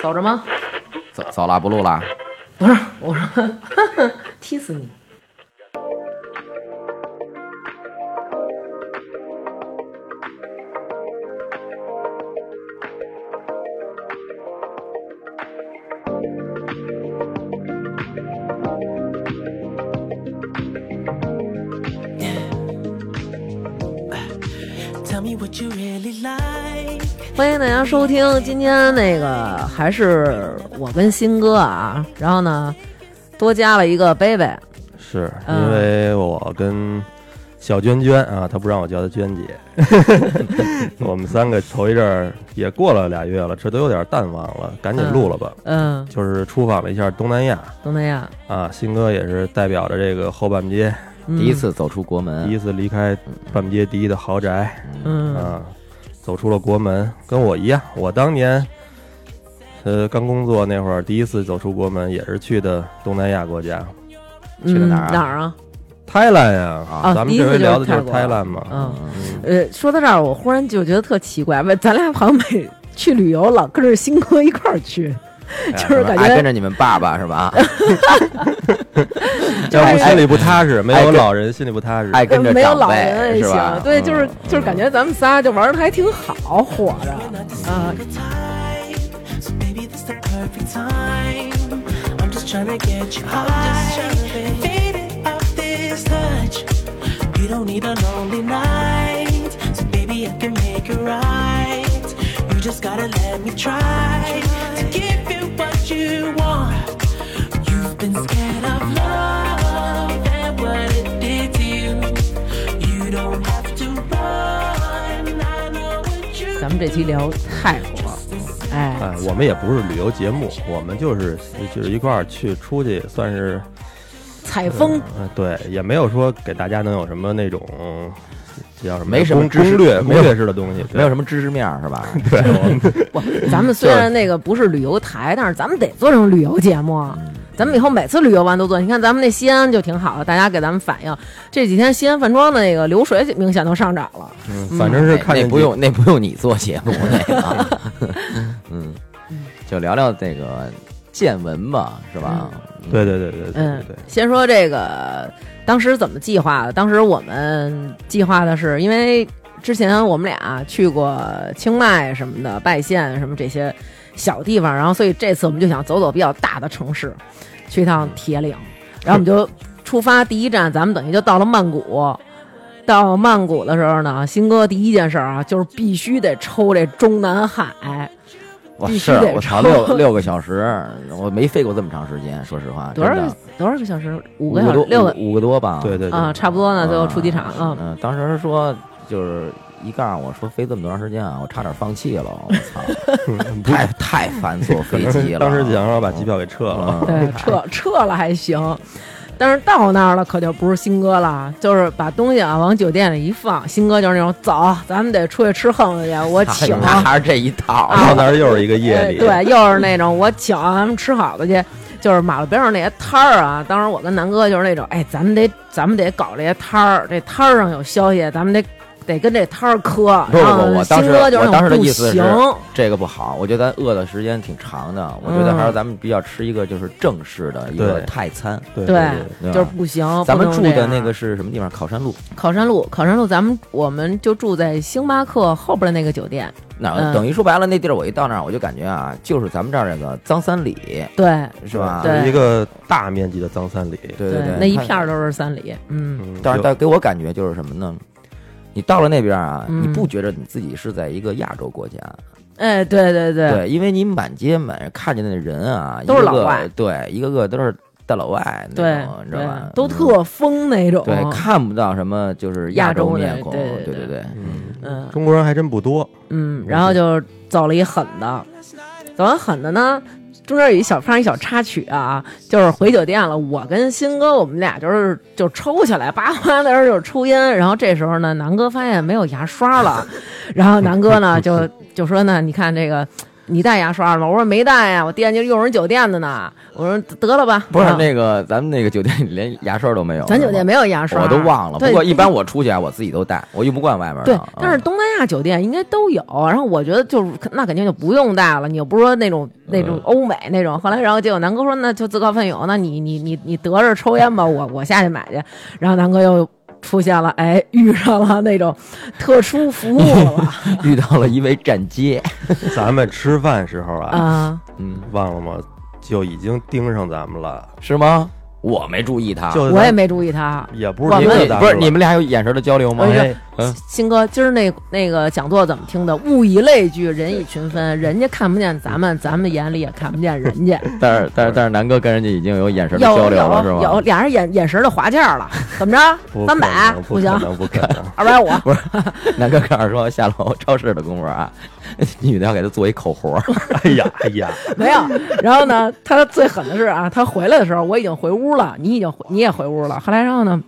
走着吗？走走了不录了。不是，我说 呵呵踢死你！ Tell me what you really like. 欢迎大家收听，今天那个还是我跟新哥啊，然后呢，多加了一个贝贝，是嗯因为我跟小娟娟啊，她不让我叫 她娟姐，我们三个头一阵儿也过了俩月了，这都有点淡忘了，赶紧录了吧。嗯，就是出访了一下东南亚东南亚，啊，新哥也是代表着这个后半街，嗯第一，次走出国门，第一次离开半街第一的豪宅嗯啊，走出了国门，跟我一样，我当年。呃，刚工作那会儿，第一次走出国门也是去的东南亚国家，嗯，去的哪儿啊哪儿啊？泰兰呀、啊咱第们一次这回聊的就是泰就是国泰兰嘛，嗯，嗯，呃，说到这儿，我忽然就觉得特奇怪，为咱俩好像每去旅游老跟着新哥一块儿去，哎就是感爱跟觉着你们爸爸是 吧？要哎不心里不踏实，没有老人心里不踏实。爱跟着没有长老人辈也是吧嗯行，？对，就是就是感觉咱们仨就玩的还挺好，活着。 We're not the Uh, single type. So baby, this the perfect time. I'm just tryna get you high. and Faded off this touch. You don't need a lonely night. So baby, I can make it right. You just gotta let me try to give you what you want. You've been scared of love and what it did to you. You don't have to run. I know what you 咱们这期聊泰国，哎，哎，我们也不是旅游节目，我们就是就是一块儿去出去，算是采风，呃对，也没有说给大家能有什么那种叫什么没什么攻知识攻略没攻有略式的东西，没有什么知识面儿是吧？对我们咱们虽然那个不是旅游台，但是咱们得做成旅游节目。咱们以后每次旅游完都做。你看咱们那西安就挺好的，大家给咱们反映这几天西安饭庄的那个流水明显都上涨了。嗯反正是看嗯那见不用那不用你做节目那个 啊，嗯， 就聊聊这个见闻吧，是吧？几，对对对对对嗯对对，，先说这个当时怎么计划的？当时我们计划的是，因为之前我们俩去过清迈什么的、拜县什么这些小地方，然后所以这次我们就想走走比较大的城市，去一趟铁岭，然后我们就出发，第一站咱们等于就到了曼谷。到曼谷的时候呢，新哥第一件事啊，就是必须得抽这中南海，哇，必须是啊得我操，抽六六个小时，我没飞过这么长时间，说实话，多少真个的多少个小时？五五个小时多，六个五五个多吧？对对对啊，差不多呢。最后出机场啊，嗯，嗯当时说就是一杠，我说飞这么多长时间啊，我差点放弃了，我 操，嗯不太太繁琐飞机了。嗯当时想要把机票给撤 了， 对，撤撤了还行，但是到那儿了可就不是新哥了，就是把东西啊往酒店里一放，新哥就是那种走，咱们得出去吃横去，我哎请。那还是这一套，啊到那儿又是一个夜哎里，对，又是那种我请咱们吃好的去，就是马路边上那些摊儿啊。当时我跟南哥就是那种，哎，咱们得咱们得搞这些摊儿，这摊儿上有消息，咱们得得跟这摊儿磕。不是然后我，我当时新哥就是我那种当时的不意思是行这个不好，我觉得咱饿的时间挺长的，我觉得嗯还是咱们比较吃一个就是正式的一个对泰餐。对对对，对就是不行。不咱们能住这的样啊那个是什么地方？考山路考山路，考山路，咱们我们就住在星巴克后边的那个酒店。那嗯等于说白了，那地儿我一到那儿，我就感觉啊，就是咱们这儿那个张三里，对是吧？对是一个大面积的脏三里，对对，那一它片儿都是三里。嗯，嗯，但是有但给我感觉就是什么呢？你到了那边啊，嗯你不觉着你自己是在一个亚洲国家？哎，对对对，对，因为你满街满是看见的人啊，都是一个个老外，对，一个个都是大老外对那种，你知道对吧？，都嗯特疯那种。嗯对，看不到什么就是亚洲面孔，亚洲对人对对对对，嗯嗯中国人还真不多，嗯，然后就走了一狠的，走完狠的呢。中间有一小放一小插曲啊，就是回酒店了。我跟新哥我们俩就是就抽起来，叭叭在那儿就抽烟。然后这时候 呢，南哥发现没有牙刷了，然后南哥呢就就说呢，你看这个你带牙刷了吗？”我说：“没带呀，我惦记着用人酒店的呢。”我说：“得了吧，不是啊那个，咱们那个酒店里连牙刷都没有，咱酒店没有有牙刷，我都忘了。对不过一般我出去啊，我自己都带，我用不惯外面的。对啊，但是东南亚酒店应该都有。然后我觉得就是那肯定就不用带了。你又不是说那种那种欧美那种。后来然后结果南哥说那就自告奋勇，那你你你你得着抽烟吧，我我下去买去。然后南哥又出现了，哎，遇上了那种特殊服务了遇到了一位站街，咱们吃饭时候 啊，啊，嗯，忘了吗？就已经盯上咱们了，是吗？我没注意他，就我也没注意他。啊也不是我你盯们着你咱啊不是了你们俩有眼神的交流吗？哎哎嗯新哥，今儿那那个讲座怎么听的？物以类聚，人以群分，人家看不见咱们，咱们眼里也看不见人家。但是但是但是南哥跟人家已经有眼神的有交流了，是有吗？有， 俩人眼眼神儿就划价了，怎么着？不三啊百不行可，能，不可能，二百五。南哥告诉说下楼超市的功夫啊，女的要给他做一口活儿，哎 呀哎呀，没有。然后呢，他最狠的是啊，他回来的时候我已经回屋了，你已经回你也回屋了。后来然后呢，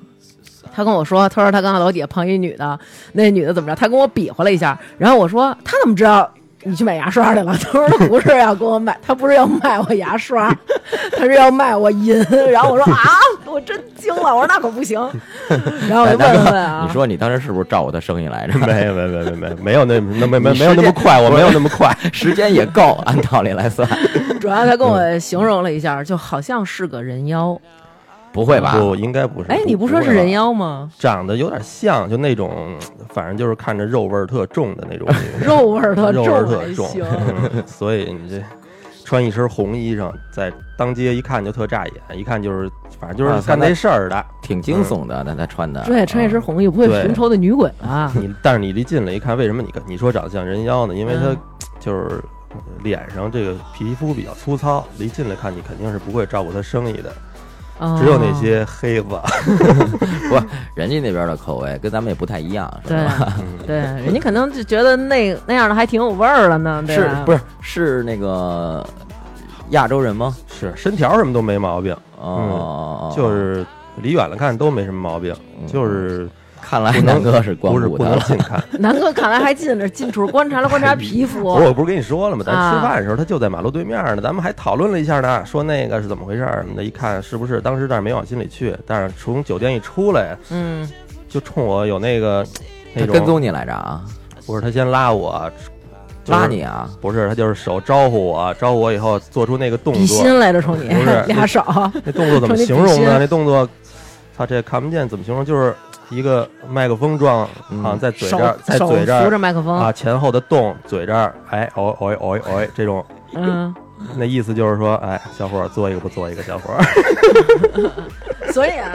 他跟我说，他说他刚才楼底下碰一女的，那女的怎么着？他跟我比划了一下，然后我说他怎么知道？你去买牙刷去了？ 他说他不是要跟我买，他不是要卖我牙刷， 他是要卖我银。 然后我说啊，我真惊了，我说那可不行。 然后我就问南了哥问啊，你说你当时是不是照顾他生意来着？没有没有没有没有没有那那没没没你时有那间么快，我没有那么快， 时间也够，按道理来算，主要他跟嗯我形容了一下，就好像是个人妖。不会吧？不应该不是。哎，你不说是会吧人妖吗？，长得有点像，就那种，反正就是看着肉味儿特重的那种 肉味儿特肉味儿特重重还行， 嗯 所以你这穿一身红衣裳，在当街一看就特扎眼，一看就是，反正就啊是干这事儿的。挺惊悚的，那他穿的，嗯对，穿一身红衣，不会对红绸的女鬼吧？你但是你离近了一看，为什么你跟你说长得像人妖呢？因为他嗯就是脸上这个皮肤比较粗糙，离近了看你肯定是不会照顾他生意的，哦 只有那些黑子。 不，人家那边的口味跟咱们也不太一样，是对 吧？对，人家可能就觉得那那样的还挺有味儿了呢，对啊是吧？不是是是那个亚洲人吗？是身条什么都没毛病，哦，就是离远了看都没什么毛病，嗯就是看来不能南哥是光不是顾不 他能了，近看。南哥看来还进着近处观察了观察皮肤 不，是，我不是跟你说了吗？咱啊吃饭的时候，他就在马路对面呢，咱们还讨论了一下呢，说那个是怎么回事儿什么的。一看是不是当时但是没往心里去，但是从酒店一出来，嗯，就冲我有那个他那跟种，踪你来着啊，不是他先拉我，就是拉你啊，不是他就是手招呼我，招呼我以后做出那个动比作，心来着，冲你不是俩手， 那动作怎冲么你比形容心呢？那动作，他这看不见怎么形容？就是一个麦克风状，嗯好像在嘴这手儿，在手嘴这扶着儿麦克风啊，，前后的动，嘴这儿，哎，哦哦哦哦，这种。嗯，那意思就是说，哎，小伙儿做一个不做一个，小伙儿 所以啊，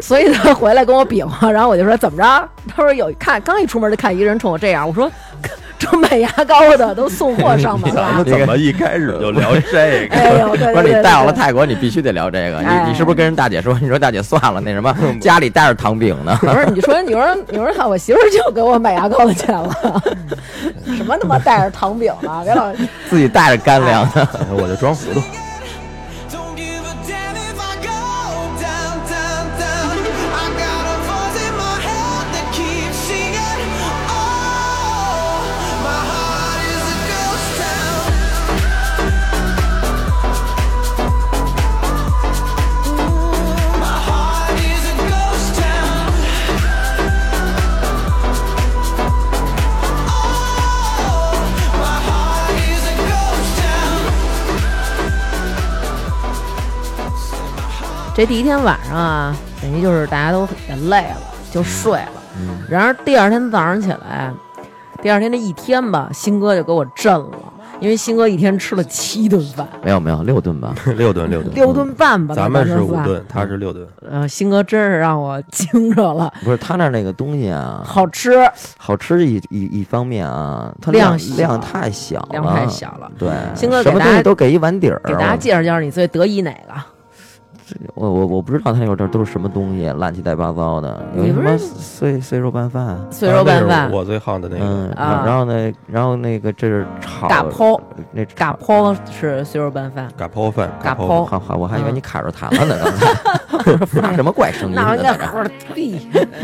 所以他回来跟我比划， 然后我就说怎么着？他说有看，刚一出门就看一个人冲我这样，我说 这卖牙膏的都送货上门 咱 了们，怎么一开始就聊这个？哎呦，对对对不是对你带我对了泰国，你必须得聊这个。哎你你是不是跟人大姐说？你说大姐算了，那什 么，家里带着糖饼呢。不是，你说你说你说看，我媳妇儿就给我买牙膏的钱了， 什么他妈带着糖饼 了，别老自己带着干粮呢。 哎我就装糊涂。 Don't give a damn if I go down, down, down. I got a voice in my head that keeps singing. Oh, my heart is a ghost town. Ooh, my heart is a ghost town. Oh, my heart is a ghost town. 这第一天晚上啊，等于就是大家都也累了，就睡了。嗯然而第二天早上起来，第二天这一天吧，新哥就给我震了，因为新哥一天吃了七顿饭，哎没有没有，六顿吧。六顿六顿，六顿半吧，咱们是那五饭。顿，他是六顿。呃，新哥真是让我 惊着了，不是他那儿那个东西啊，好吃，好吃一一一方面啊，它量量小量太小了，量太小了。对，鑫哥给什么大东家西都给一碗底儿。啊给大家介绍介绍你最得意哪个？我我我不知道他有这都是什么东西，乱七八糟的，有你什不么是碎碎肉拌饭，碎肉拌啊那饭是、我最好的那个嗯，啊然后呢，然后那个这是炒嘎抛、那嘎炒抛是碎肉拌饭，嘎抛饭，嘎抛抛饭好好，我还以为嗯你卡着痰了呢，刚才 发什么怪声音那呢？应在该这儿好好地。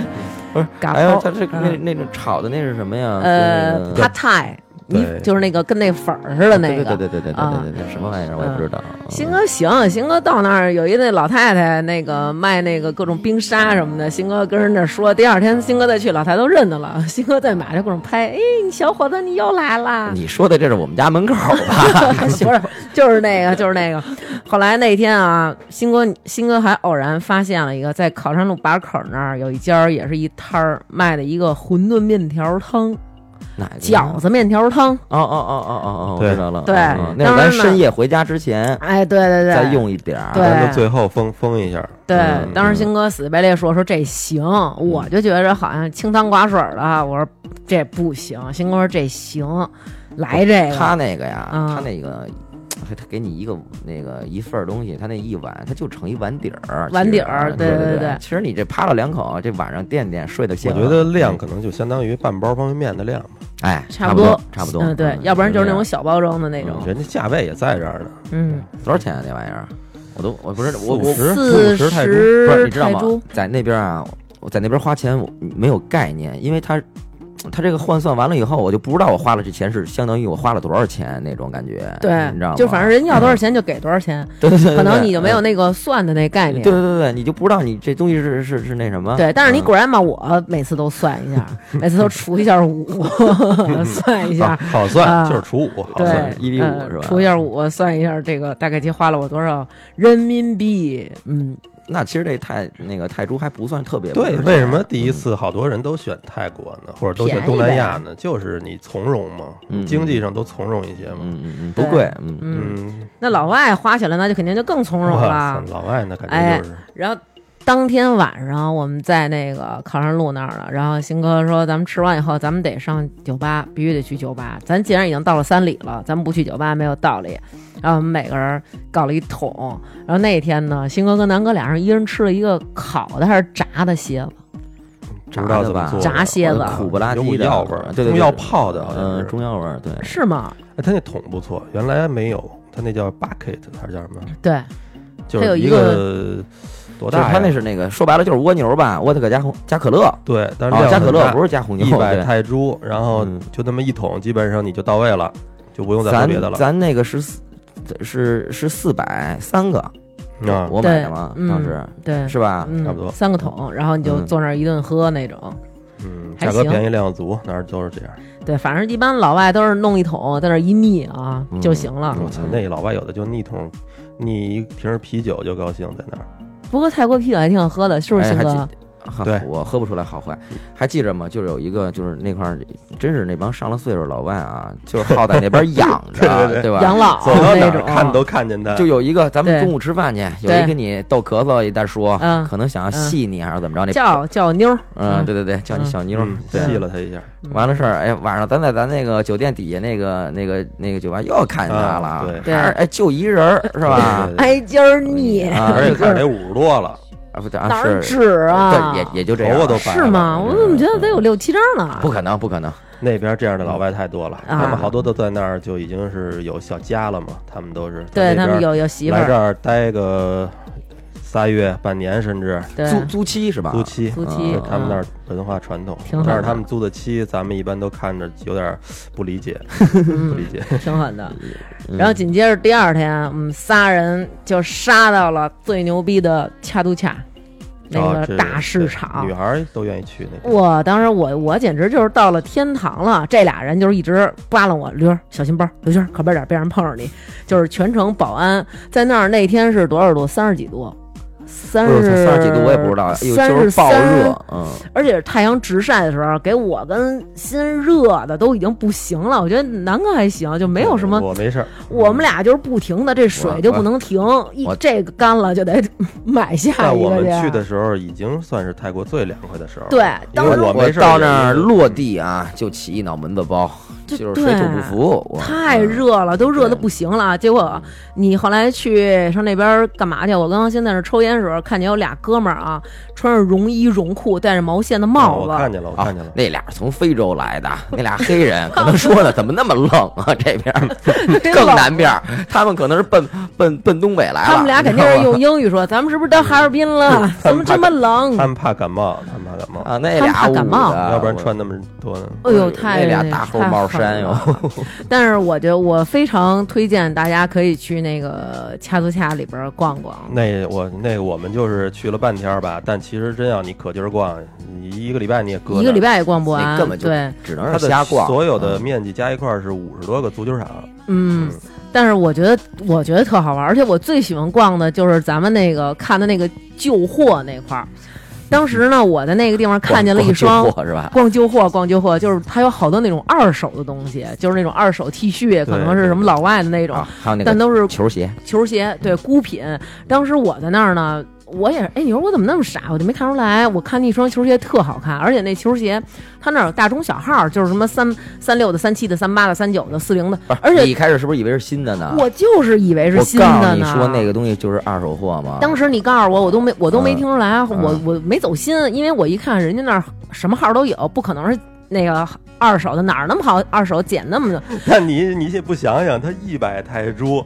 不是，嘎哎呦，抛他这嗯那那种炒的那是什么呀？呃就是那个 p a t a i 泥对就是那个跟那粉儿似的那个。对嗯对对对对对啊对对对，什么玩意儿我也不知道。嗯新哥行，新哥到那儿有一那老太太，那个卖那个各种冰沙什么的，新哥跟人那说，第二天新哥再去，老太太都认得了。新哥在马上各种拍，哎，你小伙子你又来啦！你说的这是我们家门口吧？ 不是，就是那个，就是那个。后来那天啊，新哥新哥还偶然发现了一个，在考山路把口那儿有一家儿也是一摊儿卖的一个馄饨面条汤、哪个饺？子面条汤。哦哦哦哦哦哦，我对知道了。对嗯嗯那当然是咱了深夜回家之前哎，对对对，再用一点儿。对咱就最后封封一下。对，嗯当时新哥死乞白赖说说这行，我就觉着好像清汤寡水儿的，我说这不行。新哥说这行，来这个，他那个呀，嗯他那个。他给你一个那个一份儿东西，他那一碗，他就成一碗底儿，碗其实底儿对对对对对其实你这啪了两口，这晚上垫垫睡得我香。觉得量可能就相当于半包方便面的量吧，哎，差不不多，差不多。嗯，对，要不然就是那种这小包装的那种嗯，人家价位也在这儿呢。嗯，样多少钱啊？那玩意儿，我都我不是我我五十四五十泰铢，不是十你知道泰吗铢，？在那边啊，我在那边花钱我没有概念，因为他他这个换算完了以后，我就不知道我花了这钱是相当于我花了多少钱那种感觉，对嗯你知道吗？，就反正人要多少钱就给多少钱，对对对对，可能你就没有嗯那个算的那概对念。对对对，你就不知道你这东西是是是那什么？对，但是你嗯果然吧，我每次都算 一下，每次都除一下五， 算一好下，好啊算，就是除五，好对算。，一比五呃是吧除一下五，算一下这个大概其花了我多少人民币？嗯，那其实这泰那个泰铢还不算特别贵对，为什么第一次好多人都选泰国呢，或者都选东南亚呢？就是你从容嘛嗯，经济上都从容一些嘛。嗯嗯嗯不贵，嗯嗯，嗯，那老外花起来那就肯定就更从容哎哇了塞，。老外那感觉就是然后当天晚上我们在那个考山路那儿了，然后新哥说咱们吃完以后咱们得上酒吧，必须得去酒吧。咱既然已经到了三里了，咱们不去酒吧没有道理。然后我们每个人搞了一桶，然后那天呢，新哥跟南哥俩人一人吃了一个烤的还是炸的蝎子，不知道怎么做的，炸蝎子苦不拉有股几的药味儿，对对对中药泡的好像嗯是，中药味儿，对，是吗？哎，他那桶不错，原来没有，他那叫 bucket 还是叫什么？对，就它有是一一个多就是大呀？它那是那个说白了就是蜗牛吧，蜗特可加红加可乐，对，但是哦，量加可乐不是是加红牛，一百对泰铢，然后嗯就那么一桶，基本上你就到位了，就不用再喝咱别的了。咱那个是四是是四百三个，啊，我买对的嘛，，当时嗯，对，是吧？嗯差不多三个桶，然后你就嗯坐那儿一顿喝那种。嗯，还价格行便宜量足，哪儿都是这样。对，反正一般老外都是弄一桶在那儿一腻啊、嗯就行了。嗯我操，那老外有的就一桶，你一瓶啤酒就高兴在那儿。不过泰国啤酒还挺好喝的，是不是哎新还哥？记嗯哈对我喝不出来好坏。还记着吗？就是有一个，就是那块儿，真是那帮上了岁数老外啊，就是好在那边养着， 对对对吧？养老啊走到哪那儿种，看都看见他，哦就有一个，咱们呃对中午吃饭去，有对一跟你逗咳嗽一在说嗯，可能想要戏你还是怎么着？那叫叫妞儿，嗯，对对对，叫你嗯小妞儿嗯，对，戏了他一下。完了事儿，哎呀，晚上咱在咱那个酒店底下那个那个那个酒吧又看见他了，啊对对还是哎就一人儿是吧对？对对哎挨哎今儿腻， 啊，而且就是看着得五十多了，啊不对哪啊儿是止啊对，？也也就这样，头发都白是了吗？我怎么觉得得有嗯六七张呢？不可能不可能，那边这样的老外太多了，他啊们好多都在那儿就已经是有小家了嘛，他们都是对在那他们边有有媳妇来这儿，儿待个仨月、半年，甚至对，租租期啊是吧？租期。啊夫嗯妻就，他们嗯那儿文化传统挺，好但是他们租的期，咱们一般都看着有点不 理解，不理解。挺狠的。嗯然后紧接着第二天，我们仨人就杀到了最牛逼的恰都恰嗯那啊个这大市对场哦女。孩儿都愿意去那边。我当时我我简直就是到了天堂了，这俩人就是一直扒拉我，驴儿小心包，刘娟可别点儿别让人碰上你，就是全程保安在那儿。那天是多少度？三十几度，三不十是三十几度我也不知道，哎呦，三就十是暴三，热，嗯，而且是太阳直晒的时候，给我跟心热的都已经不行了。我觉得南哥还行，就没有什哎么。我没事儿。我们俩就是不停的，这水就不能停，一我这个干了就得买下但一我个们去。去的时候，已经算是泰国最凉快的时候。对因当为时我没事儿到那儿也落地啊，就起一脑门子包，就就是水土不服，我啊太嗯热了，都热的对不行了。结果你后来去上那边干嘛去？我刚刚先在那抽烟的时候，看见有俩哥们儿啊，穿着绒衣绒裤，戴着毛线的帽我子，看见了，我啊看见了，那俩从非洲来的，那俩黑 人可能说呢，怎么那么冷啊？这边儿更南边儿，他们可能是奔奔奔东北来了。 他们俩肯定是你知道吗用英语说：“咱们是不是到哈尔滨了？怎么这么冷他们怕感冒，他们怕感感 冒，啊，那他们俩怕感捂冒的要不然我穿那么多呢。哎呦，太那俩大厚帽衫哟太，狠了但是我觉得我非常推荐大家可以去那个恰图恰里边逛逛。那我那个我们就是去了半天儿吧，但其实真要你可劲儿逛，你一个礼拜你也搁那儿一个礼拜也逛不 那完，根本就对，只它能是的瞎逛。所有的嗯面积加一块儿是五十多个足球场，嗯，但是我觉得我觉得特好玩，而且我最喜欢逛的就是咱们那个看的那个旧货那块儿。当时呢，我在那个地方看见了一双逛旧货是吧？逛旧货，逛旧货就是它有好多那种二手的东西，就是那种二手 T 恤，可能是什么老外的那种啊，，还有那但个都是球鞋，球鞋，对，孤品。当时我在那儿呢，我也是，哎，你说我怎么那么傻，我就没看出来。我看那双球鞋特好看，而且那球鞋它那儿有大中小号，就是什么三三六的、三七的、三八的、三九的、四零的，而你且一开始是不是以为是新的呢？我就是以为是啊我新告的诉你呢。说那个东西就是二手货嘛。当时你告诉我，我都没我都没嗯听出来，我嗯我没走心，因为我一看人家那儿什么号都有，不可能是那个二手的，哪儿那么好二手捡那么多？但你你也不想想，它一百泰铢，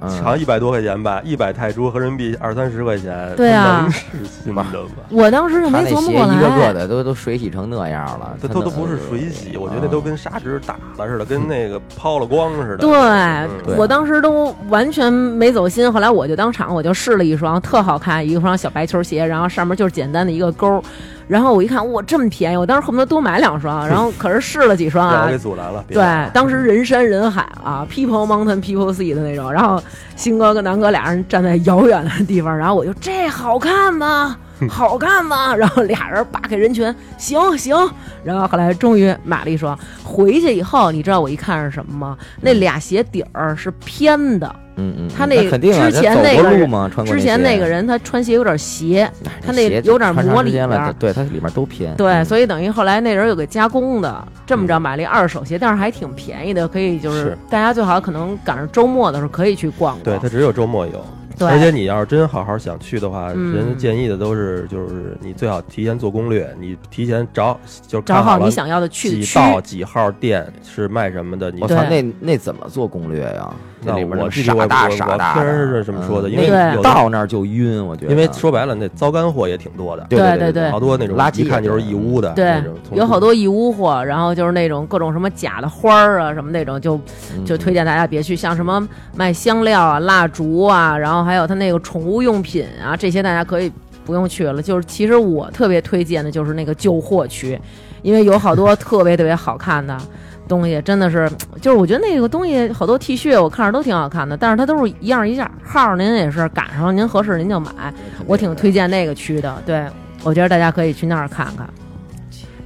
嗯，长一百多块钱吧，一百泰铢合人民币二三十块钱，对啊能是新的吗？ 我当时就他没那琢磨鞋过来。一个个的都都水洗成那样了，这他都那都不是水洗，我觉嗯得那都跟砂纸打了似的，跟那个抛了光似的。对嗯，我当时都完全没走心，后来我就当场我就试了一双特好看，一双小白球鞋，然后上面就是简单的一个钩儿，然后我一看，哇，这么便宜，我当时恨不得多买两双，然后可是试了几双嗯让啊我给，阻拦了。别对，当时人山人海啊，people mountain people sea 的那种，然后新哥跟南哥俩人站在遥远的地方，然后我就这好看吗？好看吗？然后俩人扒开人群，行行，然后后来终于买了一双。回去以后，你知道我一看是什么吗？那俩鞋底儿是偏的。嗯嗯，他嗯那肯定啊之前他走过那个路人嘛，穿过之前鞋那个，人他穿鞋有点斜，哎他那鞋有点穿长磨时里间边了儿，对，他里面都偏。对，嗯所以等于后来那人有给加工的，这么着买了一二手鞋，但是还挺便宜的，可以就是是大家最好可能赶上周末的时候可以去逛对，逛。它只有周末有。对而且你要是真好好想去的话，嗯人家建议的都是，就是你最好提前做攻略，你提前找，就是找看好了你想要的去的几区。道几号店是卖什么的，你我对操，那那怎么做攻略呀？那那里面我具体我傻大我傻我大听的，人是这么说的嗯因为那有的到那儿就晕，我觉得，因为说白了，那糟干货也挺多的，对对对对好多那种垃圾一看就是义乌的，对那种，从有好多义乌货，然后就是那种各种什么假的花儿啊，什么那种，就嗯就推荐大家别去。像什么卖香料啊、蜡烛啊，然后还有他那个宠物用品啊，这些大家可以不用去了。就是其实我特别推荐的就是那个旧货区，因为有好多特别特别好看的。东西真的是，就是我觉得那个东西好多 T 恤我看着都挺好看的，但是它都是一样一样号，您也是赶上您合适您就买。我挺推荐那个区的，对我觉得大家可以去那儿看看。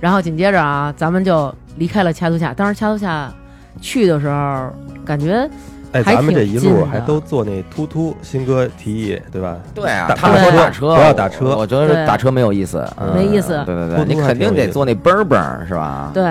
然后紧接着啊，咱们就离开了恰图恰。当时恰图恰去的时候，感觉哎，还咱们这挺一近路的还都坐那突突，新哥提议对吧？对啊打，他对说不要打车，不要打车我我觉得对打车没有意思，嗯没意思对对对，多多你肯还定挺有意得思坐那蹦儿蹦儿是吧？对，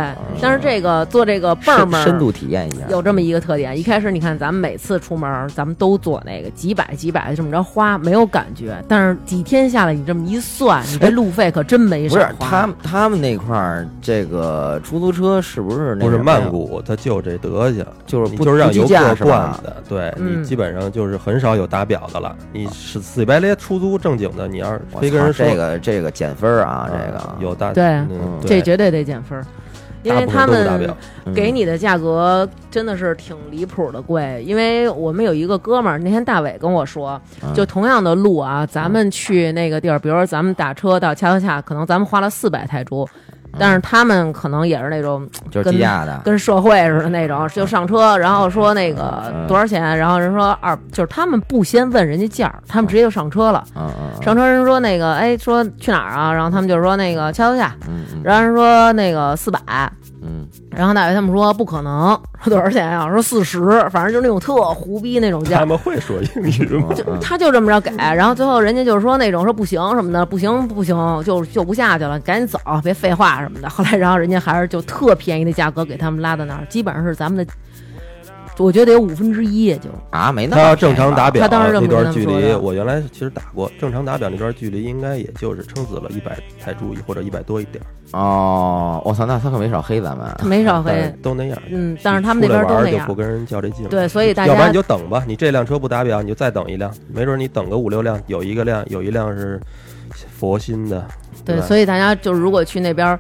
但是这个坐这个蹦儿嗯深，蹦儿深度体验一下，有这么一个特点。一开始你看，咱们每次出门，咱们都坐那个几百几百这么着花，没有感觉。但是几天下来，你这么一算，你这路费可真没哎不少是花。他们他们那块儿这个出租车是不是那不是什么呀曼，谷，它就这德行，就是你不就是让不计游价客是惯吧？的，对嗯你基本上就是很少有打表的了。你是死白咧出租正经的，你要是啊哎我非跟人操说这个这个减分儿啊，啊这个有打对嗯嗯这绝对得减分儿，因为他大部分都不打们表给嗯你的价格真的是挺离谱的贵，因为我们有一个哥们儿，那天大伟跟我说，嗯就同样的路啊，咱们去那个地儿，比如说咱们打车到恰恰恰，可能咱们花了四百泰铢，但是他们可能也是那种就是跟嗯计价的，跟社会似的那种，就上车，然后说那个嗯多少钱，然后人说二，就是他们不先问人家价儿，他们直接就上车了。嗯嗯嗯上车人说那个，哎，说去哪儿啊？然后他们就说那个恰恰恰，嗯嗯然后人说那个四百，嗯，然后大伟他们说不可能， 说多少钱啊？说四十，反正就是那种特胡逼那种他价，们会说英语嗯吗？就他就这么着给。然后最后人家就是说那种说不行什么的，不行不行，就就不下去了，赶紧走，别废话什么的。 后来然后人家还是就特便宜的价格给他们拉到那儿，基本上是咱们的，我觉得得有五分之一也就。啊，没那他么要正常打表他当时这么那跟他段们距说离，的我原来其实打过，正常打表那段距离应该也就是撑死了一百泰铢或者一百多一点儿，哦，我操，那他可没少黑咱们，啊没少但黑是，都那样。嗯，但是他们那边你出都来玩那儿就样不。跟人较这劲了。对所以大家要不然你就等吧，你这辆车不打表，你就再等一辆，没准你等个五六辆，有一个辆有一辆是佛心的，对，吧所以大家就是如果去那边儿，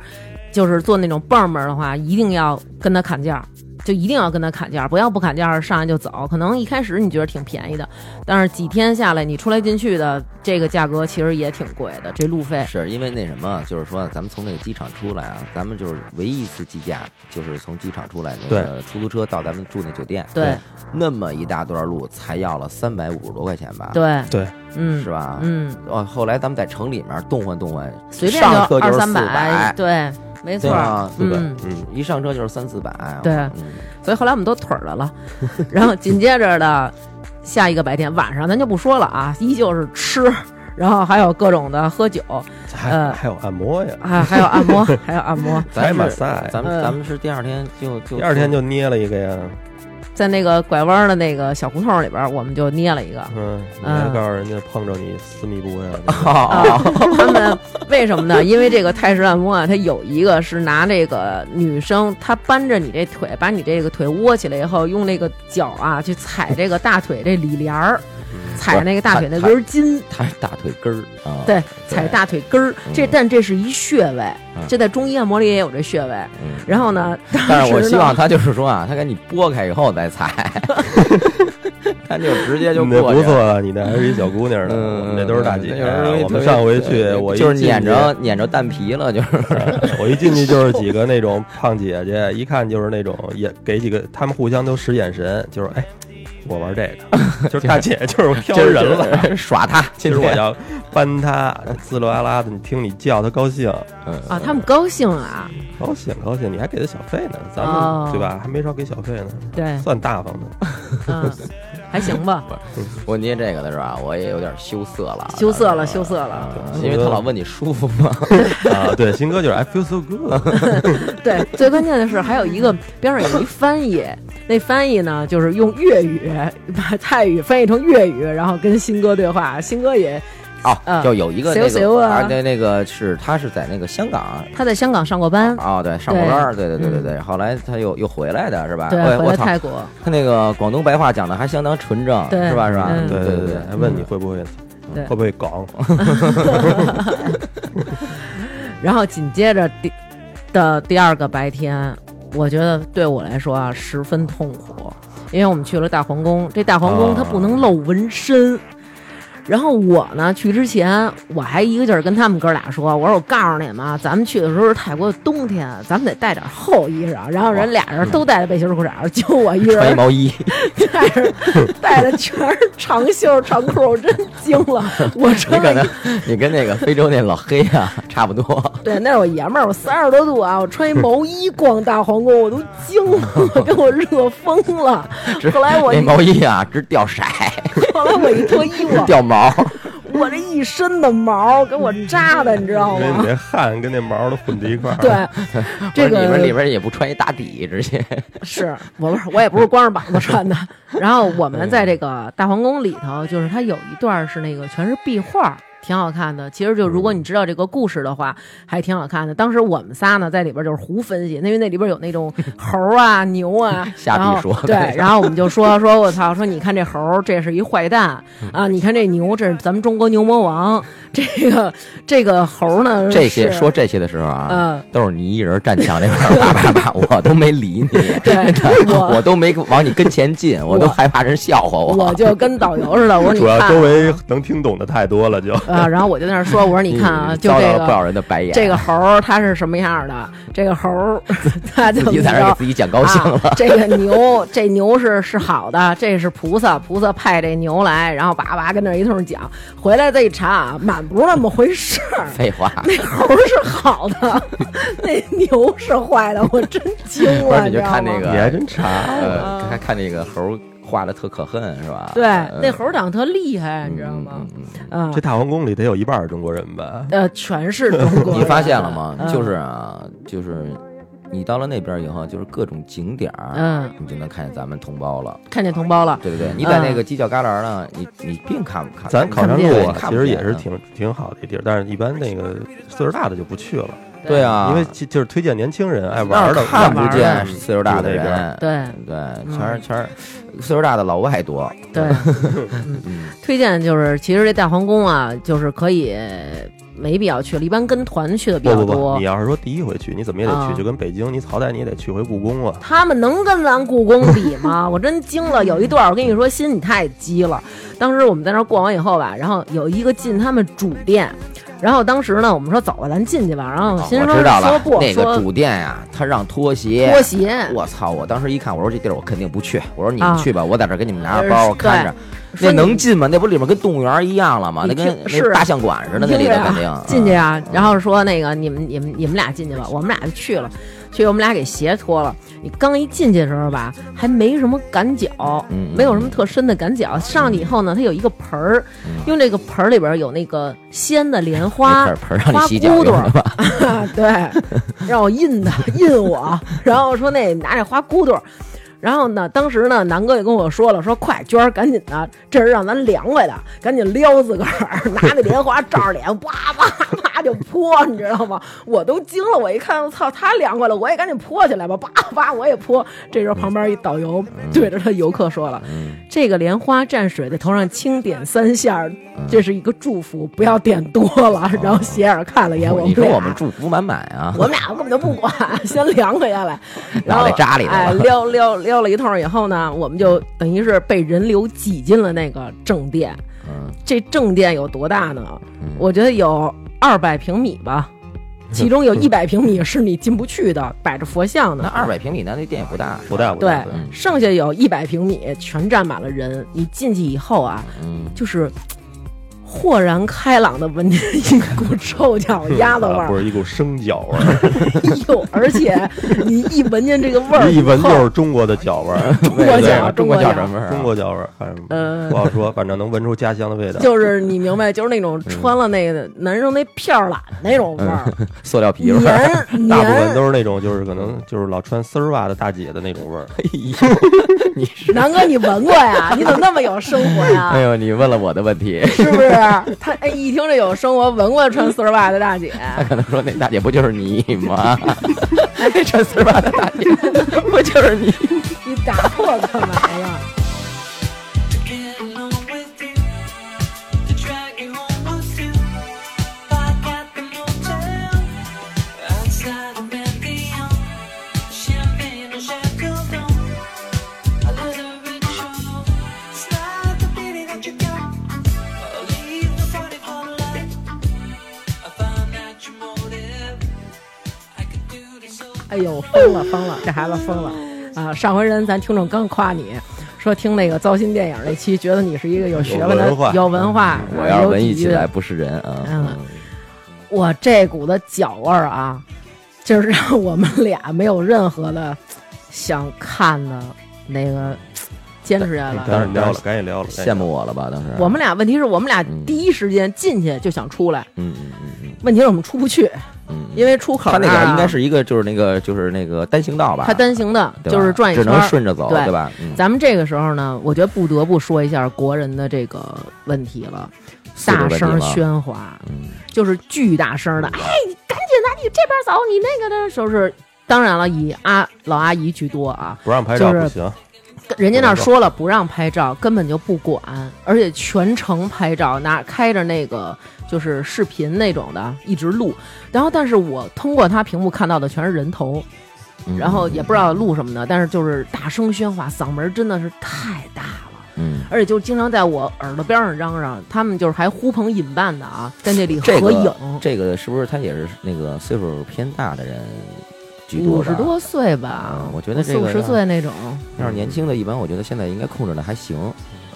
就是做那种棒棒的话，一定要跟他砍价儿，就一定要跟他砍价儿，不要不砍价儿上来就走。可能一开始你觉得挺便宜的，但是几天下来，你出来进去的这个价格其实也挺贵的，这路费。是因为那什么，就是说咱们从那个机场出来啊，咱们就是唯一一次计价，就是从机场出来那个出租车到咱们住那酒店，对那么一大段路才要了三百五十多块钱吧，，对，对，嗯，啊是吧？。嗯，哦，后来咱们在城里面动换动换，随便上车二就是三四百，对，没对啊错儿。吧？对吧？嗯嗯，一上车就是三四百，对嗯所以后来我们都腿儿了了。 然后紧接着的下一个白天晚上，咱就不说了啊，依旧是吃，然后还有各种的喝酒还呃还有按摩呀，啊，还有按 摩，还有按摩，咱马是赛，咱们嗯咱们是第二天就就第二天就捏了一个呀，在那个拐弯的那个小胡同里边儿，我们就捏了一个。嗯，你嗯还告诉人家碰着你私密部 位了，啊哦，，他们为什么呢？因为这个泰式按摩啊，它有一个是拿这个女生，她扳着你这腿，把你这个腿窝起来以后，用那个脚啊去踩这个大腿这里帘儿，嗯踩那个大腿那根筋，他是大腿根儿啊，对，踩大腿根儿。这但这是一穴位嗯，这在中医按摩里也有这穴位。嗯然后呢，但是我当时呢希望他就是说啊，他给你拨开以后再踩， 他就直接就你那过去了。不错啊，你那还是一小姑娘呢，嗯我们这都是大姐。嗯啊我们对上回去，呃对我一就是进去撵着撵着蛋皮了，就是 我一进去就是几个那种胖姐姐，一看就是那种也给几个，他们互相都使眼神，就是哎，我玩这个， 就是大姐就是挑就是人了。耍他。其其实我要搬她，滋啦啦的，你听你叫她高兴，啊，他们高兴啊，高兴高兴，你还给她小费呢，咱们、哦对吧？还没少给小费呢，对，算大方的。 嗯，还行吧，我捏这个的时候啊，我也有点羞涩了，羞涩了，当时羞涩了。啊因为他老问你舒服 吗？啊，对，新哥就是 I feel so good， 对，最关键的是还有一个边上有一翻译，那翻译呢就是用粤语把泰语翻译成粤语，然后跟新哥对话，新哥也哦，嗯就有一个羞那羞个啊啊，那那个是他是在那个香港。他在香港上过班，哦，对，上过班儿，对对对对对，后来他又又回来的是吧？嗯对，哎回我来操，泰国，他那个广东白话讲的还相当纯正，对是吧？是吧？嗯对对对对，还问你会不会对会不会港，然后紧接着第的第二个白天，我觉得对我来说啊十分痛苦，因为我们去了大皇宫，这大皇宫啊它不能露纹身。然后我呢，去之前我还一个劲儿跟他们哥俩说，我说我告诉你们啊，咱们去的时候是泰国的冬天，咱们得带点厚衣裳。然后人俩人都带了背心儿裤衩儿，就我一穿一人毛衣，带着带的全是长袖儿长裤儿，我真惊了。我你穿可了一能你跟那个非洲那老黑啊差不多。对，那是我爷们儿，我三十多度啊，我穿一毛衣逛大皇宫，我都惊 了，给我热疯了。后来我那一毛衣啊，直掉色，后来我一脱衣直 服，掉毛。我这一身的毛给我扎 的，你知道因为你吗？那汗跟那毛都混在一块儿。对，这不个是你们里边也不穿一大底，直接是我不是我也不是光着膀子穿的。然后我们在这个大皇宫里头，就是它有一段是那个全是壁画，挺好看的。其实就如果你知道这个故事的话，还挺好看的。当时我们仨呢在里边就是胡分析，因为那里边有那种猴啊、牛啊，瞎然后逼说对，然后我们就说说我操，说你看这猴，这是一坏蛋啊！你看这牛，这是咱们中国牛魔王。这个这个猴呢，这些嗯是说这些的时候啊嗯，都是你一人站墙那块 儿叭叭叭，我都没理你，对我我都没往你跟前近，我都害怕人笑话我就跟导游似的，我说你 主要看周围能听懂的太多了， 就啊，然后我就在那儿说，我说你看啊，就嗯遭这到了不少个人的白眼，嗯这个猴儿它是什么样的，这个猴 儿它怎自么己在那儿着给自己讲高兴了。啊。这个牛，这牛是是好的，这是菩萨，菩萨派这牛来，然后叭叭跟那儿一通讲，回来再一查啊，满不是那么回事儿。废 话，那猴儿是好的， 那牛是坏的，我真惊 不是了，嗯你就知道看那吗个，你还真 查。呃，看看那个猴儿画的特可恨是吧？对，那嗯猴儿长得特厉害，啊你知道嗯吗嗯？嗯嗯啊这，大皇宫里得有一半儿中国人吧？呃，全是中国人。 你发现了吗？嗯就是啊，就是你到了那边以后，就是各种景点儿，嗯，你就能看见咱们同胞了，看见同胞了，对不对？你在那个犄角旮旯呢，你你并看不看？嗯咱考看山不路见啊，看其不实见也是啊挺挺好的一地儿，但是一般那个岁数大的就不去了。对啊，因为其就是推荐年轻人爱那玩儿的，看不玩的见岁数大的有那边人，对对，嗯全是全是岁数大的老外多， 对，嗯推荐就是其实这大皇宫啊，就是可以没必要去了，一般跟团去的比不较不多不，你。要是说第一回去，你怎么也得啊嗯去，就跟北京，你好歹你也得去回故宫啊。他们能跟咱故宫比吗？ 我真惊了，有一段我跟你说，心你太鸡了。当时我们在那儿逛完以后吧，然后有一个进他们主殿，然后当时呢，我们说走吧，咱进去吧。然后哦心我说、知道嗯说了，不，那个说主店呀，他让拖鞋，拖鞋，我操！我当时一看，我说这地儿我肯定不去。我说你啊们去吧，我在这儿给你们拿着呃包，我对看着。说那你能进吗？那不里面跟动物园一样了吗？你那跟听是那大象馆似的，那你里听头着啊肯定进去嗯啊。然后说那个你们你们你们俩进去吧，我们俩就去了，去我们俩给鞋脱了。你刚一进去的时候吧，还没什么感脚，嗯嗯没有什么特深的感脚。上去以后呢，它有一个盆儿，因为这个盆儿里边有那个鲜的莲嗯那花盆儿盆儿让你花洗脚骨朵用的吧？啊， 对，让我印他，印我，然后说那拿这花骨朵儿。然后呢，当时呢，南哥也跟我说了，说快娟儿，赶紧的，这是让咱凉快的，赶紧撩自个儿， 拿那莲花照着脸，哇哇哇就泼，你知道吗？我都惊了，我一看，我操，太凉快了，我也赶紧泼起来吧，叭叭我也泼。这时候旁边一导游对着他游客说了，嗯这个莲花蘸水在头上轻点三下儿，这是一个祝福，不要点多了。然后斜眼看了一眼我嗯哦们啊你说俩我们祝福满满啊 我！们俩根本就不管，先凉快下来，然后脑袋扎里头了哎，撩撩撩了一通以后呢，我们就等于是被人流挤进了那个正殿。嗯，这正殿有多大呢？我觉得有二百平米吧，其中有一百平米是你进不去的，摆着佛像那呢。二百平米那那店也不大，不大不对大，，嗯剩下有一百平米全占满了人。你进去以后啊，嗯，就是豁然开朗的闻见一股 臭脚丫子味 啊儿不。是一股生脚味儿， 哎呦，而且你一闻见这个味儿， 一闻就是中国的脚味儿，中国对脚啊中中国 国脚叫什么味儿啊？嗯中国脚味儿，反呃正不好说，反正能闻出家乡的味道。就是你明白，就是那种穿了那个男生那片儿懒那种味儿，嗯塑料皮味儿。黏大部分黏。都是那种，就是可能就是老穿丝儿袜的大姐的那种味儿。 哎呦你是南哥，你闻过呀？你怎么那么有生活 呀？哎 呦，你问了我的问题。是不是？他哎，一听这有生活，闻过穿丝袜的大姐，他可能说那大姐不就是你 吗？哎那穿丝袜的大姐 不就是你？你打破干嘛呀？ Get along with you, to drag you home with you. Back at the motel, outside the Pantheon, champagne and chateau. A little ritual, start the feeling that you got. Leave the party for life. I found out your motive. I could do this all. 哎呦，疯了疯了，这孩子疯了啊！上回人咱听众刚夸你。说听那个糟心电影那期，觉得你是一个有学问的、有文化嗯有文化，我要是有文艺底起蕴来不是人啊！嗯我这股的脚味儿啊，就是让我们俩没有任何的想看的那个坚持下来。赶紧聊了，赶紧聊了，羡赶紧慕我了吧？当时我们俩问题是我们俩嗯第一时间进去就想出来，嗯嗯嗯嗯问题是我们出不去，嗯，因为出口他那儿啊个应该是一个就是那个就是那个单行道吧？它单行的，对吧就是转一只圈能儿。顺着走，对对吧？嗯，咱们这个时候呢，我觉得不得不说一下国人的这个问题了，四大个问题声吗喧哗，嗯就是巨大声的，哎，你赶紧的，你这边走，你那个的，就是当然了，以阿老阿姨居多啊，不让拍照就是不行，人家那儿说了不让拍照，根本就不管，而且全程拍照，拿开着那个就是视频那种的，一直录。然后，但是我通过他屏幕看到的全是人头，嗯然后也不知道录什么的，但是就是大声喧哗，嗓门真的是太大了，嗯，而且就经常在我耳朵边上嚷嚷，他们就是还呼朋引伴的啊，在那里这合影个。这个是不是他也是那个岁数偏大的人居多五吧？十多岁吧啊，我觉得这四个啊五十要岁那种，要是年轻的，一般我觉得现在应该控制的还行，嗯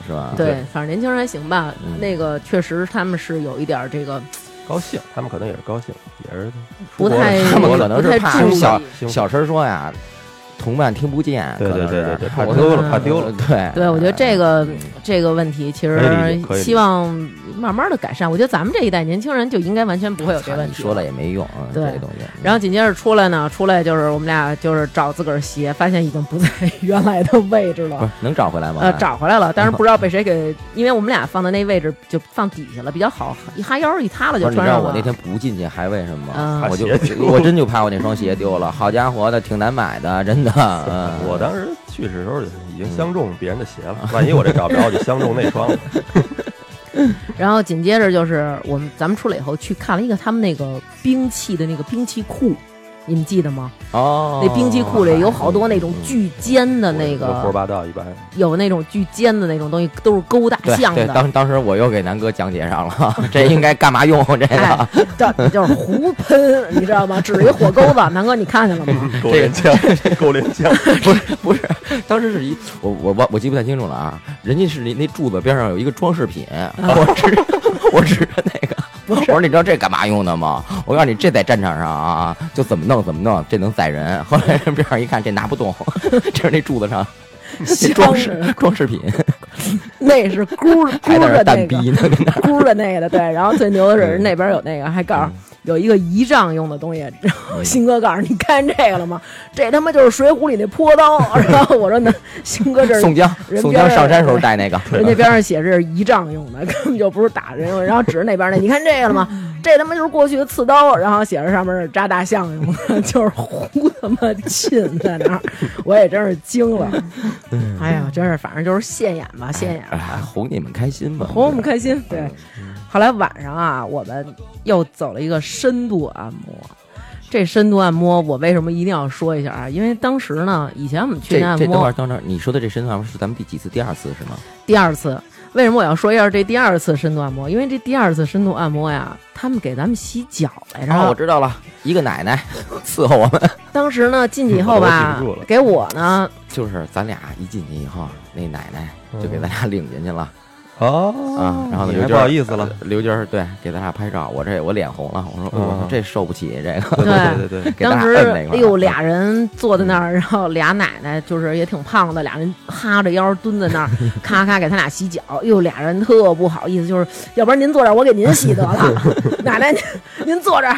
是吧？对，反正年轻人还行吧。嗯那个确实他们是有一点儿这个高兴，他们可能也是高兴，也是不太他们可能是不太怕注意小兴奋小声说呀，同伴听不见，对可能对对是对对怕我丢都了怕丢了 对对，我觉得这个嗯这个问题其可以理实解可以理解希望慢慢的改善。我觉得咱们这一代年轻人就应该完全不会有这个问你题。说了。也没用啊，这对个东西。然后紧接着出来呢，出来就是我们俩就是找自个儿鞋，发现已经不在原来的位置不了是，能找回来吗？呃，找回来了，但是不知道被谁给，因为我们俩放的那位置就放底下了，比较好，一哈腰一塌了不就是你穿知道上我了。那天不进去还为什么吗嗯？我就怕鞋丢我真就怕我那双鞋丢了，好家伙的，挺难买的，真 的。嗯我当时去的时候已经相中别人的鞋了，万一我这找不着，我就相中那双了。然后紧接着就是我们咱们出来以后去看了一个他们那个兵器的那个兵器库，你们记得吗？哦，嗯那兵器库里有好多那种巨尖的 那胡说个，八道一般，有那种巨尖的那种东西，都是勾大对象对，的，当当时我又给南哥讲解上了， 这应该干嘛用这个哎？，这就是胡喷，你知道吗？指一火钩子，南哥你看见了 吗？狗连枪，狗连枪，不是不是，当时是一我我我我记不太清楚了啊，人家是那那柱子边上有一个装饰品，啊我指我指着那 个。我说你知道这干嘛用的吗？我告诉你，这在战场上啊，就怎么弄怎么弄，这能载人。后来人边上一看，这拿不动， 这是那柱子 上那装饰装饰品，那是箍箍还在着那儿那个蛋逼呢，跟那儿箍着那个的， 对。然后最牛的是人那边有那个，还告诉嗯有一个仪仗用的东西。然后新哥告诉你看这个了吗？这他妈就是《水浒》里那坡刀。 然后我说那新哥这是宋江人宋边江上上山时候带那个，人家边上写着是仪仗用的，根本就不是打人用的。然后指着那边那，你看这个了 吗？这他妈就是过去的刺刀，然后写着上面是扎大象用的， 就是胡他妈劲在那儿， 我也真是惊了。嗯哎呀，真是，反正就是现眼吧，现眼吧。 哎，哄你们开心吧，哄我们开心。对，后来晚上啊，我们又走了一个深度按摩。这深度按摩，我为什么一定要说一下啊？因为当时呢，以啊前我们去这那按这等会摩儿等会儿，你说的这身上是咱们第几次？第二次是吗？第二次，为什么我要说一下这第二次深度按摩？因为这第二次深度按摩呀，他们给咱们洗脚来着。啊，我知道了，一个奶奶伺候我们，当时呢，进去以后我吧都记不住了，给我呢，就是咱俩一进去以后，那奶奶就给咱俩领进去了哦啊。然后呢，刘你娟还不好意思了，刘娟儿对给咱俩拍照，我这我脸红了，我说我说嗯这受不起这个，对对对对对，给咱当俩时摁那块儿。啊哎呦，俩人坐在那儿，然后俩奶奶就是也挺胖的，俩人哈着腰蹲在那 儿，咔咔给他俩洗脚。哎呦，俩人特不好意思，就是要不然您坐这儿，我给您洗得了。 奶奶，您您坐这儿，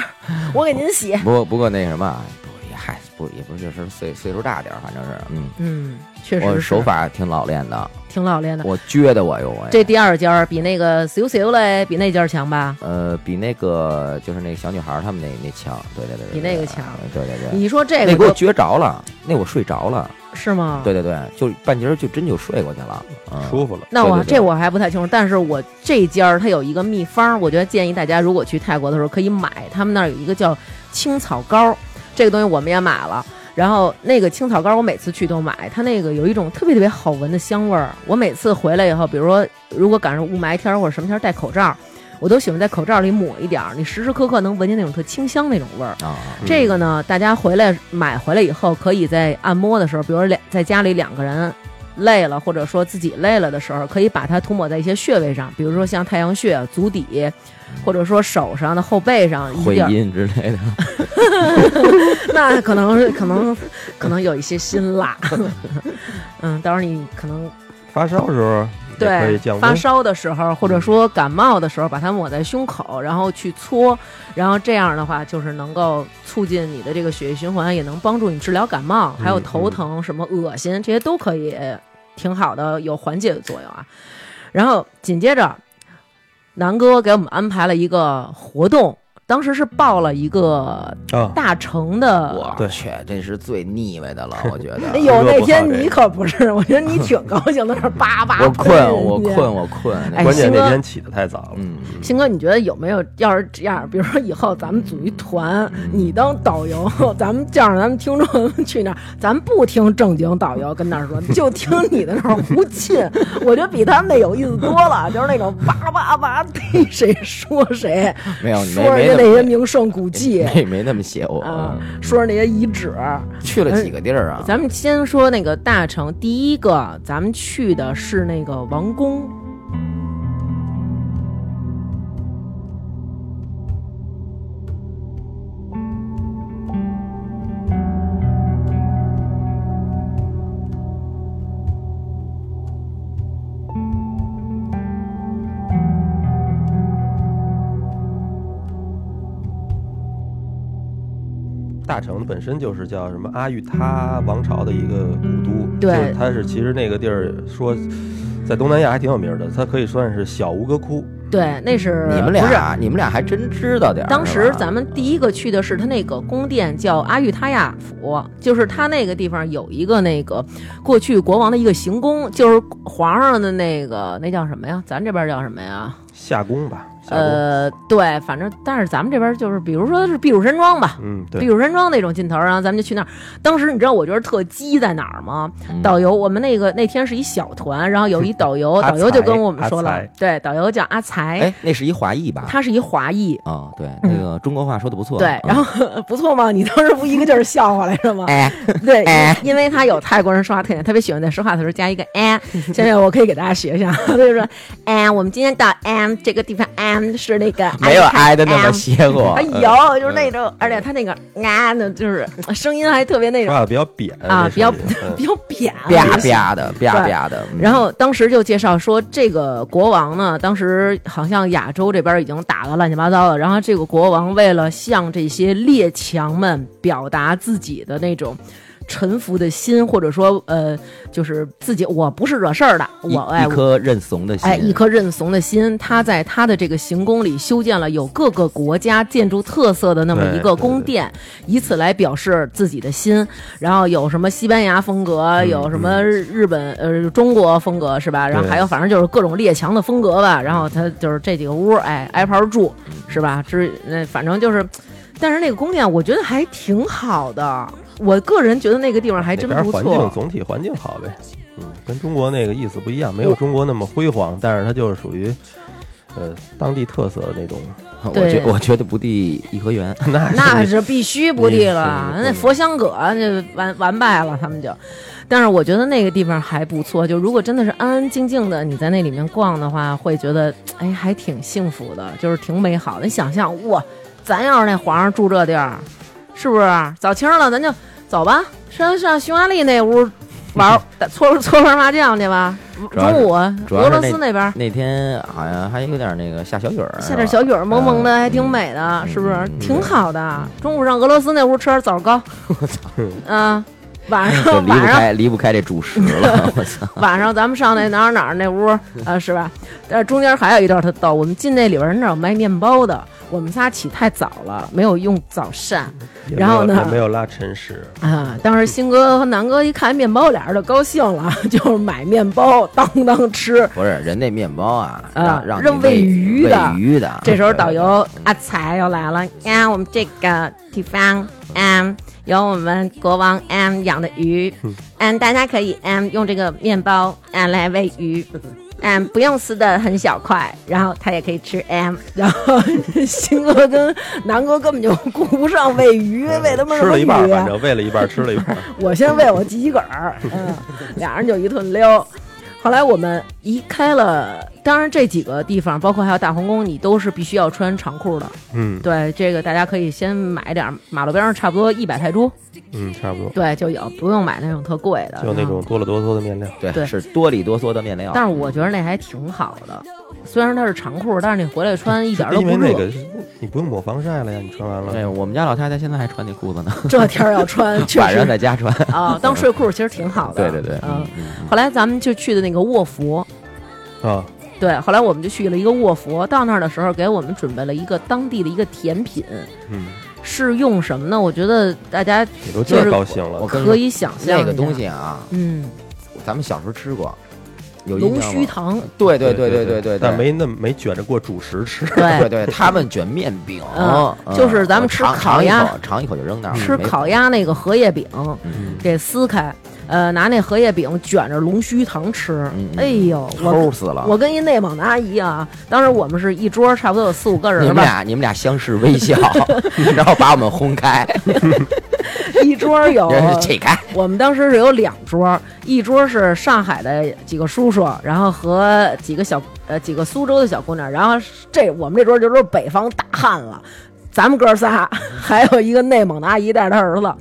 我给您洗。不过不过那什么啊，不也嗨不也不是就是岁岁数大点儿，反正是嗯，嗯，确实我是手法挺老练的，挺老练的。我撅的我哟哎我也这第二家儿比那个 C U C U 嘞，比那家儿强吧？呃比那个就是那小女孩儿她们那那强，对对对，对比那个对强对对对。你说这那个给我就是撅着了，那我睡着了。是吗？对对对，就半截儿就真就睡过去了，嗯、舒服了。那我对对对这我还不太清楚，但是我这家儿它有一个秘方儿，我觉得建议大家如果去泰国的时候可以买，他们那儿有一个叫青草膏儿，这个东西我们也买了。然后那个青草膏儿我每次去都买，它那个有一种特别特别好闻的香味儿。我每次回来以后，比如说如果赶上雾霾天儿或者什么天儿戴口罩儿，我都喜欢在口罩儿里抹一点儿，你时时刻刻能闻见那种特清香那种味儿。啊，嗯这个呢，大家回来买回来以后，可以在按摩的时候，比如说两在家里两个人累了，或者说自己累了的时候，可以把它涂抹在一些穴位上，比如说像太阳穴、足底，或者说手上的后背上一回点儿，音之类的，那可能是可能可能有一些辛辣， 嗯，到时候你可能发烧时候也可对以降发温，烧的时候，或者说感冒的时候，把它抹在胸口，然后去搓，然后这样的话就是能够促进你的这个血液循环，也能帮助你治疗感冒，还有头疼、什么恶心这些都可以挺好的，有缓解的作用啊。然后紧接着，南哥给我们安排了一个活动，当时是报了一个啊，大成的。我对去，这是最腻歪的了，我觉 哎得。呦，那天这个你可不是，我觉得你挺高兴的，那儿叭叭。我困，我人家困，我困。哎关键行那啊天起的太早了，嗯，鑫哥，你觉得有没有？要是这样，比如说以后咱们组一团，你当导游，咱们叫上咱们听众 去那儿，咱不听正经导游跟那儿说，就听你的那儿胡沁，我觉得比他们那有意思多了，就是那种叭叭 叭逮谁说谁，没有，没说没人家那那些么名胜古迹没没那么邪乎。啊嗯，说那些遗址。去了几个地儿啊？咱们先说那个大城，第一个咱们去的是那个王宫，大城本身就是叫什么阿育他王朝的一个古都，对就是它是其实那个地儿说在东南亚还挺有名儿的，它可以算是小吴哥窟，对，那是你们不是俩，你们俩还真知道点儿。当是时吧咱们第一个去的是他那个宫殿，叫阿育他亚府，就是他那个地方有一个那个过去国王的一个行宫，就是皇上的那个那叫什么呀？咱这边叫什么呀？夏宫吧，夏宫，呃，对，反正但是咱们这边就是，比如说是避暑山庄吧，嗯，避对，暑山庄那种劲头儿，然后咱们就去那儿。当时你知道我觉得特鸡在哪儿吗？嗯导游，我们那个那天是一小团，然后有一导游，阿导游就才跟我们阿说了才，对，导游叫阿才，哎，那是一华裔吧？他是一华裔，啊，对，嗯那个中国话说的不错。啊对，然后后 不错嘛，你当时不一个劲儿笑话来着吗？哎，对，因因为他有泰国人说话特点，特别喜欢在说话的时候加一个 an。现在我可以给大家学一下，他就说 an，我们今天到 an 这个地方 an 是那个没有挨的那么 An 邪乎。哎嗯有，就是那种，而且他那个啊的，就是声音还特别那说种话比较扁啊，哎这比较声音 嗯比较扁啊，吧吧的，吧对吧的。嗯然后当时就介绍说，这个国王呢，当时好像亚洲这边已经打得乱七八糟了。然后这个国王为了向这些列强们表达自己的那种臣服的心，或者说呃，就是自己我不是惹事儿的，一我哎一颗认怂的心，哎，一颗认怂的心，他在他的这个行宫里修建了有各个国家建筑特色的那么一对个对宫殿，以此来表示自己的心。然后有什么西班牙风格，嗯有什么日日本呃中国风格是吧？然后还有反正就是各种列强的风格吧。然后他就是这几个屋，哎，挨排住嗯是吧？之那反正就是，但是那个宫殿我觉得还挺好的。我个人觉得那个地方还真那边不环境错，总体环境好呗，嗯，跟中国那个意思不一样，没有中国那么辉煌，但是它就是属于呃当地特色的那种，我对觉我觉得不敌颐和园。那那是是必须不地了嗯，是那佛香阁那完完败了，他们就。但是我觉得那个地方还不错，就如果真的是安安静静的，你在那里面逛的话，会觉得哎还挺幸福的，就是挺美好的。你想象哇，咱要是那皇上住这地儿，是不是早清了咱就走吧，上上匈牙利那屋玩 儿搓搓盘麻将去吧，主要是中午主要俄是罗斯那边。那天好像还有点那个下小雨儿，下点小雨儿蒙蒙的，嗯还挺美的，嗯是不是嗯？挺好的。中午上俄罗斯那屋吃点枣糕，我操，啊，晚是吧上就离不晚上开离不开这主食 了。我操，晚上咱们上那哪儿哪儿那屋，啊，是吧？但是中间还有一段特逗，我们进那里边儿那儿有卖面包的，我们仨起太早了，没有用早膳也然后没有呢也没有拉陈实，啊。当时新哥和南哥一看面包，俩人就高兴了， 就是买面包当当吃。不是人那面包啊，啊让让让你喂喂鱼的喂鱼啊的。这时候导对，游阿才又来了，啊呀，我们这个地方，嗯，有我们国王嗯养的鱼，嗯，大家可以嗯用这个面包嗯来喂鱼。嗯，不用撕的很小块，然后他也可以吃 M，然后 新哥跟南哥根本就顾不上喂鱼，喂他妈什嗯吃么了鱼啊一半儿，反正喂了一半儿，吃了一半儿，我先喂我自己个 儿，嗯，俩人就一顿撩。后来我们移开了，当然这几个地方，包括还有大皇宫，你都是必须要穿长裤的。嗯对，这个大家可以先买点儿，马路边上差不多一百泰铢，嗯，差不多， 对，就有，不用买那种特贵的，就那嗯种多了哆嗦的面料。对对是多里哆嗦的面料。但是我觉得那还挺好的，虽然它是长裤，但是你回来穿一点儿都 因不热。为那个你不用抹防晒了呀，你穿完了。哎，我们家老太太现在还穿那裤子呢， 这天儿要穿， 确晚实上在家 穿。啊、当睡裤其实挺好的。对对对，嗯。后来咱们就去的那个卧佛，啊，对，后来我们就去了一个卧佛，到那儿的时候给我们准备了一个当地的一个甜品，嗯，是用什么呢？我觉得大家你都就是这高兴了我，跟你可以想象那一个下东，西啊，嗯，咱们小时候吃过，有印龙象须吗？ 糖，对对对对对对对，但没那么没卷着过主食吃，对对，对，他们卷面饼嗯，就是咱们吃我尝烤鸭尝一口尝一口就扔那儿了，吃没烤鸭那个荷叶饼，嗯给撕开，呃，拿那荷叶饼卷着龙须糖吃嗯，嗯哎呦，齁我死了。我跟一内蒙的阿姨啊，当时我们是一桌，差不多有四五个你人们吧，俩你们俩相视 微笑，然后把我们轰开，一桌有然后起开，我们当时是有两桌，一桌是上海的几个叔叔，然后和几个小呃几个苏州的小姑娘，然后这我们这桌就是北方大汉了，咱们哥仨， 还有一个内蒙的阿姨带着她儿子，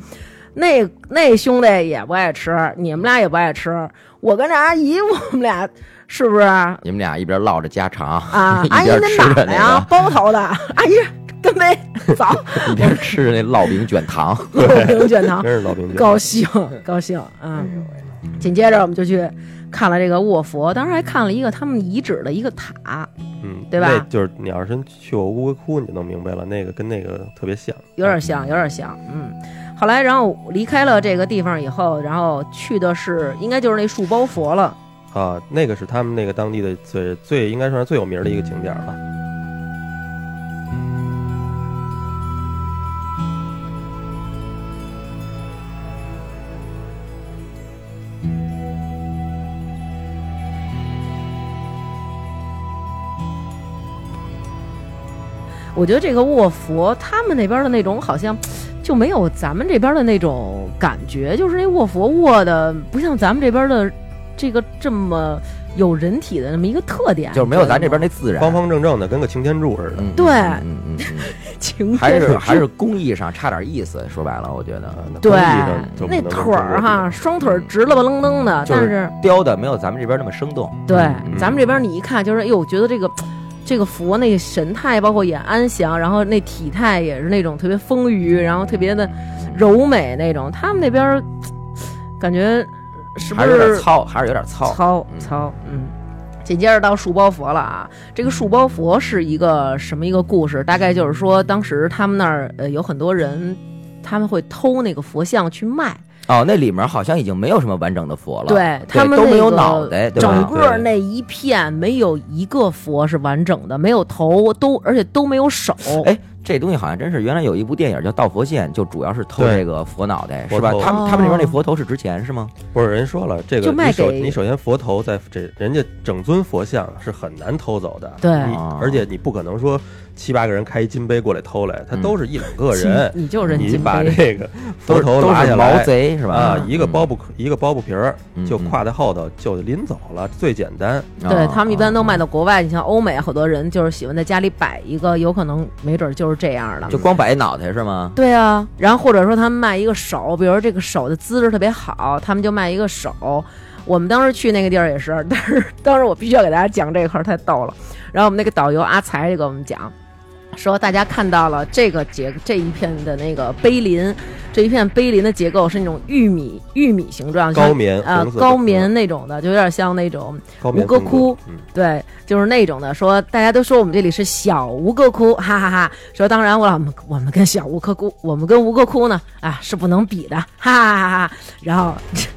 那那兄弟也不爱吃，你们俩也不爱吃，我跟这阿姨我们俩是不是啊？啊你们俩一边唠着家常阿姨 一边您吃哪着儿的那呀个？包头的，阿姨。干杯， 走，一边吃着那烙饼卷糖， 我饼卷糖，真是老兵嗯卷。高 兴高兴啊！紧接着我们就去看了这个卧佛，当时还看了一个他们遗址的一个塔，嗯，对吧那就是你要是真去过乌龟窟，你就能明白了，那个跟那个特别像。有点像，有点像，嗯。后来，然后离开了这个地方以后，然后去的是应该就是那树包佛了。啊，那个是他们那个当地的最最应该算是最有名的一个景点了。我觉得这个卧佛，他们那边的那种好像就没有咱们这边的那种感觉，就是那卧佛卧的不像咱们这边的这个这么有人体的那么一个特点，就是没有咱这边那嗯自然。方方正正的，跟个擎天柱似的。嗯对嗯嗯嗯那嗯情还是节还是工艺上差点意思。说白了，我觉得啊，那对工艺上就不那能跟腿儿中国哈，比双腿儿直了吧楞登的，就但是雕的没有咱们这边那么生动。对、嗯咱们这边你一看就是，哎呦，觉得这个。这个佛那个神态，包括也安详，然后那体态也是那种特别丰腴，然后特别嗯的柔美那种。他们那边儿感觉是不还是有点糙，还是有点糙。糙嗯糙，嗯。紧接着到树包佛了啊，这个树包佛是一个什么一个故事？大概就是说，当时他们那儿呃有很多人，他们会偷那个佛像去卖，哦，那里面好像已经没有什么完整的佛了，对他们都那没有个脑袋，对整吧？个对那一片没有一个佛是完整的，没有头，都而且都没有手。哦哎，这东西好像真是原来有一部电影叫《盗佛县》，就主要是偷对这个佛脑袋，佛是吧？头他们他们那边那哦佛头是值钱是吗？不是人说了，这就个卖你首给你首先佛头在这人家整尊佛像是很难偷走的，对你啊而且你不可能说七八个人开一金杯过来偷来，他嗯都是一两个金人，你就是人你金把杯，这个都佛是头都拿是下毛来贼是吧？啊，一个嗯包布一个包布皮儿嗯就嗯挎在后头就拎走了，最简单。对他们一般都啊卖到国外。你像欧美好多人就是喜欢在家里摆一个，有可能没准就是这样的啊。就光摆一脑袋是吗？对啊，然后或者说他们卖一个手，比如说这个手的资质特别好，他们就卖一个手。我们当时去那个地儿也是， 但是当时我必须要给大家讲这块儿太逗了。然后我们那个导游阿才就给我们讲，说大家看到了这个结这一片的那个碑林，这一片碑林的结构是那种玉米玉米形状，高棉啊、红色的高棉那种的，就有点像那种高棉吴哥风格窟，嗯，对，就是那种的，说大家都说我们这里是小吴哥窟，哈哈哈说当然我我们我们跟小吴哥窟，我们跟吴哥窟呢啊是不能比的，哈哈哈哈。然后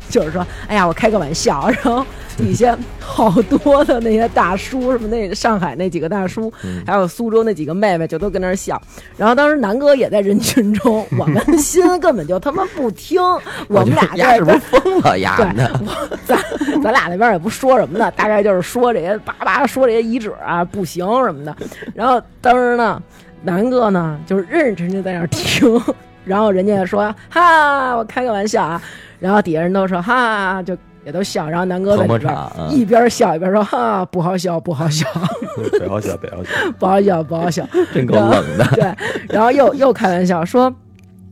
就是说，哎呀，我开个玩笑。然后底下好多的那些大叔，什么那上海那几个大叔，嗯还有苏州那几个妹妹，就都跟那儿笑。然后当时南哥也在人群 中，我们心根本就他妈不听，我们觉俩得丫在这是不是疯了丫对的？ 咱咱俩那边也不说什么呢，大概就是说这些叭叭说这些遗址啊不行什么的。然后当时呢，南哥呢就是认真的在那儿听， 然后人家说哈，我开个玩笑啊，然后底下人都说哈，就也都笑，然后南哥在捧里捧边场嗯一边笑一边说哈，不好笑，不好笑， 北好小北好小，不好笑，不好笑。 真够冷的。对，然后又又开玩笑说，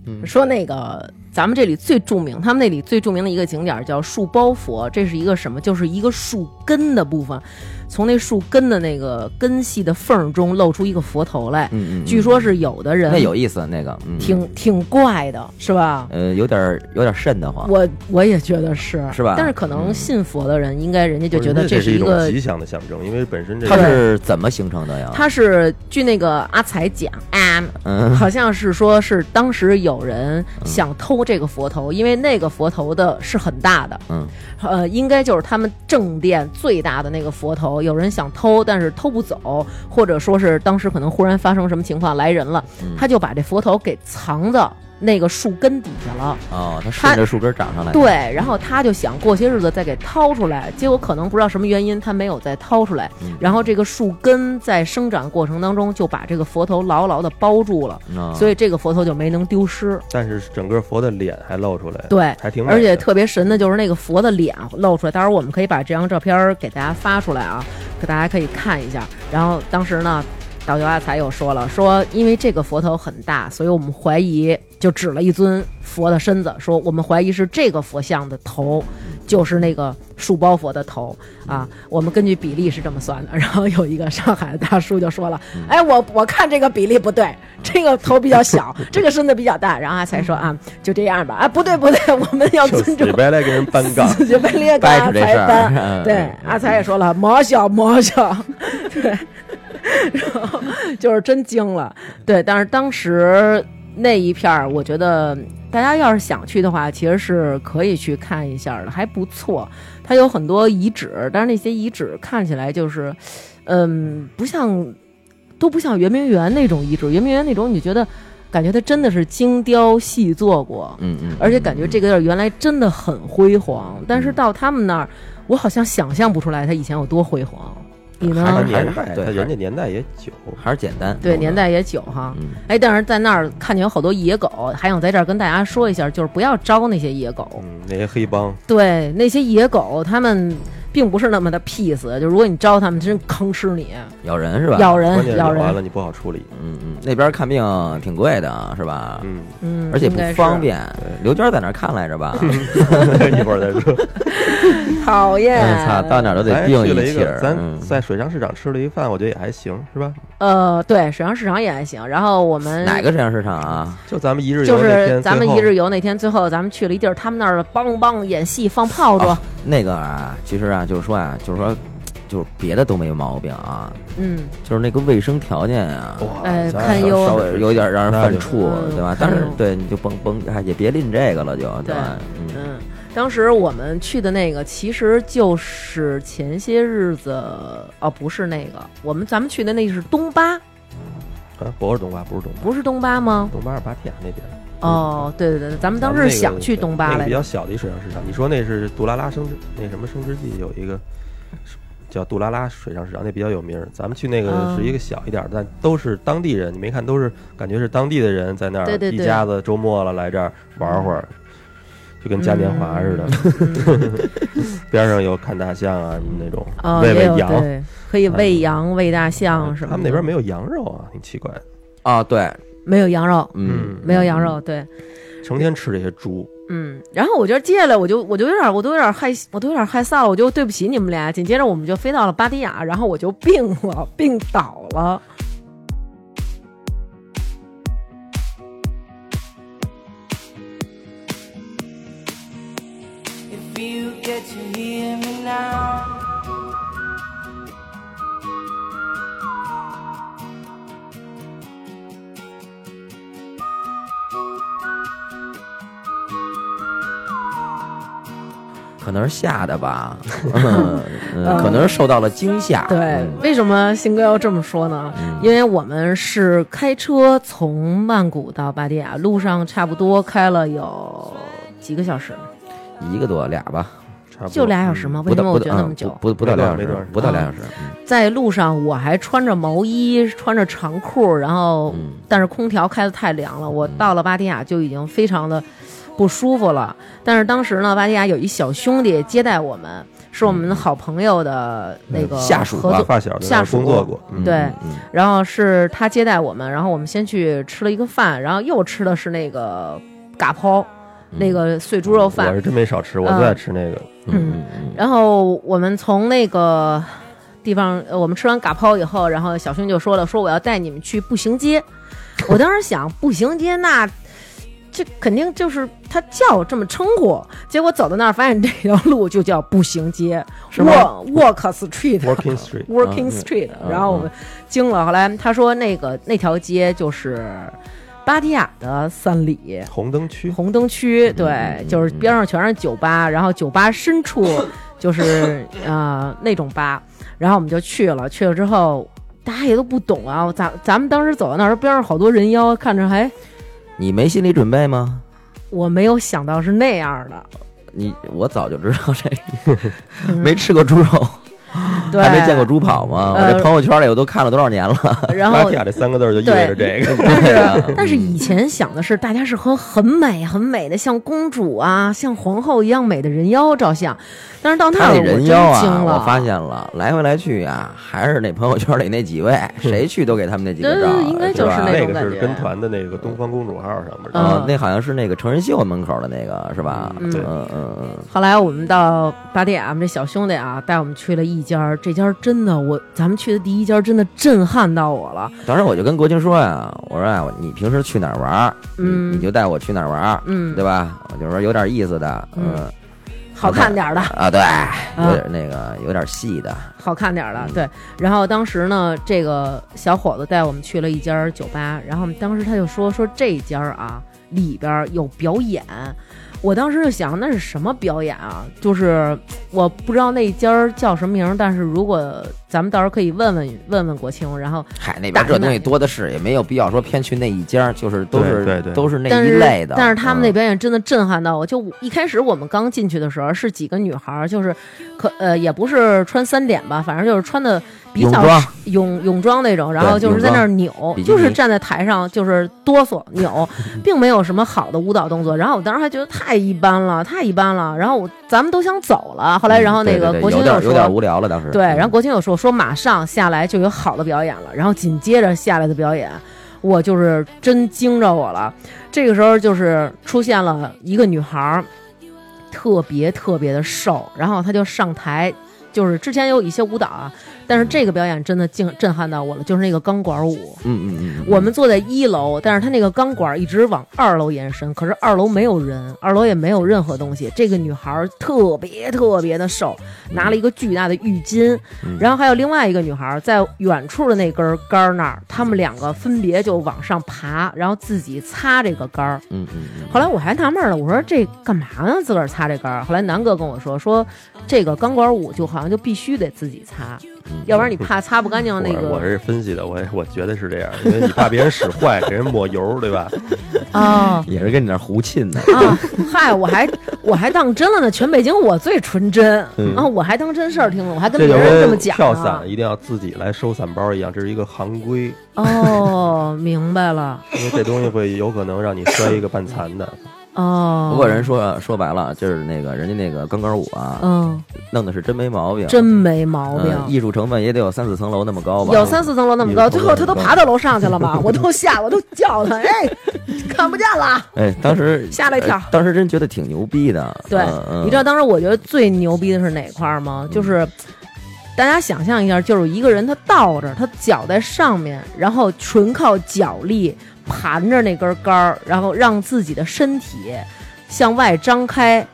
嗯说那个咱们这里最著名，他们那里最著名的一个景点儿叫树包佛，这是一个什么？就是一个树根的部分，从那树根的那个根系的缝儿中露出一个佛头来。嗯嗯嗯据说是有的人那有意思，那个嗯挺挺怪的，是吧？呃有点儿有点儿瘆得慌。我我也觉得是，是吧但是可能嗯信佛的人，应该人家 就觉不得是这是一一种个吉祥的象征，因为本身这它个是怎么形成的呀？他是据那个阿才讲啊，好像是说是当时有人想偷这个佛头，因为那个佛头的是很大的，嗯，呃，应该就是他们正殿最大的那个佛头，有人想偷，但是偷不走，或者说是当时可能忽然发生什么情况来人了，他就把这佛头给藏到那个树根底下了。哦，它顺着树根长上来。对，然后他就想过些日子再给掏出来，结果可能不知道什么原因，他没有再掏出来。嗯然后这个树根在生长过程当中就把这个佛头牢牢的包住了，嗯，所以这个佛头就没能丢失。但是整个佛的脸还露出来，对，还挺美的而且特别神的就是那个佛的脸露出来，到时候我们可以把这张照片儿给大家发出来啊，给大家可以看一下。然后当时呢，导游阿才又说了，说因为这个佛头很大，所以我们怀疑，就指了一尊佛的身子，说我们怀疑是这个佛像的头，就是那个树包佛的头啊。我们根据比例是这么算的。然后有一个上海的大叔就说了：“哎，我我看这个比例不对，这个头比较小，这个身子比较大。”然后他才说啊，就这样吧。啊，不对不对，我们 要就尊死重。，白来跟人搬杠 死乞白赖跟掰阿扯这才事儿搬，对嗯，阿才也说了，毛小毛小，对， 然后就是真惊了，对，但是当时那一片儿，我觉得大家要是想去的话，其实是可以去看一下的，还不错。它有很多遗址，但是那些遗址看起来就是，嗯，不像，都不像圆明园那种遗址，圆明园那种你觉得。感觉它真的是精雕细做过，嗯嗯，而且感觉这个地儿原来真的很辉煌，但是嗯到他们那儿，我好像想象不出来它以前有多辉煌。你他呢？年代，对他人家年代也久，还是简单，对，年代也久哈。嗯哎，但是在那儿看见有好多野狗，还想在这儿跟大家说一下，就是不要招那些野狗。嗯，那些黑帮，对，那些野狗它们并不是那么的 peace，就如果你招它们，真吭哧你，咬人啊是吧？咬关键人，是咬完嗯人。了你不好处理，嗯嗯，那边看病挺贵的，是吧？嗯，嗯，而且应不该是方。便。刘娟在那儿看来 着吧？嗯一会儿再 说。讨厌。嗯操，到哪儿都得咱定去了一一气个儿，。咱嗯在水上市场吃了一饭，我觉得也还行，是吧？呃，对，水上市场也还行。然后我们哪个水上市场啊？就咱们一日游就那是天，咱们最后一日游那天，最后咱们去了一地儿，他们那儿梆梆演戏放炮竹，哦那个啊，其实啊，就是说啊，就是说，就是别的都没毛病啊，嗯，就是那个卫生条件啊，哇，哎咱堪忧稍微有点让人犯怵那就，对吧嗯？但是堪忧对你就甭甭，哎也别吝这个了，就对吧？嗯嗯，当时我们去的那个其实就是前些日子，哦，不是那个，我们咱们去的那是东巴，啊，不是东巴，不是东巴，不是东巴吗？东巴是芭提雅那边。哦，对对对，咱们当嗯咱时们那个想去东巴那个来比着，较小的一水上市场。你说那是杜拉拉生殖那什么生殖季有一个是叫杜拉拉水上市场，那比较有名儿。咱们去那个嗯是一个小一点儿，但都是当地人，你没看都是感觉是当地的人在那儿对对一对家子周末了来这儿玩会儿，就跟嘉年华似的，的，边上有看大象啊什么那种哦，，喂也喂有羊。嗯对，可以喂羊、喂大象什么的。他们那边没有羊肉啊，挺奇怪的。啊，对，没有羊肉，嗯，没有羊肉，对。成天吃这些猪，嗯，然后我觉得接下来我就我就有点我都有点害我都有点害臊了，我就对不起你们俩。紧接着我们就飞到了芭提雅，然后我就病了， 病倒了。 If you get to hear me now. 可能是吓的 吧，嗯嗯可能是受到了惊吓。对嗯，为什么新哥要这么说呢？因为我们是开车从曼谷到芭提雅，路上差不多开了有几个小时，嗯一个多俩吧，差不多就俩小时吗？啊为不什到么不我觉到得那么嗯久？不不不到没俩多少小没多时少，不到俩啊小时。嗯在路上我还穿着毛衣，穿着长裤，然后、嗯但是空调开的太凉了，我到了芭提雅就已经非常的不舒服了。但是当时呢，芭提雅有一小兄弟接待我们，是我们好朋友的那个嗯下属合吧作发小在那下儿属工作过，嗯对嗯嗯然后是他接待我们，然后我们先去吃了一个饭，然后又吃的是那个嘎抛，那个碎猪肉我饭是。真没少吃，我都在吃那个。嗯嗯嗯然后我们从那个地方，呃我们吃完嘎抛以后，然后小兄就说了，说我要带你们去步行街。 我当时想，步行街那。这肯定就是他叫这么称呼，结果走到那儿发现这条路就叫步行街是吗，Walk Walk Street Working Street， Working 嗯 Street，嗯然后我们惊了。后来他说那个那条街就是芭提雅的三里红灯区，红灯嗯区，对，就是边上全是酒吧，然后酒吧深处 就是呃那种吧，然后我们就去了。去了之后，大家也都不懂啊，咱咱们当时走到那儿，边上好多人妖，看着还你没心理准备吗？我没有想到是那样的。 你我早就知道这个，没吃过猪肉，嗯对，还没见过猪跑吗？我这呃朋友圈里我都看了多少年了。然拉后提亚这三个字儿就意味着这个，但对啊 是，但是以前想的是，大家是和很美、很美的，像公主啊、像皇后一样美的人妖照相。但是到那 他儿，那我真人惊妖啊，了。我发现了，来回来去啊，还是那朋友圈里那几 位，谁去都给他们那几个对照，嗯应该是就是吧那那种个感是觉跟团的那个东方公主号上面的，嗯啊，那好像是那个成人秀门口的那个是吧？嗯对嗯嗯嗯，后来我们到巴蒂亚，我们这小兄弟啊，带我们去了一家儿，这家儿真的我，咱们去的第一家儿真的震撼到我了。当时我就跟国庆说呀，我说啊，你平时去哪儿玩儿，嗯你你就带我去哪儿玩儿，嗯对吧？我就说有点意思的，嗯嗯好看点儿的，啊，对，有点那个有点戏的，好看点儿的，嗯对。然后当时呢，这个小伙子带我们去了一家儿酒吧，然后我们当时他就说说这家儿啊里边儿有表演，我当时就想那是什么表演啊？就是我不知道那家儿叫什么名儿，但是如果咱们到时候可以问问问问国庆，然后嗨，那边这东西多的是，也没有必要说偏去那一家，就是都是对对对都是那但一是类的。但是他们那嗯表演真的震撼到我。就我一开始我们刚进去的时候，是几个女孩儿，就是可呃也不是穿三点吧，反正就是穿的比较泳装泳泳装那种，然对后就是在那儿扭比，基就尼是站在台上就是哆嗦 扭，并没有什么好的舞蹈动作。然后我当时还觉得太一般了，太一般了。然后我咱们都想走了，后来然后那嗯对个对对国庆又有点有点说。无聊了，当时对，然后嗯国庆又说说马上下来就有好的表演了，然后紧接着下来的表演，我就是真惊着我了。这个时候就是出现了一个女孩儿，特别特别的瘦，然后她就上台，就是之前有一些舞蹈啊，但是这个表演真的惊震撼到我了，就是那个钢管舞。嗯嗯嗯嗯，我们坐在一楼，但是她那个钢管一直往二楼延伸，可是二楼没有人，二楼也没有任何东西。这个女孩儿特别特别的瘦，拿了一个巨大的浴巾，嗯然后还有另外一个女孩儿在远处的那根杆儿那儿，她们两个分别就往上爬，然后自己擦这个杆儿。嗯嗯嗯，后来我还纳闷儿了，我说这干嘛呢？自个儿擦这杆儿。啊后来南哥跟我说，说这个钢管舞就好像就必须得自己擦，嗯要不然你怕擦不干净那我我个是分析的，我我觉得是这样，因为你怕别人使坏，给人抹油，对吧？啊。也是跟你那儿胡沁呢。啊，嗨，我还我还当真了呢，全北京我最纯真、嗯啊，我还当真事儿听了，我还 跟这别就人这么跟讲啊跳呢伞一定要自己来收伞包一样，这是一个行规，哦，明白了因为这东西会有可能让你摔一个半残的。哦。不过人说说白了，就是那个人家那个钢管舞啊，嗯，弄的是真没毛病，真没毛病。嗯艺术成分也得有三四层楼那么高吧？有三四层楼那么高，有最三四层后他都爬到楼上去了嘛，我都吓，我都叫他，哎，看不见了。哎，当时吓了一跳呃当时真觉得挺牛逼的。对嗯，嗯你知道当时我觉得最牛逼的是哪块儿吗？就是大家想象一下，就是一个人他倒着，他脚在上面，然后纯靠脚力盘着那根杆儿，然后让自己的身体向外张开。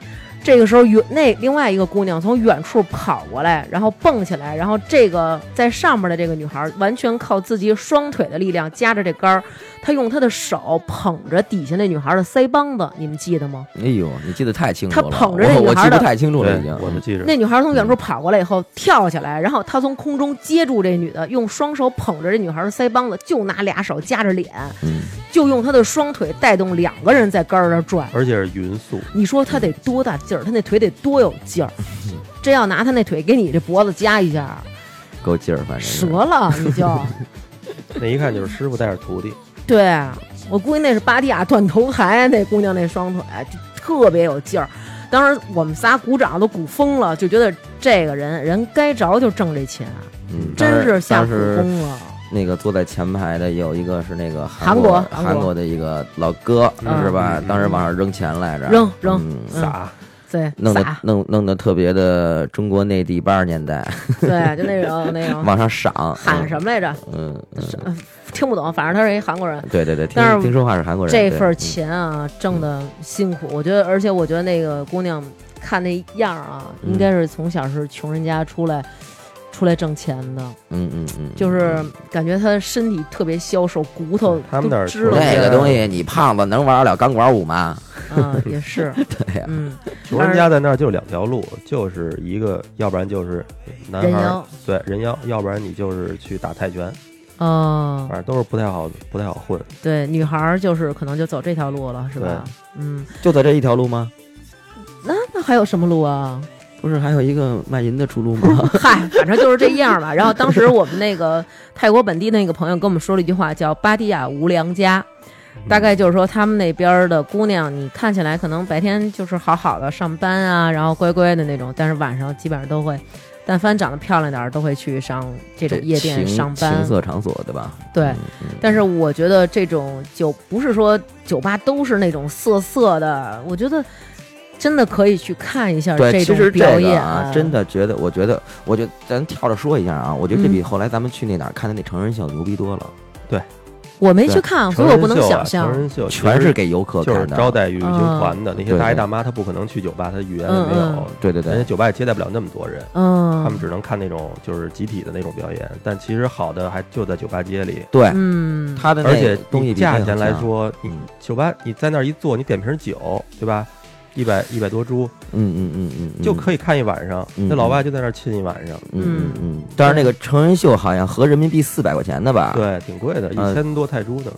这个时候远那另外一个姑娘从远处跑过来，然后蹦起来，然后这个在上面的这个女孩完全靠自己双腿的力量夹着这杆儿，她用她的手捧着底下那女孩的腮帮子，你们记得吗？哎呦，你记得太清楚了。他捧着那我女我孩记嗯的不太清楚了，对已经。，我就记着。那女孩从远处跑过来以后跳起来，然后她从空中接住这女的，用双手捧着这女孩的腮帮子，就拿俩手夹着脸，嗯就用她的双腿带动两个人在杆儿那儿转。而且是匀速，你说她得多大劲儿？她那腿得多有劲儿？这要拿她那腿给你这脖子夹一下，够劲儿，反正是折。了你就。那一看就是师傅带着徒弟。对我估计那是巴蒂亚断头台，那姑娘那双腿就特别有劲儿。当时我们仨鼓掌都鼓疯了，就觉得这个人人该着就挣这钱。嗯，真是下当苦时当时功了。那个坐在前排的有一个是那个韩国国韩韩国的一个老哥，嗯是吧？嗯当时往上扔钱来着，扔扔嗯嗯撒，对，弄的撒，弄弄的特别的中国内地八十年代，对，就那种那种 往上赏，哦喊么？什么来着？嗯，嗯是呃听不懂，反正他是一韩国人。对对对，听但是听说话是韩国人，这对嗯份儿钱啊，挣的辛苦，我觉得，而且我觉得那个姑娘看那样儿啊，嗯应该是从小是穷人家出来。出来挣钱的，嗯嗯嗯，就是感觉她身体特别消瘦，骨头他们那都儿支棱那着个东西，你胖子能玩得了钢管舞吗？啊，也是， 对呀，嗯，穷人家在那儿就两条路，就是一个，要不然就是男人孩儿妖，对人妖，要不然你就是去打泰拳，哦反，正都是不太好，不太好混。对，女孩儿就是可能就走这条路了，是吧？嗯，就走这一条路吗？那那还有什么路啊？不是还有一个卖淫的出路吗？嗨，反正就是这样吧。然后当时我们那个泰国本地那个朋友跟我们说了一句话，叫“巴蒂亚无良家”，嗯大概就是说他们那边儿的姑娘，你看起来可能白天就是好好的上班啊，然后乖乖的那种，但是晚上基本上都会，但凡长得漂亮点儿，都会去上这种夜店情上班情。色场所对吧？对，嗯但是我觉得这种酒不是说酒吧都是那种色色的，我觉得真的可以去看一下对，这其种实表这个演，啊，真的觉得，我觉得，我觉得咱跳着说一下啊，我觉得这嗯比后来咱们去那哪儿看的那成人秀牛逼多了，我没去对看，所成以我人不能秀啊想象成。人秀其全实是给游客就是看招的。啊待旅行团的那些对大爷对大妈，他不可能去酒吧，他语言也嗯没嗯有，对对人对，家酒吧也接待不了那么多人，嗯，他们只能看那种就是集体的那种表演。但其实好的还就在酒吧街里，对嗯，哎他的那而且东西以比这个价钱来强，说，你嗯酒吧你在那儿一坐，你点瓶酒，对吧？一百一百多株嗯嗯嗯嗯嗯，就可以看一晚上，嗯那老外就在那儿亲一晚上，嗯嗯嗯。但是那个成人秀好像合人民币四百块钱的吧？，对，挺贵的，呃一千多泰铢呢，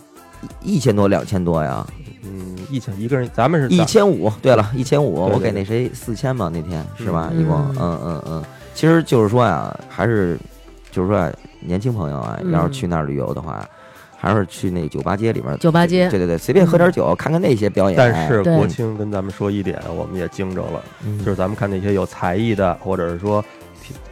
一千多两千多呀，嗯，一千一个人，咱们是一早千五。对了，一千五，对我给对那谁四千吧，那天是吧？嗯一共，嗯嗯嗯。其实就是说呀，还是就是说呀，年轻朋友啊，嗯要是去那儿旅游的话，还是去那酒吧街里面酒吧街嗯对对对，随便喝点酒，看看那些表演。但是对国庆跟咱们说一点，我们也惊着了，嗯就是咱们看那些有才艺的，或者是说，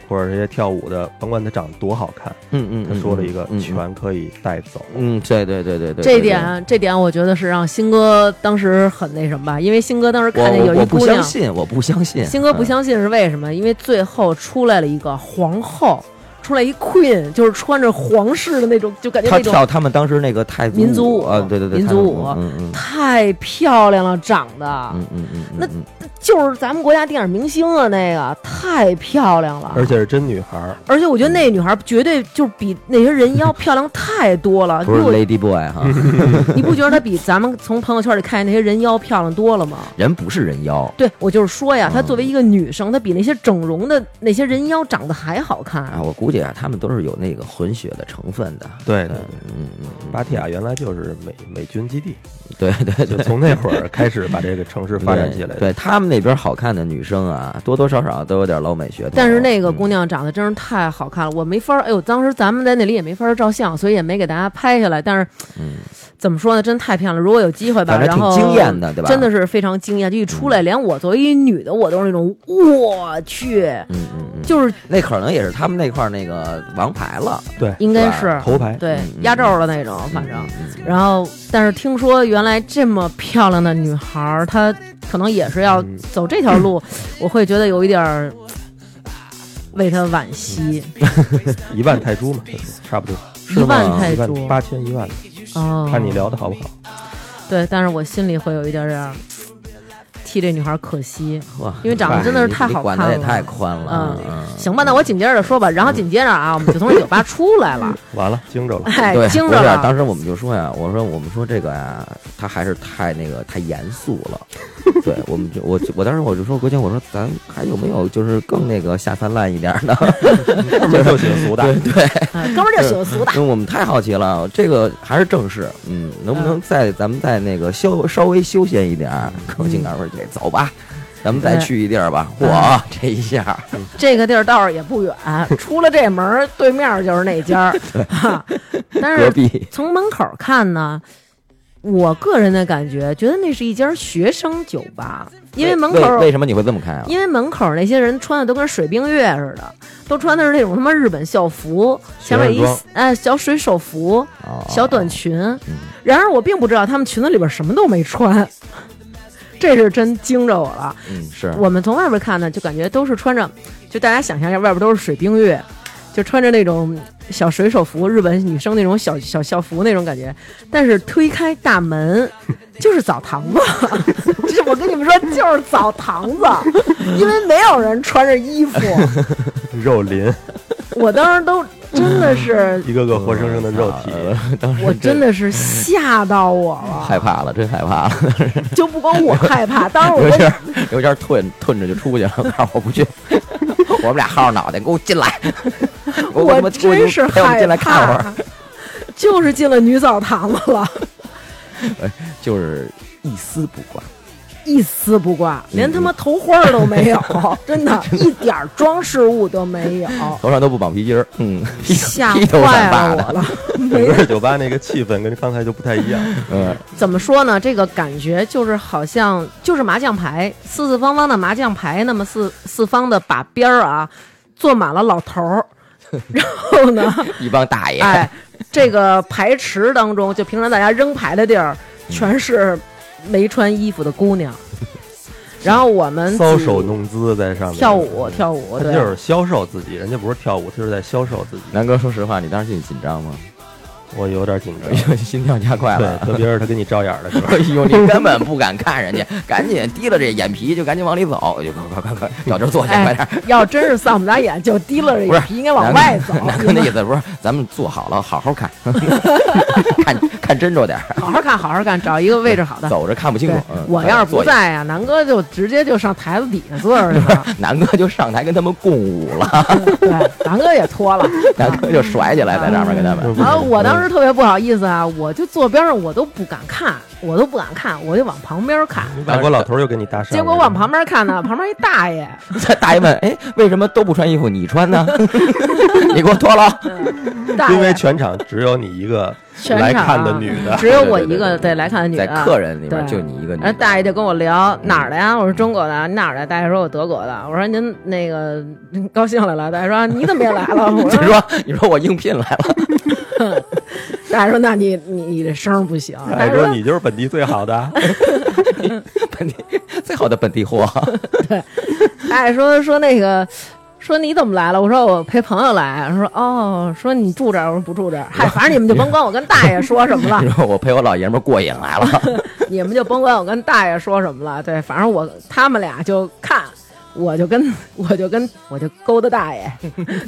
或者是些跳舞的，甭管他长得多好看，嗯嗯，他说了一个嗯嗯全可以带走。嗯，对对对对对，这对一点，啊这点我觉得是让新哥当时很那什么吧，因为新哥当时对看见我有我一我不姑相娘，信，我不相信，新哥不嗯。相信是为什么？因为最后出来了一个皇后，出来一 queen，就是穿着皇室的那种，就感觉他那种跳他们当时那个泰民族舞啊，对对对，民族舞泰嗯嗯太漂亮了，长得、嗯嗯嗯嗯，那嗯就是咱们国家电影明星啊，那个太漂亮啊了，而且是真女孩儿，而且我觉得那女孩绝对就比那些人妖漂亮太多了，不是因为 Lady Boy 哈，我你不觉得她比咱们从朋友圈里看见那些人妖漂亮多了吗？人不是人妖，对，我就是说呀，她嗯作为一个女生，她比那些整容的那些人妖长得还好看。啊，我估计啊，他们都是有那个混血的成分的。对嗯对对。嗯嗯，芭提雅原来就是美美军基 地， 对对 就对，从那会儿开始把这个城市发展起来对的。 对他们那边好看的女生啊，多多少少都有点老美血统。但是那个姑嗯娘长得真是太好看了，我没法儿，哎呦，当时咱们在那里也没法儿照相，所以也没给大家拍下来。但是，嗯怎么说呢，真太漂亮了。如果有机会吧，反正然挺后惊艳的对吧嗯真的是非常惊艳，就一出来，连我作为一女的，我都是那种我去，嗯嗯嗯，就是那可能也是他们那块儿那个王牌了，对，应该是头牌对嗯嗯压轴的那种，反正。嗯嗯然后，但是听说原来这么漂亮的女孩儿，她可能也是要嗯走这条路，我会觉得有一点儿为她惋惜，一万泰铢嘛，差不多一万吗泰一万铢，八千一万，哦，看你聊的好不好。对，但是我心里会有一点点儿替这女孩儿可惜。哇因为长得真的是太好看了你管的也太宽了。嗯，行吧，那我紧接着说吧。然后紧接着啊，我们就从这酒吧出来了，完了，惊 着了。哎对，，惊不着是，了。当时我们就说呀，我说我们说这个呀，他还是太那个太严肃了。 对，我们就我就我当时我就说国庆，我说咱还有没有就是更那个下三滥一点儿 的？哥们儿就喜 欢俗的，对对，哎哥们儿就喜欢 俗的，因为嗯我们太好奇了，这个还是正式，嗯，能不能再咱们再那个休稍微休闲一点儿？嗯更性感味儿，这走吧，咱们再去一地儿吧。嚯，这一下，这个地儿倒是也不远，出了这门儿对面儿就是那家儿。哈但隔是壁从门口儿看呢，我个人的感觉，觉得那是一家学生酒吧，因为门口为儿为什么你会这么开啊？因为门口儿那些人穿的都跟水冰月似的，都穿的是那种他妈日本校服，前面学一生装哎小水手服、哦小短裙。然而我并不知道他们裙子里边什么都没穿，这是真惊着我了。嗯是我们从外边看呢，就感觉都是穿着，就大家想象一下，外边都是水冰月，就穿着那种小水手服，日本女生那种小小校服那种感觉。但是推开大门， 就是澡堂子，就是我跟你们说，就是澡堂子，因为没有人穿着衣服，肉林，我当时都真的是，一个个活生生的肉体。 呃当时我真的是吓到我了。害怕了，真害怕了，就不光我害怕，当时哦我有跟点儿 有点儿吞吞着就出去了， 告诉我 不去，我们俩薅着脑袋给我进来，我我我我真是陪我们害进来看会儿，怕，就是进了女澡堂子了。就是一丝不挂，一丝不挂，连他妈头花儿都没有， 真的，一点儿装饰物都没有，头上都不绑皮筋儿，嗯，披吓 披头散坏发了我 的，了。整个酒吧那个气氛跟刚才就不太一 样。嗯，怎么说呢？这个感觉就是好像就是麻将牌，四四方方的麻将牌，那么四四方的把边儿啊，坐满了老头儿，然后呢，一帮大爷，哎，这个牌池当中，就平常大家扔牌的地儿，全是没穿衣服的姑娘。然后我们搔组首弄姿在上面跳舞，跳舞，他对，就是销售自己，人家不是跳舞，他就是在销售自己。南哥，说实话，你当时心里紧张吗？我有点紧张，哎呦，心跳加快 对，了。特别是他跟你照眼儿的时候 哎，呦，你根本不敢看人家， 赶紧提了这眼皮就赶紧往里走，就快快快快，找地儿 坐去，快点儿。哎，要真是丧不打眼，就提了不这是皮，应该往外走，南哥那意思不是，咱们坐好了，好好看，看看真着点儿，好好看，好好看，找一个位置好的。走着看不清楚对。嗯，我要是不坐下，在呀，南哥就直接就上台子底下坐着去 了。南哥就上台跟他们共舞了，对，南哥也脱了。 啊南哥就甩起来在那边跟他们。然后啊我当时特别不好意思啊，我就坐边上，我都不敢看，我都不敢看，我就往旁边看。嗯外嗯哎国老头儿又跟你搭讪了，结果往旁边看呢，旁边一大爷，大爷问：“哎，为什么都不穿衣服，你穿呢？你给我脱了。大因为爷全场只有你一个全来场看的啊女 的，只有我对对对一个对来看的”女在的，啊客人里面对哎就你一个女然的后，大爷就跟我聊哪儿的呀？我说中国的，你哪儿的？大爷说我德国的。我说您那个您高兴了来？大爷说啊你怎么也来了？我就说 说：“你说我应聘来了，大爷说：“那你你你这声儿不行。哎，说你就是本地最好的， 本地 最好的本 地货。”大爷说说那个。说你怎么来了？我说我陪朋友来。说哦，说你住这儿，我说不住这儿。嗨，反正你们就甭管我跟大爷说什么了你，说我陪我老爷们儿过瘾来了， 你们就甭管我跟大爷说什么了。对，反正我他们俩就看，我就跟我就跟我就勾搭大爷，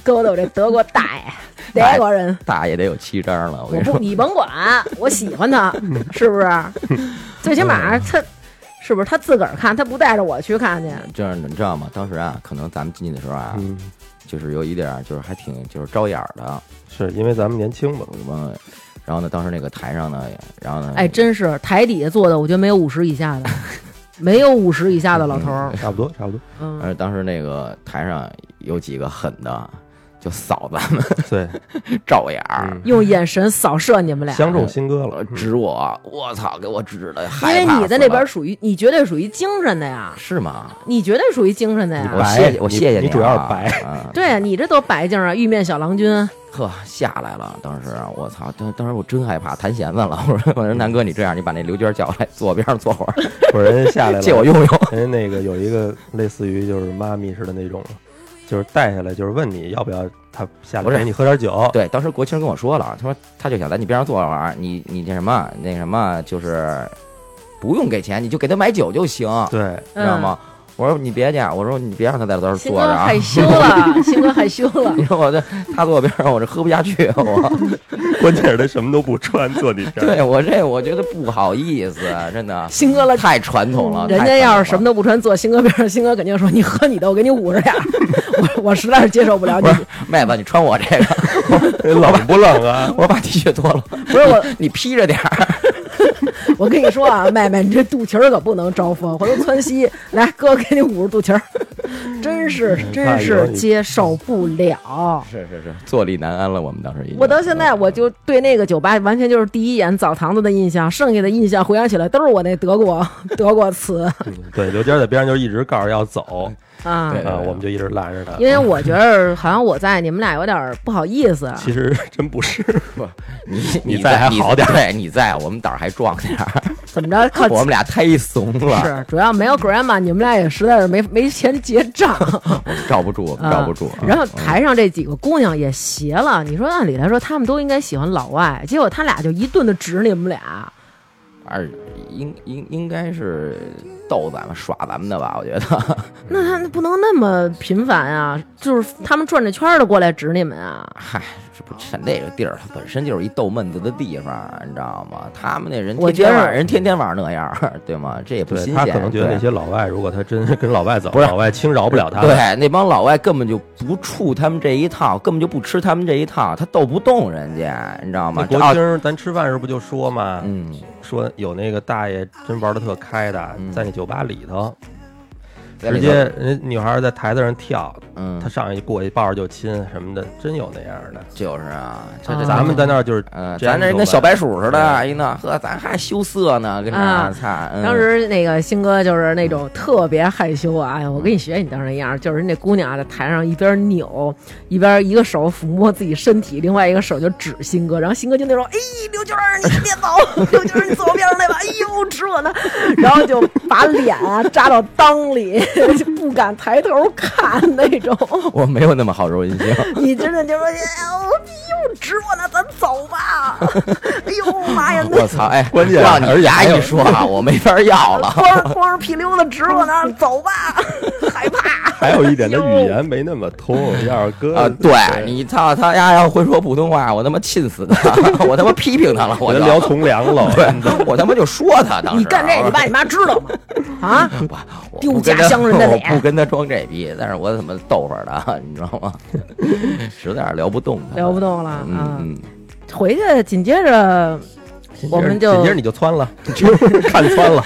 勾搭我这德国大爷，德国人。大爷得有七张了。我跟我你不，说，你甭管，我喜欢他，嗯 是不是？最起码他是不是他自个儿看，他不带着我去看去？这样你知道吗？当时啊，可能咱们进去的时候啊，嗯，就是有一点儿就是还挺就是招眼儿的，是因为咱们年轻嘛，我们。然后呢，当时那个台上呢，然后呢，哎，真是台底下坐的，我觉得没有五十以下的，没有五十以下的老头儿。差不多差不多，嗯，而呃当时那个台上有几个狠的，就扫咱们对，照眼 儿。嗯用眼神扫射你们俩，相中新歌呃 了，指我，我操，给我指的，因害为怕你在死那了边属于，你绝对属于精神的呀，是吗？你绝对属于精神的你我呀。白谢谢，我你谢谢你啊主要是白啊，对呀，你这多白净啊！玉面小郎君，呵，下来了，当时啊我操，当当时我真害怕，弹弦子了。我说我说南哥，你这样，你把那刘娟叫来，坐我边上坐会儿，或者人家嗯 下来了，借我用用。人家那个有一个类似于就是妈咪似的那种，就是带下来就是问你要不要他下不来是陪你喝点酒， 对，当时国庆跟我说了，他说他就想在你边上坐会儿，你你那什么那什么就是不用给钱，你就给他买酒就行，对，知道吗？我说你别去，我说你别让他在这儿鑫坐哥着啊 害。羞了，鑫哥害羞了。你说我这他坐我边上，我这喝不下去，我。 关键是他什么都不穿，坐你这儿，对我这我觉得不好意思，真的鑫哥了太传统了。人啊太家传要统是什么了都不穿，坐新哥边上，新哥肯定说：“你喝你的，我给你五十俩。”我我实在是接受不了你不，是妹子，你穿我这个， 冷不冷 啊？ 我把 T 恤脱了，不是我， 你披着点儿。我跟你说啊，妹妹，你这肚脐儿可不能招风，回头窜稀。来，哥给你五十肚脐儿，真是嗯真是接受不了。是是是，坐立难安了。我们当时已经，我到现在我就对那个酒吧完全就是第一眼澡堂子的印象，剩下的印象回想起来都是我那德国德国词嗯对，刘娟在边上就一直告诉要走啊对，啊，我们就一直拦着他因。为我觉得好像我在你们俩有点儿不好意思。其实 真不是，你你在还好点儿，对，你在我们胆儿还壮点儿，怎么着？靠 我们俩太怂了，是，主要没有 grandma，你们俩也实在是没没钱结 账，罩不住， 我们罩不住啊。嗯然后台上这几个姑娘也邪了，你说按理来说她们都应该喜欢老外，结果他俩就一顿的指你们俩，二应应应该是逗咱们耍咱们的吧？我觉得那他不能那么频繁啊，就是他们转着圈儿的过来指你们啊，嗨，是不是那个地儿，它本身就是一逗闷子的地方，你知道吗？他们那人我天觉天得晚人天天晚上那样，对吗？这也不对新他鲜。可能觉得对那些老外，如果他真跟老外走，不是老外轻饶不了他。对，那帮老外根本就不怵他们这一套，根本就不吃他们这一套，他斗不动人家，你知道那吗？这国澳庆儿咱吃饭时候不就说嘛，嗯，说有那个大爷真玩的特开的，嗯在那酒吧里头，在直里接头人女孩儿在台子上跳，嗯他，上去过去抱着就亲什么的，真有那样的。就是啊，这啊这咱们在那儿就是嗯，这样咱这就跟完小白鼠似的，哎呢，呵，咱还羞涩呢，跟啊那擦，嗯当时那个新哥就是那种特别害羞啊，哎呀，我跟你学你当时那样儿，就是那姑娘啊在台上一边扭一边一个手抚摸自己身体，另外一个手就指新哥，然后新哥就那种，哎，刘娟儿你别 走，刘娟儿你左边那吧，哎呦指我呢，然后就把脸啊扎到裆里，就不敢抬头看那种，我没有那么好柔韧 性，你真的就说，哎呦哎呦指我呢，咱走 吧，哎呦妈呀，那我操，哎，关键让你牙还有一说啊，我没法要 了。啊光着光着屁溜子指我呢，走吧，害怕。还有 一点，他语言没那么通。要是搁哎啊，对你操他丫要会说普通话，我他妈气死他，我他 妈批评他了，我我就就聊从良了。对，我他妈就说他当时啊你干这，你我爸你妈知道吗？ 啊，我我丢不跟家他乡人的脸我不跟他装这逼，但是我怎么逗会儿他，啊你知道吗？ 实在是聊不动他，聊不动了嗯，啊！嗯回去紧接着我们就紧接着你就窜了，看窜了，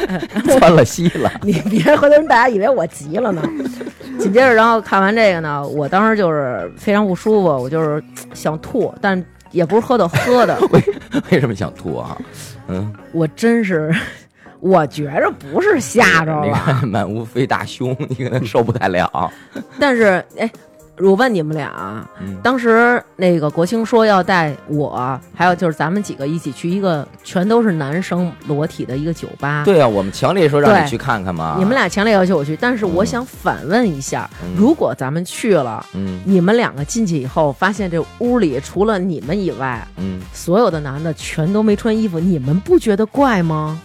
嗯，窜了稀了， 你别回头人大家以为我急了 呢。紧接着，然后看完这个呢，我当时就是非常不舒服，我就是想吐，但也不是喝的喝 的，为为什么想吐啊？嗯，我真是。我觉着不是吓着你了，看满屋飞大胸，你可能受不太了。但是哎，我问你们俩啊，嗯当时那个国庆说要带我，还有就是咱们几个一起去一个全都是男生裸体的一个酒吧。，对啊，我们强烈说让对你去看看嘛。你们，俩强烈要求我去，但是我想反问一下，嗯如果咱们去了，嗯你们两个进去以后，发现这屋里除了你们以外，嗯，所有的男的全都没穿衣服，你们不觉得怪吗？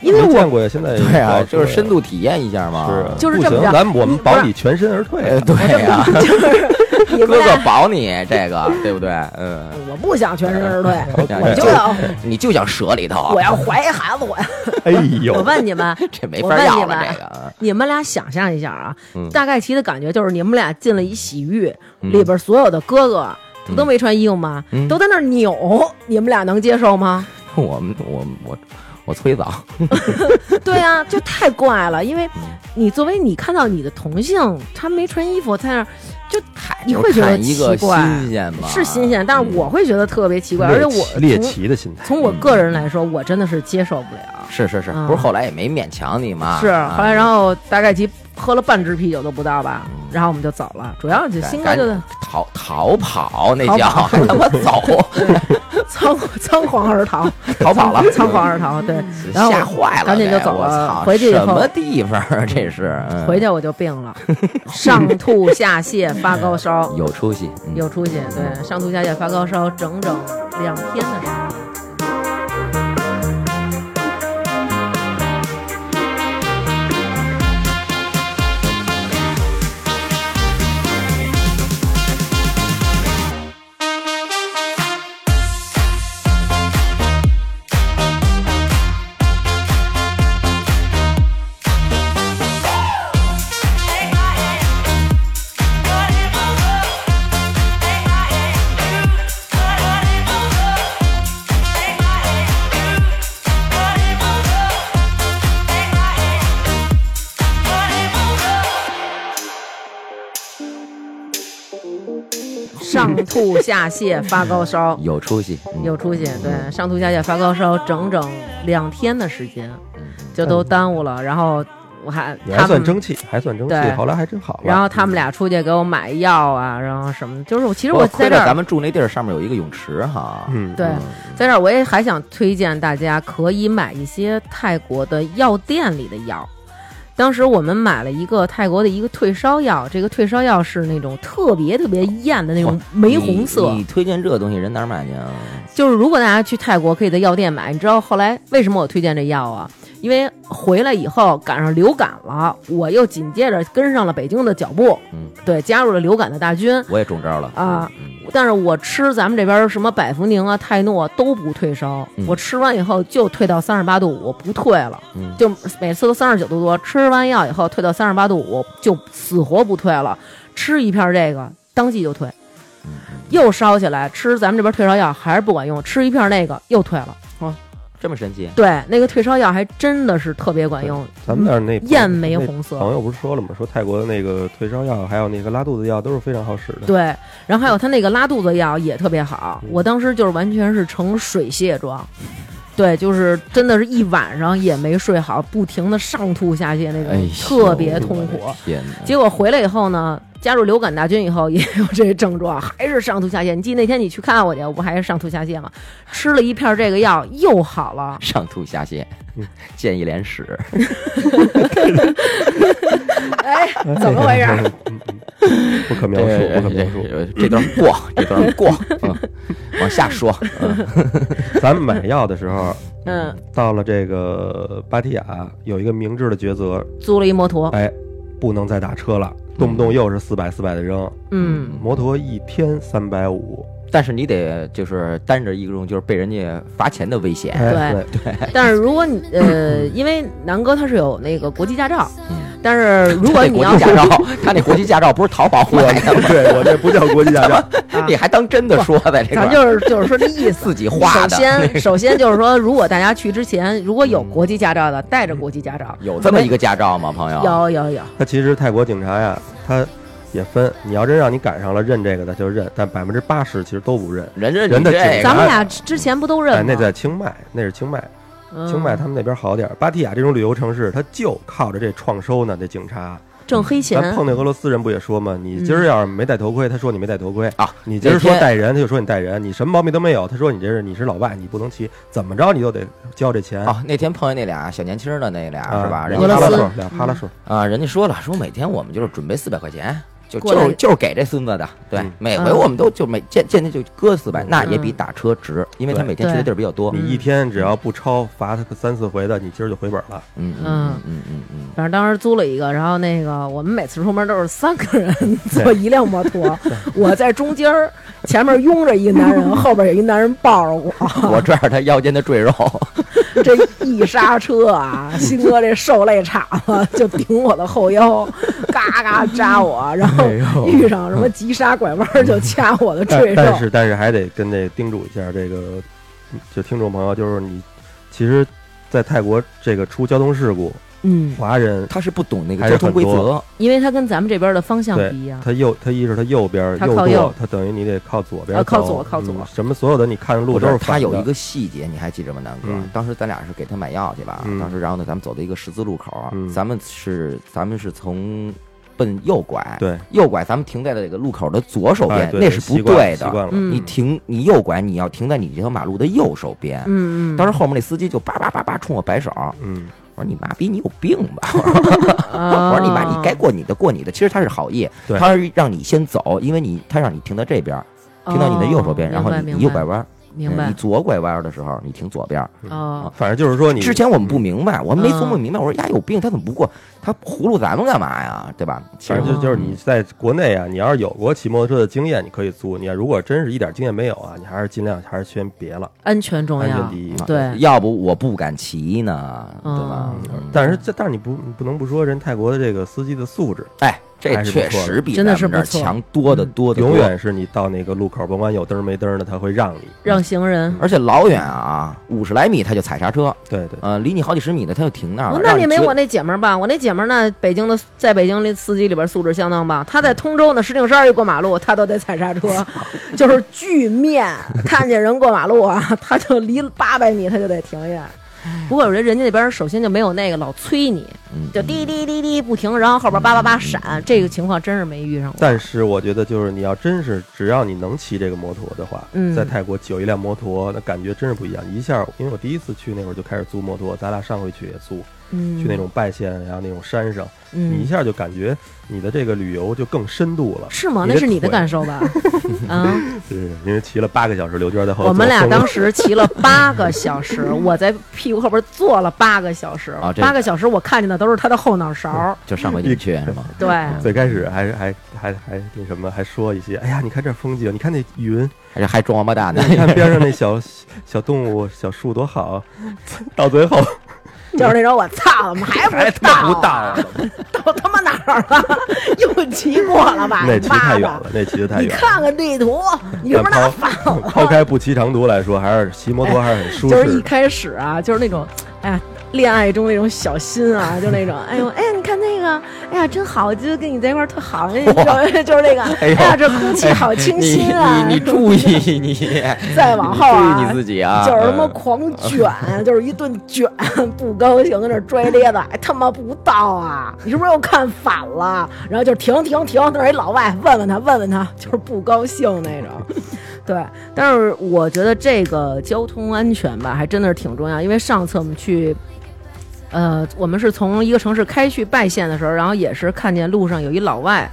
因为没我见过呀，现在对啊，就是深度度体验一下嘛。是就是不这么行着，咱们我们保不你全身而退呃，啊。对呀，就是你哥们哥俩，保你这个，对不对？嗯，我不想全身 而退，我对就要你就想折里头我，要怀一孩子，我要哎呦，我问你们， 这没我法问要你了们这个。你们俩想象一下啊，嗯大概其的感觉就是你们俩进了一洗浴，嗯里边所有的哥哥不嗯都没穿衣服吗？嗯都在那儿扭，你们俩能接受吗？ 我们我我我催早，对啊，就太怪嗯了，因为你作为你看到你的同性，他没穿衣服在那儿，就太你会觉得看一个奇怪，新鲜嗯吧？是新鲜，但是我会觉得特别奇啊怪，而且我猎从奇的心态，从我个人来说，我真的是接受不了。是是是，嗯不是后来也没勉强你嘛？是，啊后来然后大概其喝了半支啤酒都不到吧，然后我们就走了。主要就赶新哥嗯赶就紧逃逃跑那逃叫， 跑还他妈走， 仓仓皇而逃，逃跑 了，嗯仓 皇而逃。对，然后吓坏了，赶紧就这走我了。操，回去以什后么，地方啊？这是嗯回去我就病 了，上吐下泻，发高烧，有出息，嗯有出息。对，上吐下泻，发高烧，整整两天的时间。上吐下泻，发高 烧，有出息，嗯有出息。对，上吐下泻，发高烧，整整两天的时间，就都耽误了。然后我还你还他算们，争气，还算争气对，后来还真好了。然后他们俩出去给我买药啊，然后什么，就是我其实我不过在亏这了儿咱们住那地儿上面有一个泳池哈，嗯，对，在这儿我也还想推荐大家可以买一些泰国的药店里的药。当时我们买了一个泰国的一个退烧药，这个退烧药是那种特别特别艳的那种玫红色你。你推荐这东西，人哪儿买去啊？就是如果大家去泰国，可以在药店买。你知道后来为什么我推荐这药啊？因为回来以后赶上流感了，我又紧接着跟上了北京的脚步，嗯对，加入了流感的大军。我也中招了啊嗯嗯但是我吃咱们这边什么百福宁啊、泰诺都不退烧，嗯我吃完以后就退到三十八度五，不退了，嗯就每次都三十九度多，吃完药以后退到三十八度五，就死活不退了，吃一片这个当即就退，嗯又烧起来，吃咱们这边退烧药还是不管用，吃一片那个又退了，哦这么神奇？啊对，那个退烧药还真的是特别管用，咱们那儿那艳梅那红色，朋友不是说了吗？说泰国的那个退烧药，还有那个拉肚子药都是非常好使 的。对，然后还有他那个拉肚子药也特别好，我当时就是完全是呈水泄状，对，就是真的是一晚上也没睡好，不停的上吐下泻那种，哎呦，特别痛苦。我的天哪！结果回来以后呢，加入流感大军以后也有这症状，还是上吐下泻。你记得那天你去看我去，我不还是上吐下泻吗？吃了一片这个药又好了，上吐下泻，嗯 见一 脸屎。哎，怎么回事？不可描这述，这不可描述。这这段过，这 段过，嗯，往下说。嗯咱们买药的时候，嗯，到了这个芭提雅有一个明智的抉择，租了一摩托，哎，不能再打车了，动不动又是四百四百的扔，嗯，摩托一天三百五，但是你得就是担着一种就是被人家罚钱的危险。哎，对，但是如果你呃，因为南哥他是有那个国际驾照，嗯，但是如果他那你国要际驾是照，他那国际驾照不是淘宝买 的吗？对我这不叫国际驾照，你还当真的说在这块咱儿，就是就是说这意 思。自己首画的， 嗯先，首先就是说，如果大家去之前，如果有国际驾照的，带着国际驾照，有这么一个驾照吗，朋友？有有有，他其实泰国警察呀，他也分，你要真让你赶上了认这个的就认，但百分之八十其实都不认。人家人的警咱这们俩之前不都认哎，吗？那在清迈，那是清迈，嗯清迈他们那边好点儿。芭提雅这种旅游城市，它就靠着这创收呢。这警察，挣黑钱，咱碰那俄罗斯人不也说吗？你今儿要是没戴头盔，他说你没戴头盔嗯啊你今儿那说天带人，他就说你带人；你什么毛病都没有，他说你这是你是老外，你不能骑，怎么着你都得交这钱个。啊，那天碰见那俩小年轻的那俩啊是吧？人俩家嗯俄罗哈拉斯数，俩哈拉数，啊，人家说了，说每天我们就是准备四百块钱，就过来就是就是给这孙子的，对嗯，每回嗯我们都就每见见他就搁四百，嗯那也比打车值，因为他对嗯每天去的地儿比较多。嗯你一天只要不超罚他个三四回的，你今儿就回本了。嗯嗯嗯嗯嗯反正当时租了一个，然后那个我们每次出门都是三个人 坐一辆摩托，我在中间儿，前面拥着一个男 人，后边有一男人抱着我，嗯，我这儿他腰间的赘 肉， 这一刹车啊，新哥这受累岔了，就顶我的后腰，嘎嘎扎我，然哎后遇上什么急刹拐弯就掐我的但赘肉但。是但是还得跟这叮嘱一下这个，就听众朋友，就是你其实，在泰国这个出交通事故，嗯，华人他是不懂那还个是交通很规则。因为它跟咱们这边的方向对不一样。他右他一是他右边儿他靠舵，右他等于你得靠左边啊走，靠左靠左嗯什么所有的你看的路我都是他反有的一个细节，你还记着吗，南哥嗯？当时咱俩是给他买药去吧？嗯当时然后呢，咱们走到一个十字路口嗯，咱们是咱们是从奔右拐，对右拐，咱们停在了这个路口的左手边哎，对那是习不惯了对习的。惯了，嗯你停，你右拐，你要停在你这条马路的右手边。嗯嗯，当时后面那司机就叭叭叭叭冲我摆手，我嗯，说你妈逼，你有病吧？ 啊我说你妈，你该过你的过你的。其实他是好意，对他是让你先走，因为你他让你停在这边，哦停到你的右手边，然后你你右拐，弯，明嗯白你左拐弯的时候你停左边。明白哦，反正就是说你之前我们不明白，我没琢磨嗯明白，我说呀有病，他怎么不过？他葫芦咱们干嘛呀？对吧？其反实正就就是你在国内啊，你要是有过骑摩托车的经验，你可以租；你如果真是一点经验没有啊，你还是尽量还是先别了，安全重安要全。第一。对哦要不我不敢骑呢，对吧？嗯但是这但是你不你不能不说人泰国的这个司机的素质，哎，这还是不确错的实比真的是咱们这儿不错嗯强多得多得多，永远是你到那个路口，甭管有灯儿没灯儿的，他会让你。让行人，而且老远啊，五十来米他就踩刹车，对对，呃，离你好几十米的他就停那儿了。哦那让你你没觉我那姐们儿吧？我那姐们儿呢，北京的在北京的司机里边素质相当棒。她在通州呢，石景山一过马路，她都得踩刹车，就是巨面，看见人过马路啊，她就离八百米她就得停下。不过我觉得人家那边首先就没有那个老催你，嗯，就滴滴滴滴不停，然后后边叭叭叭闪，这个情况真是没遇上过。但是我觉得，就是你要真是只要你能骑这个摩托的话，嗯在泰国有一辆摩托，那感觉真是不一样。一下，因为我第一次去那会儿就开始租摩托，咱俩上回去也租，嗯去那种拜县，然后那种山上，你一嗯，下就感觉你的这个旅游就更深度了。是吗？你那的是你的腿感受吧？啊，对，因为骑了八个小时，刘娟在后头我们俩疯了当时骑了八个小时，我在屁股后边坐了八个小时啊，这八个小时我看见的都是他的后脑勺。就上回你们 去是吗？对，最开始还还还还那什么，还说一些，哎呀，你看这风景，你看那云， 还是还装王八 蛋呢？你看边上那小小动物、小树多好。到 最后就是那种我操，怎么还不还哎他妈不到到啊，到他妈哪儿了？ 又骑过了吧？那骑太远妈了的，那骑得太你远了。看看地图，你是不是但那抛 抛开不骑长途来说，还是骑摩托还是很 舒就是一适。开始啊，就是那种，哎呀，恋爱中那种小心啊，就那种，哎呦，哎呀，你看那个，哎呀，真好，就跟你在一块儿特好，哎 就是就是那个，哎呦呀，这空气好清你新啊， 你你注意你，再往后啊你注意你自己啊，就是他妈嗯狂卷，就是一顿卷，不高兴，跟那儿拽咧的，哎他妈不到啊！你是不是又看反了？然后就停停停，那儿一老外问问他，问问他，就是不高兴那种。对，但是我觉得这个交通安全吧，还真的是挺重要。因为上次我们去，呃，我们是从一个城市开去拜县的时候，然后也是看见路上有一老外，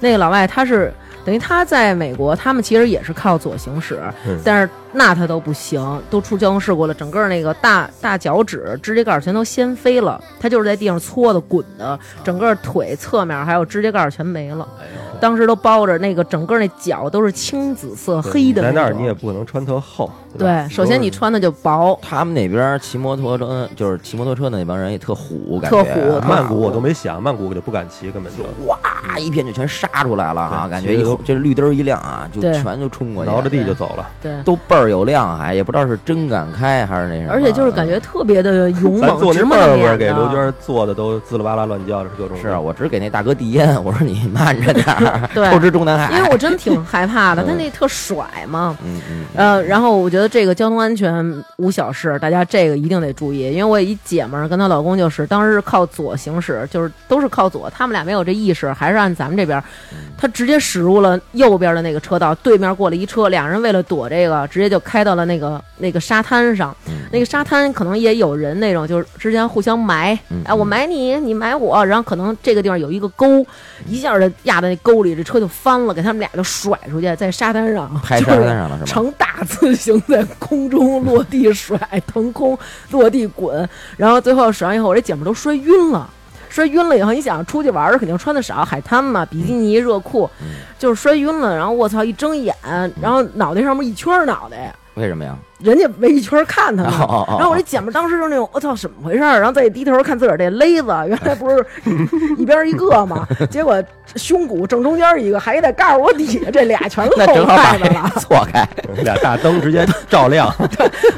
那个老外他是等于他在美国，他们其实也是靠左行驶，嗯但是那他都不行，都出交通事故了，整个那个大大脚趾、指甲盖儿全都掀飞了，他就是在地上搓的、滚的，整个腿侧面还有指甲盖儿全没了。哎当时都包着那个整个那脚都是青紫色黑的在种，那儿你也不能穿特厚。吧对，首先你。穿的就薄，他们那边骑摩托车，就是骑摩托车的那帮人也特虎，感觉啊特虎都是曼谷我都没想，曼谷我就不敢骑，根本就哇一片就全杀出来了啊，对感其觉实一都这绿灯一亮啊，就对全就冲过去，挠着地就走了。啊对，都倍儿有量，还也不知道是真敢开还是那什么，啊而且就是感觉特别 的勇咱猛，坐那直冒辈脸儿给刘的。娟坐的都滋啦哇啦乱叫的，各种是啊我只给那大哥递烟， 我说你慢着点儿，对透支中南海，因为我真挺害怕 的，他嗯那特甩嘛。嗯嗯，呃，然后我觉得这个交通安全无小事，大家这个一定得注意。因为我有一姐们儿跟她老公就是，当时是靠左行驶，就是都是靠左，他们俩没有这意识，还是按咱们这边儿，嗯她直接驶入了右边的那个车道，对面过了一车，两人为了躲这个，直接就开到了那个那个沙滩上。嗯那个沙滩可能也有人那种，就是之间互相埋，嗯哎，我埋你，你埋我，然后可能这个地方有一个沟，一下就压在那沟里，这车就翻了，给他们俩就甩出去，在沙滩上拍就是沙滩上了是吗？成大字形在空中落地甩、腾空、落地滚，然后最后甩完以后，我这姐们儿都摔晕了。摔晕了以后，你想出去玩儿肯定穿的少，海滩嗯嘛，比基尼、热裤，就是摔晕了。然后我操，一睁眼，然后脑袋上面一圈儿脑袋，为什么呀？人家围一圈儿看他们。哦哦哦然后我这姐们儿当时就是那种，我、操，怎么回事儿？然后再一低头看自个儿这 勒子，原来不是一边儿一个嘛，结果胸骨正中间儿一个，还得盖儿我底下这俩全露 那正好把在这那 了。错开， 俩大 灯直接照亮。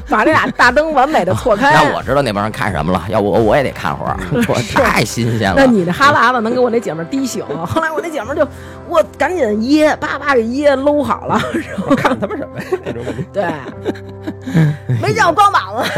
把这俩大灯完美的错开。让我知道那帮人看什么了，要我我也得看会儿，我太新鲜嗯那了。你这哈喇子能给我那姐们儿滴 醒。后来我那姐们儿就，我赶紧掖，叭叭给掖搂好 了，然后看他妈什么呀？ 那种感觉对，没叫我光膀子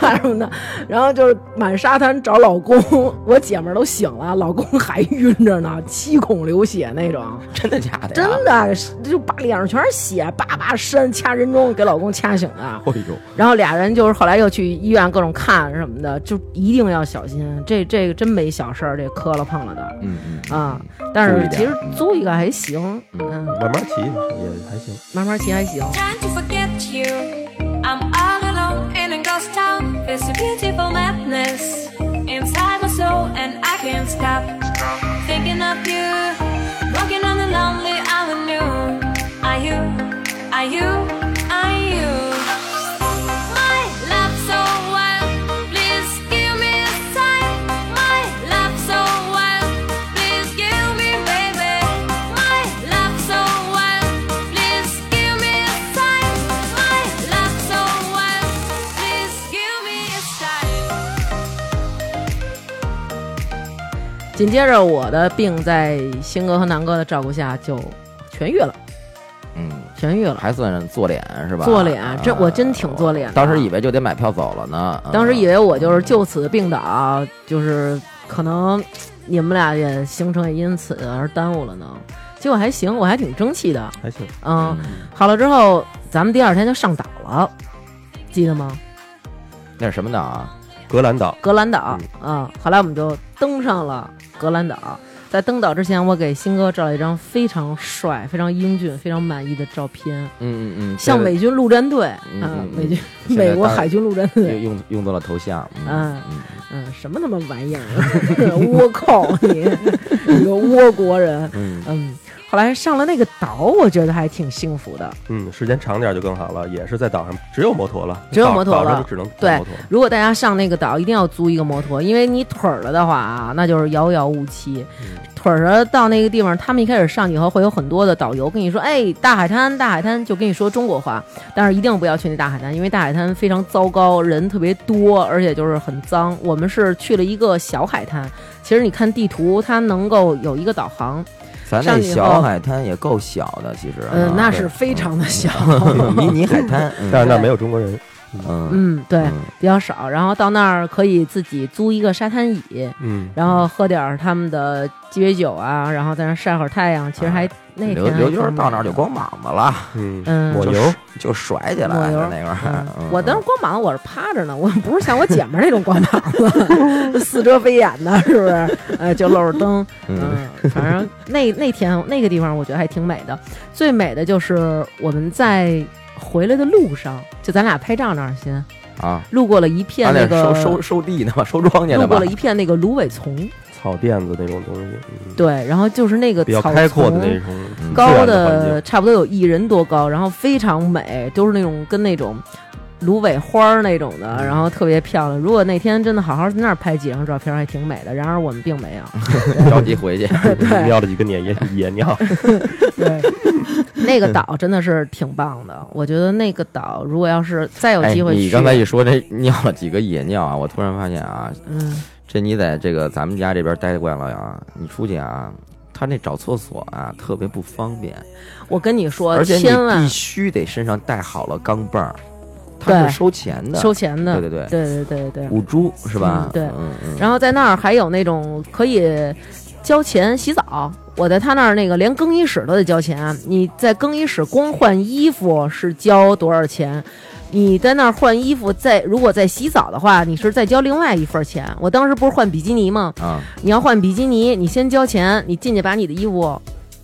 什么的，然后就是满沙滩找老公，我姐们儿都醒了，老公还晕着呢，七孔流血那种，真的假的呀？真的就把脸上全是血，叭叭扇掐人中，给老公掐醒的。哎呦，然后俩人就是后来又去医院各种看什么的，就一定要小心，这这个真没小事儿，这磕了碰了的。嗯嗯，啊，但注是意点其实租一个还行，嗯，慢慢骑也还行。慢慢骑还行。 Time to forget you. I'm all alone in a ghost town. It's a beautiful madness inside my soul, and I can't stop thinking of you. Walking on the lonely avenue. Are you? Are you? Are you? My love so wild. Please give me a sign. My love so wild. Please give me, baby. My love so wild. Please give me a sign. My love so wild. Please give me a sign. 紧接着我的病在新哥和南哥的照顾下就痊愈了，嗯，痊愈了。还算做脸是吧？做脸啊这我真挺做脸的当时以为就得买票走了呢，嗯当时以为我就是就此病倒，就是可能你们俩也行程也因此而耽误了呢。结果还行，我还挺争气的，还行，嗯，好了之后，咱们第二天就上岛了，记得吗？那是什么岛啊？格兰岛格兰岛啊、嗯后来我们就登上了格兰岛。在登岛之前，我给新哥照了一张非常帅、非常英俊、非常满意的照片，嗯嗯嗯，像美军陆战队啊、嗯嗯嗯美军现在美国当然海军陆战用队，用用到了头像，嗯嗯嗯嗯，什么他妈玩意儿，啊 倭寇你， 你个倭国人，嗯，嗯。后来上了那个岛，我觉得还挺幸福的。嗯，时间长点就更好了，也是在岛上，只有摩托了，只有岛摩托了岛上就只能对摩托了。如果大家上那个岛，一定要租一个摩托，因为你腿儿了的话啊，那就是遥遥无期。腿儿了到那个地方，他们一开始上去以后，会有很多的导游跟你说：“哎，大海滩，大海滩。”就跟你说中国话，但是一定不要去那大海滩，因为大海滩非常糟糕，人特别多，而且就是很脏。我们是去了一个小海滩，其实你看地图，它能够有一个导航，咱上那去以小后海滩也够小的，其实，嗯、啊那对是非常的小， 迷你海滩，但是那对没有中国人，嗯嗯，对，嗯比较少。然后到那儿可以自己租一个沙滩椅。嗯，然后喝点儿他们的鸡尾酒啊，然后在那儿晒会儿太阳，其实还、啊那天刘还刘挺军到那儿美的就光膀子了，嗯嗯抹就油，就甩起来抹油在那块儿嗯。嗯我当时光膀子，我是趴着呢，我不是像我姐们儿那种光膀子，四遮飞眼的，是不是？呃，就露着灯，嗯嗯，反正那那天那个地方我觉得还挺美的，最美的就是我们在回来的路上，就咱俩拍照那儿先啊，路过了一片咱那俩收个收收地呢吧，收庄稼路呢过吧了，一片那个芦苇丛，草甸子那种东西，嗯，对，然后就是那个比较呃草开阔的丛那种嗯自高然的环的境差不多有一人多高，然后非常美，都是那种跟那种芦苇花儿那种的，嗯然后特别漂亮。如果那天真的好好在那儿拍几张照片，还挺美的。然而我们并没有。着急 回去。对尿了几个野野野尿，对， 那个岛真的是挺棒的，我觉得那个岛如果要是再有哎，机会去，你刚才一说这尿了几个野尿啊，我突然发现啊，嗯，这你在这个咱们家这边待惯了呀，你出去啊，他那找厕所啊特别不方便，我啊跟你说，而且千你万必须得身上带好了钢镚儿，他对是收钱的，收钱的，对对对，对对对对对。五铢是吧？嗯对嗯嗯。然后在那儿还有那种可以交钱洗澡。我在他那儿那个连更衣室都得交钱，你在更衣室光换衣服是交多少钱？你在那儿换衣服，再如果再洗澡的话，你是再交另外一份钱。我当时不是换比基尼吗？啊，你要换比基尼，你先交钱，你进去把你的衣服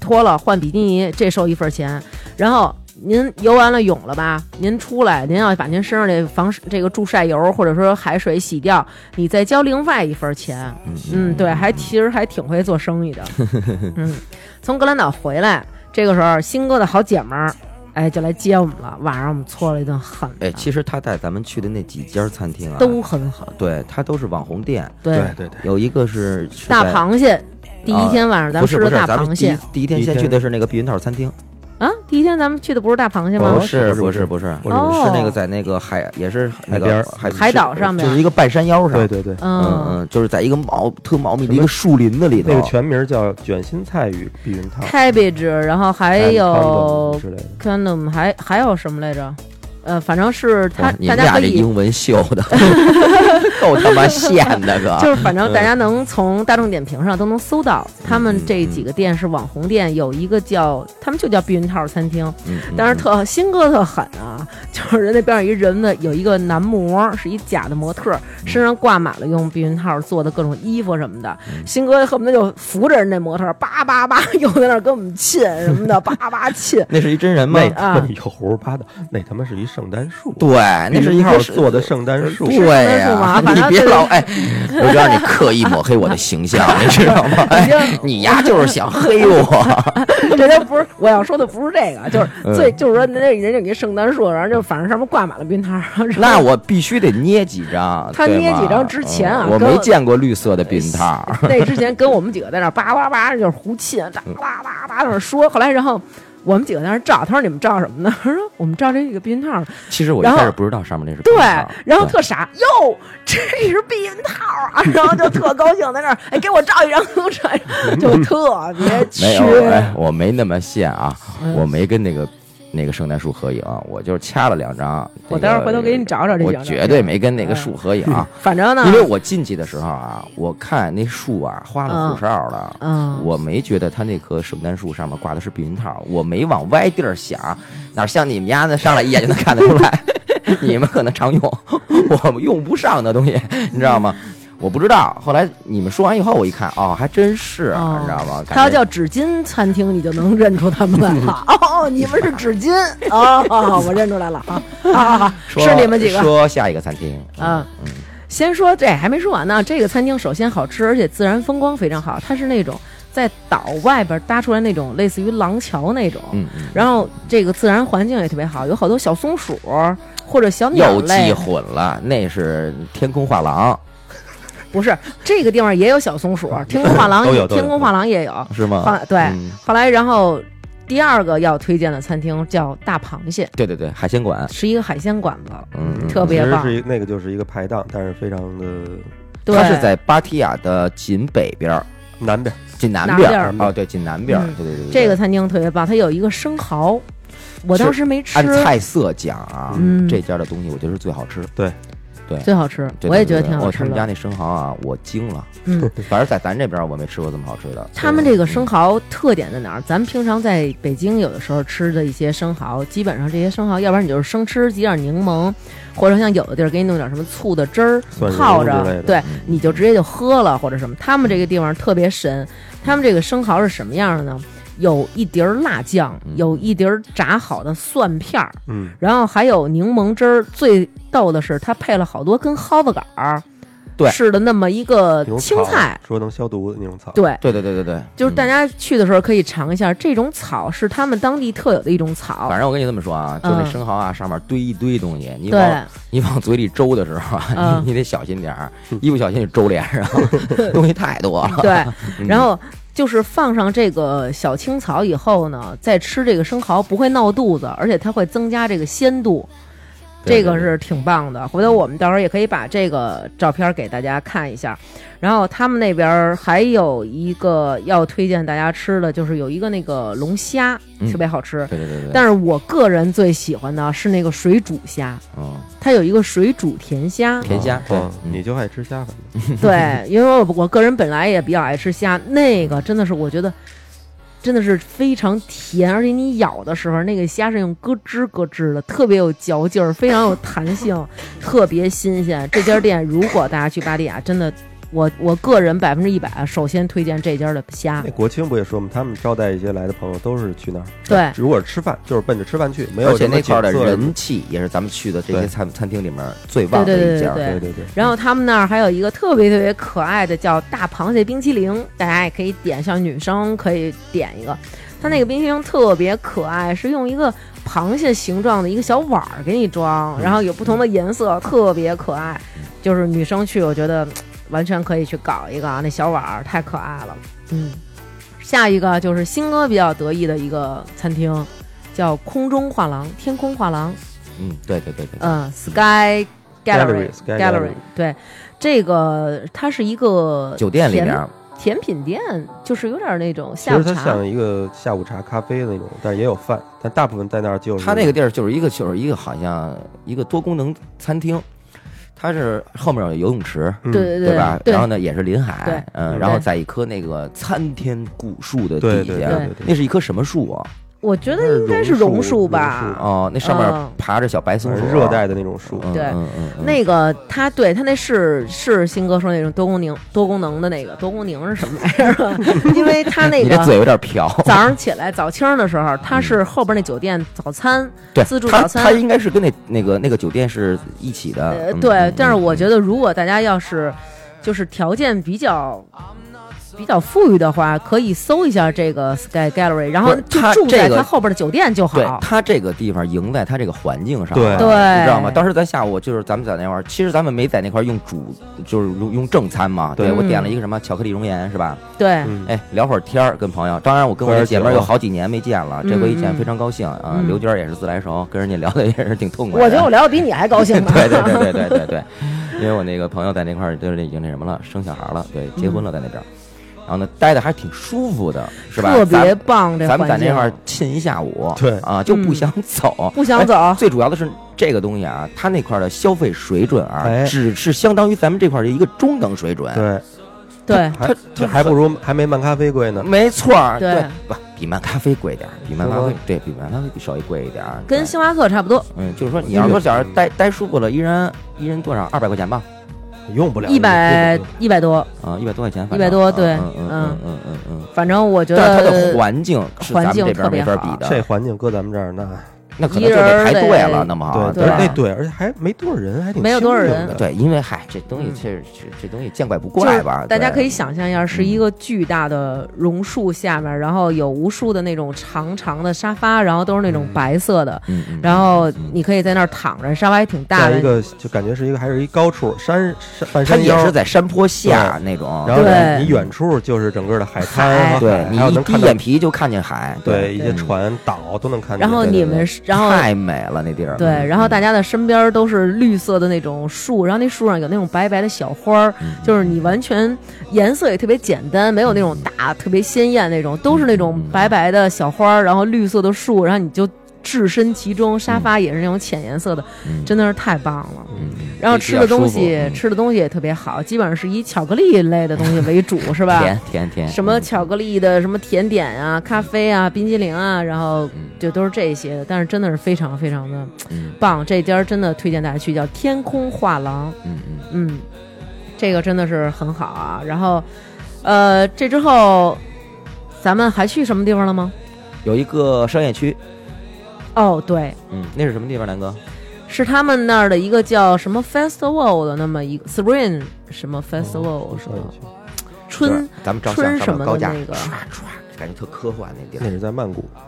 脱了换比基尼，这收一份钱。然后您游完了泳了吧，您出来，您要把您身上这防这个助晒油或者说海水洗掉，你再交另外一份钱。嗯，对，还其实还挺会做生意的。嗯，从格兰岛回来，这个时候新哥的好姐们儿，哎，就来接我们了。晚上我们搓了一顿狠的，哎，其实他带咱们去的那几家餐厅啊，啊都很好。对，他都是网红店，对，对对，有一个是是大哎在啊螃蟹，第一天晚上咱不们是吃不的是，大咱螃们第蟹一。第一天第一先去天的是那个避孕套餐厅，啊，第一天咱们去的不是大螃蟹吗？嗯哦是不不是不是不是不是是那个在那个海也是那海边个儿海哦海岛上面就是一个半山腰上，对对对，嗯嗯，嗯，就是在一个茂特茂密的一什个么树林子里头，那个全名叫卷心菜与避孕套， ，cabbage，然后还有之类的， condom，还还有什么来着？呃，反正是他哇你大们家俩可这以，英文秀 的够他妈 现的可，就是反正大家能从大众点评上都能搜到，他们这几嗯个店是网红店，有一个叫他们就叫避孕套餐厅，嗯嗯但是特新哥特狠啊，就是人那边有一人的有一个男模，是一假的模特，嗯身上挂满了用避孕套做的各种衣服什么的。嗯新哥恨不得就扶着人那模特，叭叭叭， 又在那儿跟我们亲什么的，叭叭亲。那是一真人吗？那啊他妈有胡说八道，那他妈是一圣诞树，对，那是一套个做的圣诞树，对是吗呀，反 你正别就是老哎，我就让你刻意抹黑我的形象， 你知道吗？哎，你呀就是想黑 我，这都不是我要说的，不是这个，就是嗯最就是说人家人家有一圣诞树，然后就反正上面挂满了避孕套。然后那我必须得捏几张。他对捏吗几张之前啊嗯我跟哎没见过绿色的避孕套。那之前跟我们几个在那儿叭叭叭就是胡沁，叭嗯叭叭叭在那儿说，后来然后我们几个在那儿照，他说你们照什么呢？我说我们照这个避孕套。其实我一然后开始不知道上面那是避对孕套，然后对特傻，啊哟，这是避孕套啊，然后就特高兴在那儿，哎，给我照一张，给我照一张，就特别 没缺有，哎，我没那么现啊，嗯我没跟那个那个圣诞树合影，我就是掐了两张。我那个待会儿回头给你找找这我两张哎绝对没跟那个树合影，反正呢，因为我进去的时候啊，我看那树啊花里胡哨的，嗯我没觉得它那棵圣诞树上面挂的是避孕套，我没往歪地儿想，哪像你们家那上来一眼就能看得出 来，你们可能常用，我们用不上的东西，你知道吗？我不知道，后来你们说完以后，我一看，哦，还真是，哦你知道吗？它要感觉叫纸巾餐厅，你就能认出他们来 了。哦，你们是纸巾哦，哦我认出 来了啊啊！啊说是你们几个说下一个餐厅嗯啊，先说这还没说完呢，这个餐厅首先好吃，而且自然风光非常好，它是那种在岛外边搭出来那种类似于廊桥那种，嗯嗯，然后这个自然环境也特别好，有好多小松鼠或者小鸟又记类，混了，那是天空画廊不是这个地方也有小松 鼠，天空画廊都有都有天空画廊也有。是吗？后来对，嗯后来然后第二个要推荐的餐厅叫大螃蟹，对对对，海鲜馆，是一个海鲜馆子，嗯，嗯特别其实棒是一那个就是一个排档，但是非常的对，它是在芭提雅的近北边儿，南边。近南南边边儿儿哦，对，近南边儿嗯，对对对，对这个餐厅特别棒，它有一个生蚝，我当时没吃按，菜色讲啊嗯，这家的东西我觉得是最好吃。最好吃，对我也觉得对对挺好哦吃他们家的。那生蚝啊，我惊了，嗯，反正在咱这边儿我没吃过这么好吃的。他们这个生蚝特点在哪儿？咱们平常在北京有的时候吃的一些生蚝，基本上这些生蚝，要不然你就是生吃，挤点柠檬，或者像有的地儿给你弄点什么醋的汁儿蒜蓉泡之类着的，对，嗯你就直接就喝了或者什么。他们这个地方特别神，他们这个生蚝是什么样的呢？有一碟儿辣酱，嗯有一碟儿炸好的蒜片儿，嗯，然后还有柠檬汁儿。最逗的是，它配了好多跟蒿子杆儿，对似的那么一个那种呃青草菜，说能消毒的那种草，嗯对。对对对对对，就是大嗯。家去的时候可以尝一下，这种草是他们当地特有的一种草反。正我跟你这么说啊，就那嗯生蚝啊，上面堆一堆东西，你对往， 你往嘴里周的时候啊，嗯你你得小心点儿，一不小心就周脸上 了，东西太多 了。对，嗯然后就是放上这个小青草以后呢，再吃这个生蚝不会闹肚子，而且它会增加这个鲜度，对这个对对嗯是挺棒的。回头我们到时候也可以把这个照片给大家看一下。然后他们那边儿还有一个要推荐大家吃的，就是有一个那个龙虾，嗯特别好吃。对对对对，但是我个人最喜欢的是那个水煮虾，嗯，它有一个水煮甜虾，甜虾，对嗯，嗯你就爱吃虾，反正对，因为我我个人本来也比较爱吃虾，那个真的是我觉得真的是非常甜，而且你咬的时候，那个虾是用咯吱咯吱的，特别有嚼劲儿，非常有弹性，特别新鲜。这家店如果大家去芭提雅，真的。我我个人百分之一百啊首先推荐这家的虾那，国庆不也说嘛，他们招待一些来的朋友都是去那儿，对如果是吃饭就是奔着吃饭去，没有而且什么那块儿的景色人气也是咱们去的这些对餐餐厅里面最旺对对的一家。对对对对，然后他们那儿还有一个特别特别可爱的叫大螃蟹冰淇淋，大家也可以点，像女生可以点一个。它那个冰淇淋特别可爱，是用一个螃蟹形状的一个小碗儿给你装，然后有不同的颜色，特别可爱。就是女生去，我觉得嘖完全可以去搞一个啊，那小碗儿太可爱了。嗯，下一个就是新哥比较得意的一个餐厅，叫空中画廊，天空画廊。嗯，对对对对。嗯，Sky Gallery Gallery, Sky Gallery 对，这个它是一个酒店里甜面儿，甜品店，就是有点那种其下午实它茶像。一个下午茶咖啡的那种，但是也有饭，但大部分在那儿就是它那个地儿就是一个就是一个好像一个多功能餐厅，它是后面有游泳池，嗯对对吧？对然后呢也是临对海，嗯，对然后在一棵那个参天古树的对底对下对，对对那是一棵什么树啊？我觉得应该是榕树树榕吧树。哦，那上面嗯爬着小白松反鼠，正热带的那种树，嗯，对嗯嗯嗯那个它对它那是是新哥说那种多功能多功能的那个多功能是什么玩意儿啊？ 因为它那你个这嘴有嗯点瓢。早上起来早清儿的时候，它是后边那酒店早餐对，自助它早餐它应该是跟那那个那个酒店是一起的。呃，嗯对嗯，但是我嗯觉得如果大家要是就是条件比较比较富裕的话，可以搜一下这个 Sky Gallery，然后不是就它住在这个它后边的酒店就好。对它这个地方赢在它这个环境上对了，对你知道吗？当时咱下午就是咱们在那块儿，其实咱们没在那块儿用主，就是用用正餐嘛。对我嗯点了一个什么巧克力熔岩是吧？对嗯，哎，聊会儿天儿，跟朋友。当然，我跟我喝这姐点妹儿酒有好几年没见了，这回一见嗯嗯非常高兴啊。嗯刘娟儿也是自来熟，跟人家聊的也是挺痛快的。我觉 得我聊的比你还高 兴呢。对对 对对嗯对对对，因为我那个朋友在那块儿就是已经那什么了，生小孩了，对，结婚了在那边儿。然后呢，待的还挺舒服的，是吧？特别咱棒，这咱们在环境啊嗯那块儿沁一下午，对啊，就不想 走，不想哎走最主要的是这个东西啊，它那块儿的消费水准啊，哎只是相当于咱们这块儿的一个中等水准。，对，对，还它还不如还没漫咖啡贵呢。没错儿，对对，不比漫咖啡贵点儿，比漫咖是啡吧对比漫咖啡稍微贵一点儿。跟对星巴克差不多，嗯，就是说你要说小时待待舒服了，一人一人多少？二百块钱吧，嗯用不了一百一百多，啊，一百多块钱，反正100多对嗯嗯嗯嗯嗯嗯嗯。反正我觉但是它得的环境是咱环们境这特边别没法好比这的，环境搁咱们这儿呢，那可一能就人得儿排队得了，那么好，对，对吧那对，而且还没多少人，还挺没有多少清静人的啊对，因为嗨，这东西嗯这这这东西见怪不就是怪吧？大家对可以想象一下，是一个巨大的榕树下面，然后有无数的那种长长的沙发，然后都是那种白色的，嗯嗯然后你可以在那儿躺着，沙发也挺大在的。一个嗯就感觉是一个还是一高处山山半它山也腰是，在山坡下那种，然后对你你远处就是整个的海海滩和啊对海，你还有一能低看到眼皮就看见海，对一对些船岛都能看见。然后对你对们对是，然后太美了那地儿，嗯对，然后大家的身边都是绿色的那种树，然后那树上有那种白白的小花儿，就是你完全颜色也特别简单，没有那种大特别鲜艳那种，都是那种白白的小花儿，然后绿色的树，然后你就置身其中，沙发也是那种浅颜色的，嗯真的是太棒了。然后吃的东西，吃的东西也特别好，基本上是以巧克力类的东西为主，是吧？甜甜甜，嗯什么巧克力的什么甜点啊、咖啡啊、冰激凌啊，然后就都是这些的。但是真的是非常非常的嗯棒，这家真的推荐大家去，叫天空画廊。嗯嗯嗯，这个真的是很好啊。然后，呃，这之后咱们还去什么地方了吗？嗯，有一个商业区，哦，对，嗯，那是什么地方，南哥？是他们那儿的一个叫什么 festival 的那么一个 spring 什么 festival 什么嗯就是春哦咱们照春相什上么面的高架那，个，唰唰，感觉特科幻那地那儿。是在曼谷，嗯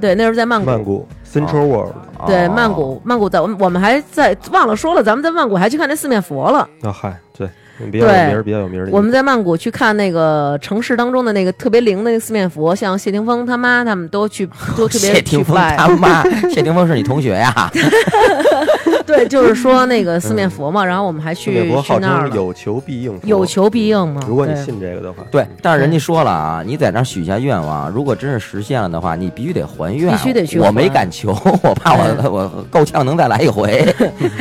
对，那时候在曼谷。曼谷啊 Central World 对，哦曼谷，曼谷在我们我们还在忘了说了，咱们在曼谷还去看那四面佛了。啊，嗨，对，比较有名儿，比较有名儿的一个。我们在曼谷去看那个城市当中的那个特别灵的那个四面佛，像谢霆锋他妈他们都去都特别 谢霆去锋拜他。妈，谢霆锋是你同学呀？对，就是说那个四面佛嘛，然后我们还圣美去国去号那儿称了，有求必应佛，有求必应嘛。如果你对信这个的话，嗯对，但是人家说了啊，你在那儿许下愿望，如果真是实现了的话，你必须得还愿。必须得去我还没敢求， 我怕我我够呛能再来 一回，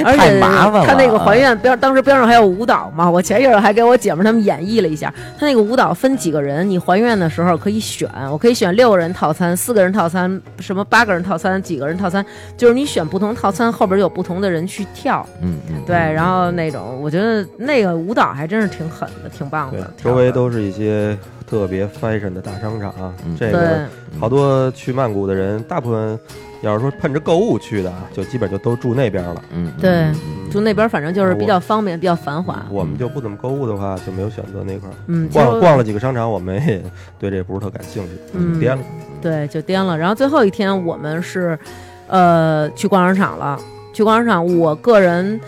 而太且麻烦了。他那啊个还愿标，当时标上还有舞蹈嘛，我前一阵儿还给我姐们儿她们演绎了一下，他那个舞蹈分几个人，你还愿的时候可以选，我可以选六个人套餐、四个人套餐、什么八个人套餐、几个人套餐，就是你选不同套餐，后边有不同的人去跳，嗯，嗯嗯，对，然后那种我觉得那个舞蹈还真是挺狠的，挺棒对的，，周围都是一些特别 fashion 的大商场啊，嗯这对个好多去曼谷的人，大部分要是说奔着购物去的啊，就基本就都住那边了。嗯，嗯对嗯就那边反正就是比较方便，比较繁华，啊我们就不怎么购物的话，就没有选择那块儿。嗯，逛就了逛了几个商场，我们也 对这不是特感兴趣，嗯颠了。对，就颠了。然后最后一天我们是，呃，去逛商场了。去逛商场，我个人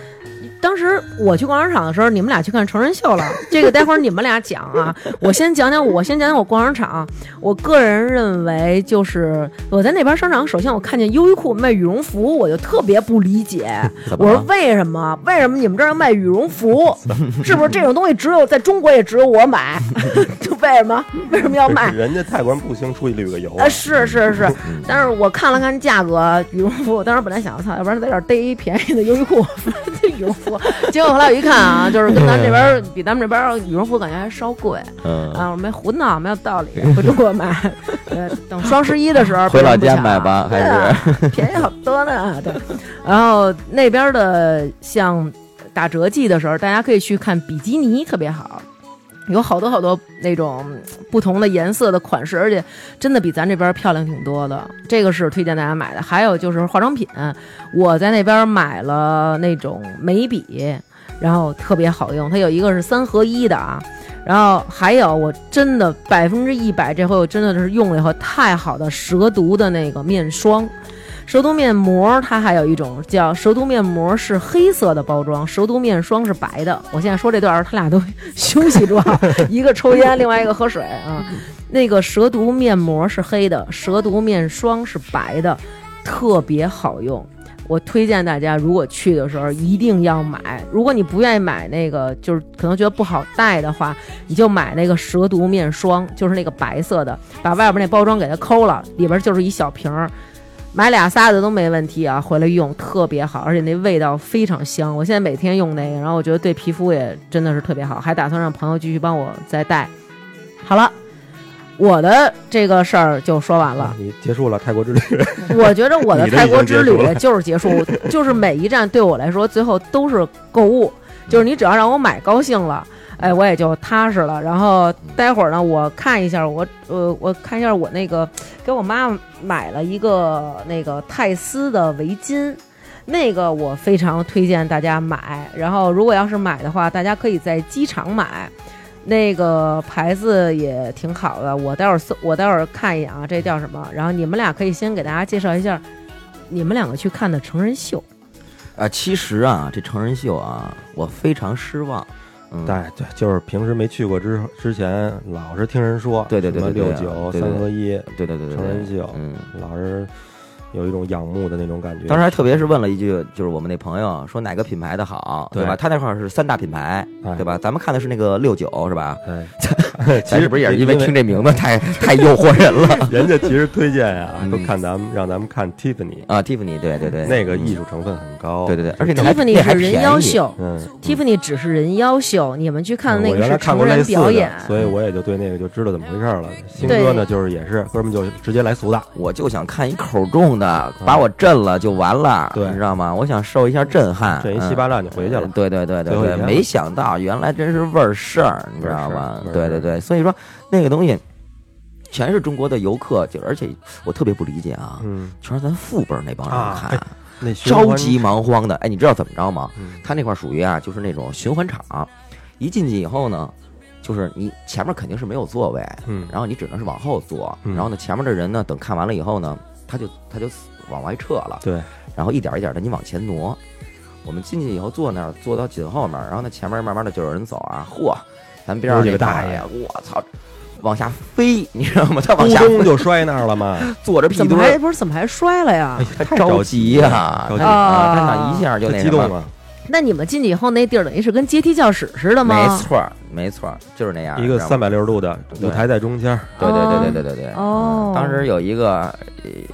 当时我去逛商场的时候，你们俩去看成人秀了。这个待会儿你们俩讲啊，我先讲讲我先讲讲我逛商场。我个人认为，就是我在那边商场，首先我看见优衣库卖羽绒服，我就特别不理解。怎么我说了？为什么？为什么你们这儿要卖羽绒服？是不是这种东西只有在中国也只有我买？ 就为什么？为什么要卖？人家泰国人不兴出去旅个游啊啊，，是是是，嗯但是我看了看价格，羽绒服，我当时本来想，操，要不然在这儿逮一便宜的优衣库， 这羽绒服，结果后来我一看啊，就是跟咱们这边儿比咱们这边儿羽绒服感觉还稍贵嗯啊，我没胡闹，没有道理，回中国买， 呃，等双十一的时候回老别人不家抢买吧，还对是啊便宜好多呢。对，然后那边的像打折季的时候，大家可以去看比基尼，特别好。有好多好多那种不同的颜色的款式，而且真的比咱这边漂亮挺多的。这个是推荐大家买的。还有就是化妆品，我在那边买了那种眉笔，然后特别好用。它有一个是三合一的啊，然后还有我真的百分之一百，这回我真的是用了以后太好的蛇毒的那个面霜。蛇毒面膜，它还有一种叫蛇毒面膜是黑色的包装，蛇毒面霜是白的。我现在说这段儿，他俩都休息状，一个抽烟，另外一个喝水啊。那个蛇毒面膜是黑的，蛇毒面霜是白的，特别好用。我推荐大家，如果去的时候一定要买。如果你不愿意买那个，就是可能觉得不好带的话，你就买那个蛇毒面霜，就是那个白色的，把外边那包装给它抠了，里边就是一小瓶儿。买俩仨的都没问题啊，回来用特别好，而且那味道非常香。我现在每天用那个，然后我觉得对皮肤也真的是特别好，还打算让朋友继续帮我再带。好了，我的这个事儿就说完了。你结束了泰国之旅，我觉得我的你的泰已国经之结束旅了就是结 束，就是每一站对我来说，最后都是购物，就是你只要让我买高兴了，哎，我也就踏实了。然后待会儿呢，我看一下我呃，我看一下我那个给我妈买了一个那个泰丝的围巾。那个我非常推荐大家买，然后如果要是买的话，大家可以在机场买，那个牌子也挺好的。我待会儿搜，我待会儿看一眼啊，这叫什么？然后你们俩可以先给大家介绍一下你们两个去看的成人秀，啊，其实啊，这成人秀啊，我非常失望。嗯，哎对对，就是平时没去过之后之前，老是听人说，对对对什么对对六对九对对三合一，对对对对，对成人秀嗯。老是有一种仰慕的那种感觉。当时还特别是问了一句，就是我们那朋友说哪个品牌的好，对对吧？他那块儿是三大品牌，哎对吧？咱们看的是那个六九，是吧？哎， 咱是不是也是因为 听这名字太太诱惑人了人家其实推荐呀嗯，都看咱们让咱们看 Tiffany，啊？Tiffany，对对对，那个嗯艺术成分很高。对对对，而且那还那 Tiffany 还是人便妖宜，秀嗯， ，Tiffany 只是人妖秀，你们去嗯看那我个原来是看成过类人似的表演，所以我也就对那个就知道怎么回事儿了。新哥呢，就是也是哥们就直接来俗的，我就想看一口重的，把我震了就完了，嗯对你知道吗？我想受一下震撼，这一稀嗯巴烂就回去了。对对对对最后一对，天了没想到原来真是味儿事儿，你知道吗味儿事儿味儿事？儿对对对，所以说那个东西全是中国的游客，就而且我特别不理解啊，嗯，全是咱父辈儿那帮啊人看，那循环着急忙慌的。哎，你知道怎么着吗？嗯他那块儿属于啊，就是那种循环场，一进去以后呢，就是你前面肯定是没有座位，嗯，然后你只能是往后坐，嗯然后呢，前面的人呢，等看完了以后呢，他就他就往外撤了，对，然后一点一点的你往前挪。我们进去以后坐那儿，坐到紧后面，然后呢前面慢慢的就有人走啊，嚯，咱边上都是这几个大块儿爷我操，往下飞， 你知道吗？他往咕下咚就摔那儿了嘛。 坐着屁怎墩么还儿，不是怎么还摔了呀？他太着着急急呀、了着他急啊，他了想一下就他那激什动么，了，那你们进去以后，那地儿等于是跟阶梯教室似的吗？没错儿，没错儿，就是那样，一个知道吗三百六十度的舞台在中间儿，对对对对对对对。哦嗯当时有一个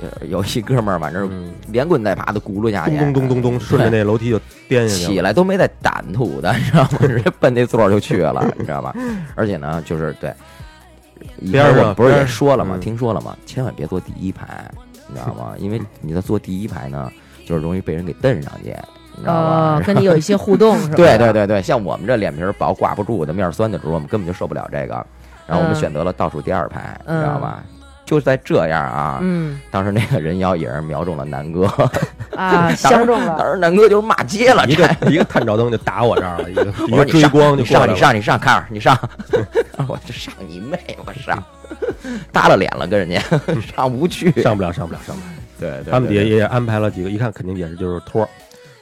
呃有一哥们儿，反正嗯连滚带爬的轱辘下去，咚咚咚咚咚，顺着那楼梯就颠下去嗯起了。来都没带掸土的，你 知道吗？直接奔那座儿就去 了，你知道吧？而且呢，就是对，一边开上始我不是边也上说了吗？嗯听说了吗？千万别坐第一排，你知道吗？ 因为你在坐第一排呢，就是容易被人给蹬上去，你知道吗呃，？跟你有一些互动是吧？对对对对，像我们这脸皮儿薄、挂不住的、面儿酸的时候，我们根本就受不了这个。然后我们嗯选择了倒数第二排，你嗯知道吧？就在这样啊，嗯 当时那个人妖也是瞄中了南哥，啊，相中了。 当时南哥就骂街了，一这个一个探照灯就打我这儿了，一个一 我说个你追上光就你过来上了你。上你上，卡尔你上， 我就上你妹，我上， 耷拉脸了跟人 家上不去，上不了，上不了，上不了。对对对他们底下也安排了几个，一看肯定也是就是托儿，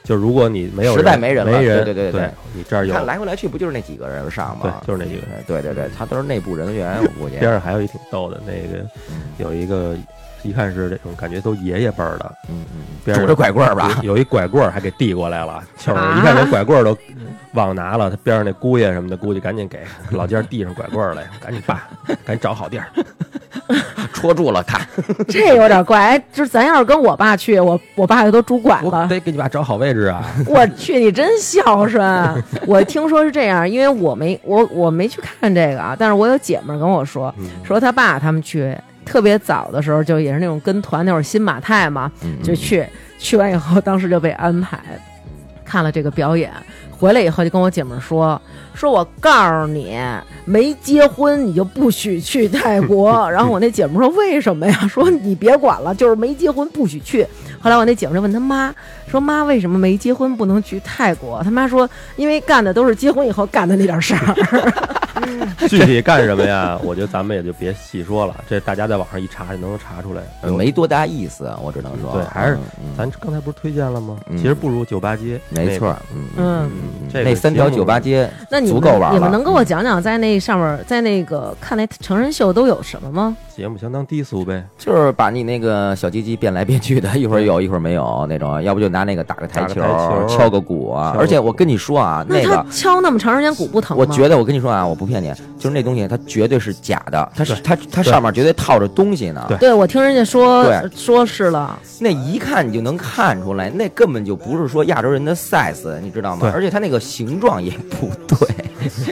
就如果你没有实在没人了没人，对对对对对对你这儿你有看来回来去不就是那几个人上吗？对就是那几个人。对对对，他都是内部人员，我估计边上还有一挺逗的，那个嗯有一个一看是这种感觉都爷爷辈儿的，嗯嗯，边拄上着拐棍儿吧，有有一拐棍儿还给递过来 了，就是啊一看连拐棍儿都 忘拿了，他边上那姑爷什么的，估计赶紧给老家递上拐棍儿来， 赶紧办，赶紧找好 地儿。戳住了看，这有点怪，哎，就是咱要是跟我爸去，我我爸就都拄拐我了。得给你爸找好位置啊！ 我去，你真孝顺！啊我听说是这样，因为我没我我没去看这个啊，但是我有姐们儿跟我说，嗯说他爸他们去特别早的时候，就也是那种跟团，那会儿新马泰嘛，嗯就去，去完以后，当时就被安排看了这个表演，回来以后就跟我姐们儿说，说我告诉你，没结婚你就不许去泰 国。然后我那姐们儿说为什么呀？说你别管了，就是没结婚不许去。后来我那姐们儿就问她妈，说妈为什么没结婚不能去泰国？她妈说因为干的都是结婚以后干的那点事 儿。 具体干什么呀？我觉得咱们也就别细说了，这大家在网上一查就能查出来。嗯 没多大意思，啊我只能说，对，还是嗯嗯咱刚才不是推荐了吗？嗯其实不如酒吧街，没错儿，嗯嗯嗯，嗯，这个那三条节目酒吧街那你足们够玩你们了嗯能跟我讲讲在那上面，在那个看那成人秀都有什么吗？节目相当低俗呗，就是把你那个小鸡鸡变来变去的，一会儿有一会儿没有那种，要不就拿那个打个台打个台球敲个鼓啊敲。个而且我跟你说啊，那他个敲那么长时间鼓不疼吗？我觉得我跟你说啊，我不骗你，就是那东西它绝对是假的，它是它它对上面绝对套着东西呢。对对，我听人家说对说是了，那一看你就能看出来，那根本就不是说亚洲人的 size，你知道吗对？而且它那个形状也不对。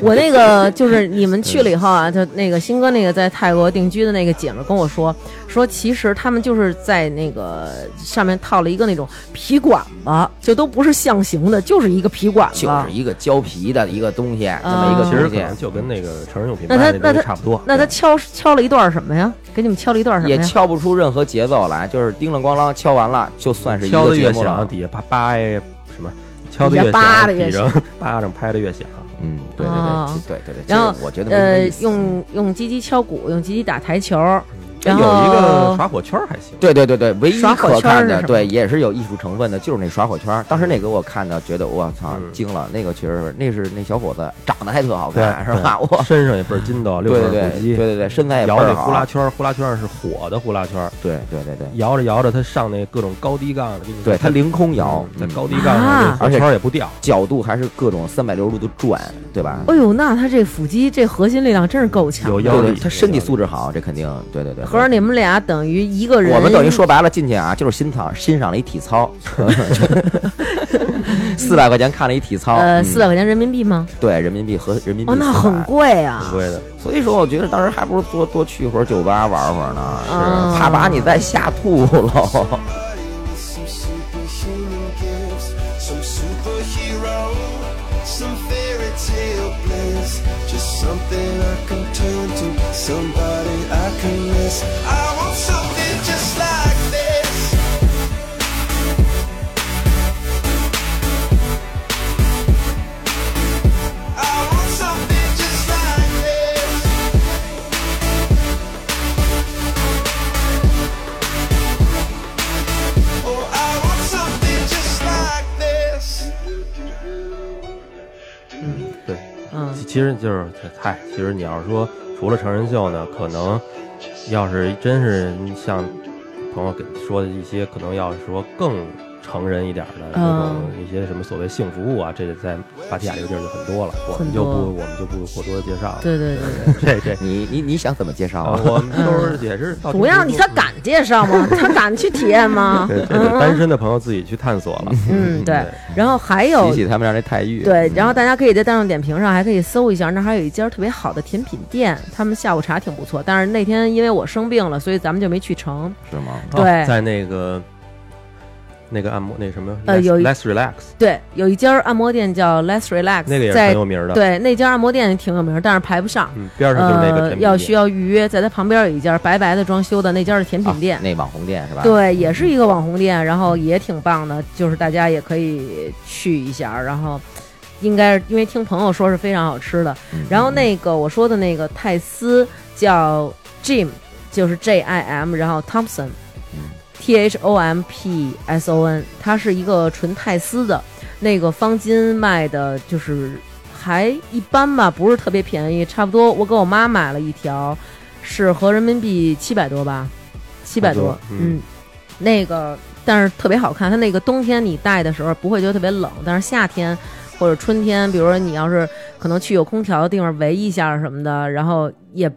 我那个就是你们去了以后啊， 就那个新哥那个在泰国定居的那个姐们儿跟我说，说其实他们就是在那个上面套了一个那种皮管子，就都不是象形的，就是一个皮管子就。是一个胶皮的一个东西，这么一个啊其实东可能西，就跟那个成人用品那他卖东那西他差不多。那他敲敲了一段什么呀？给你们敲了一段什么也呀？敲不出任何节奏来，就是叮了咣啷敲完了，就算是一敲个的节越目响，了。底下叭叭哎什么，敲的底下越叭响，的越底 上巴掌拍的越响。嗯，对对哦对，对对对。然后这个我觉得没什么呃意，思用用鸡鸡敲鼓，用鸡鸡打台球，哎有然哎一后个耍火圈儿还行，对对对对，唯一耍火可圈儿看是的，什对，也是有艺术成分的，就是那耍火圈儿。当时那个我看到，觉得我操嗯惊了，那个确实那是那小伙子长得还特好看，是吧？我，身上也倍儿筋道，对对六块对腹对肌，对对，身材也倍摇儿这呼啦好，圈儿，呼啦圈儿是火的呼啦圈儿，对对对对，摇着摇着它上那各种高低杠的，对他凌空摇，在嗯高低杠上啊这火圈儿也不掉。角度还是各种三百六十度的转，对吧？哎呦，那他这腹肌这核心力量真是够强的。有腰对力对，他身体素质好，这肯定对对对。合着你们俩等于一个人，我们等于说白了进去啊，就是欣赏欣赏了一体操，四百块钱看了一体操，呃嗯四百块钱人民币吗？对人民币和人民币哦，那400很贵啊。不会的，所以说，我觉得当时还不如多多去会儿酒吧玩会儿呢，啊是怕把你再吓吐了。 Some superhuman gifts, some superhero, some fairy tale bliss. Just something I can turn to, somebody I can miss. I want something just like this. I want something just like this. Oh, I want something just like this. 对，嗯其其实就是嗨，其实你要是说除了成人秀呢，可能要是真是像朋友给说的一些，可能要是说更成人一点儿的那种嗯一些什么所谓性服务啊，这个在芭提雅这个地儿就很多了，我们就不很多我们就不过多的介绍了。对对对 这这你你你想怎么介绍啊啊，？我们都是也是到对，不嗯要你他嗯敢介绍吗？他敢去体验吗？对这个单身的朋友自己去探索了。嗯，对。然后还提有起他们家那泰玉，哦对，然后嗯大家可以在大众点评上还可以搜一下，那儿还有一家特别好的甜品店，他们下午茶挺不错。但是那天因为我生病了，所以咱们就没去成。是吗？对哦在那个那个按摩那什么，呃有一 Let's Relax 对，有一家按摩店叫 Let's Relax，那个也是很在有名的。对那家按摩店也挺有名，但是排不上。嗯，边上就是那个甜呃，品要店需要预约，在它旁边有一家白白的装修的那家是甜啊品店，那网红店是吧？，对，也是一个网红店，然后也挺棒的，就是大家也可以去一下。然后应该是因为听朋友说是非常好吃的。嗯然后那个我说的那个泰斯叫 Jim，就是 J I M，然后 Thompson。T H O M P S O N，它是一个纯泰斯的，那个方巾卖的就是还一般吧，不是特别便宜，差不多我给我妈买了一条，是合人民币七百多吧，七百多差不多，嗯，那个但是特别好看，它那个冬天你戴的时候不会觉得特别冷，但是夏天或者春天，比如说你要是可能去有空调的地方围一下什么的，然后也。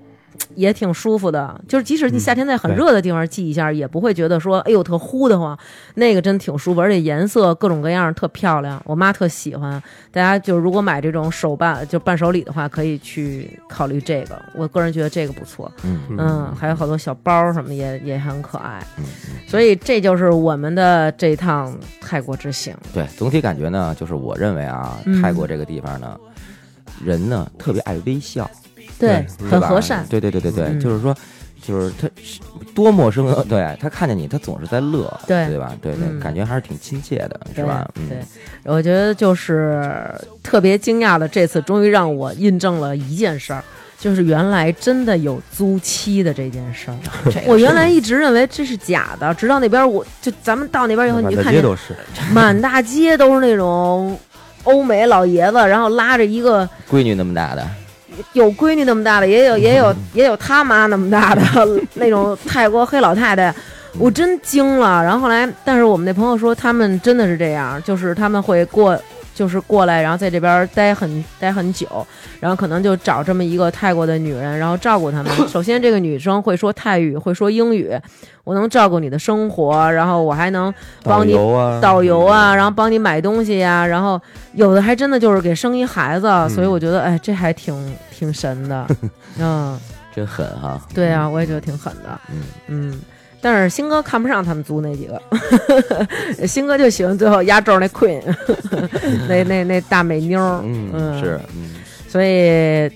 也挺舒服的，就是即嗯使你夏天在很对热的地方系一下，也不会觉得说哎呦特呼的慌，那个真挺舒服，而且颜色各种各样特漂亮，我妈特喜欢。大家就如果买这种手办就伴手礼的话，可以去考虑这个，我个人觉得这个不错。嗯，嗯，还有好多小包什么也也很可爱，所以这就是我们的这趟泰国之行。嗯对，总体感觉呢，就是我认为啊，嗯泰国这个地方呢，人呢特别爱微笑，对，是很吧和善。对对对对对，嗯就是说，就是他是多陌生啊，对他看见你，他总是在乐，对对吧？对嗯对，感觉还是挺亲切的，是对吧？嗯对，，我觉得就是特别惊讶的，这次终于让我印证了一件事儿，就是原来真的有租期的这件 事儿。我原来一直认为这是假的，直到那边我就咱们到那边以后，满你就大看街见都是，满大街都是那种欧美老爷子，然后拉着一个闺女那么大的，有闺女那么大的，也有也有嗯也有他妈那么大的那种泰国黑老太太，我真惊了。然后后来，但是我们那朋友说，他们真的是这样，就是他们会过，就是过来，然后在这边待很待很久，然后可能就找这么一个泰国的女人，然后照顾他们。 首先，这个女生会说泰语，会说英语，我能照顾你的生活，然后我还能导帮你游啊，导游啊，然后帮你买东西呀、然后有的还真的就是给生一孩子，嗯所以我觉得，哎，这还挺挺神 的，嗯，真狠哈！对啊，我也觉得挺狠的，嗯嗯，但是新哥看不上他们组那几个， 新哥就喜欢最后压轴那 Queen，那那那大美妞儿，嗯，是，嗯，所以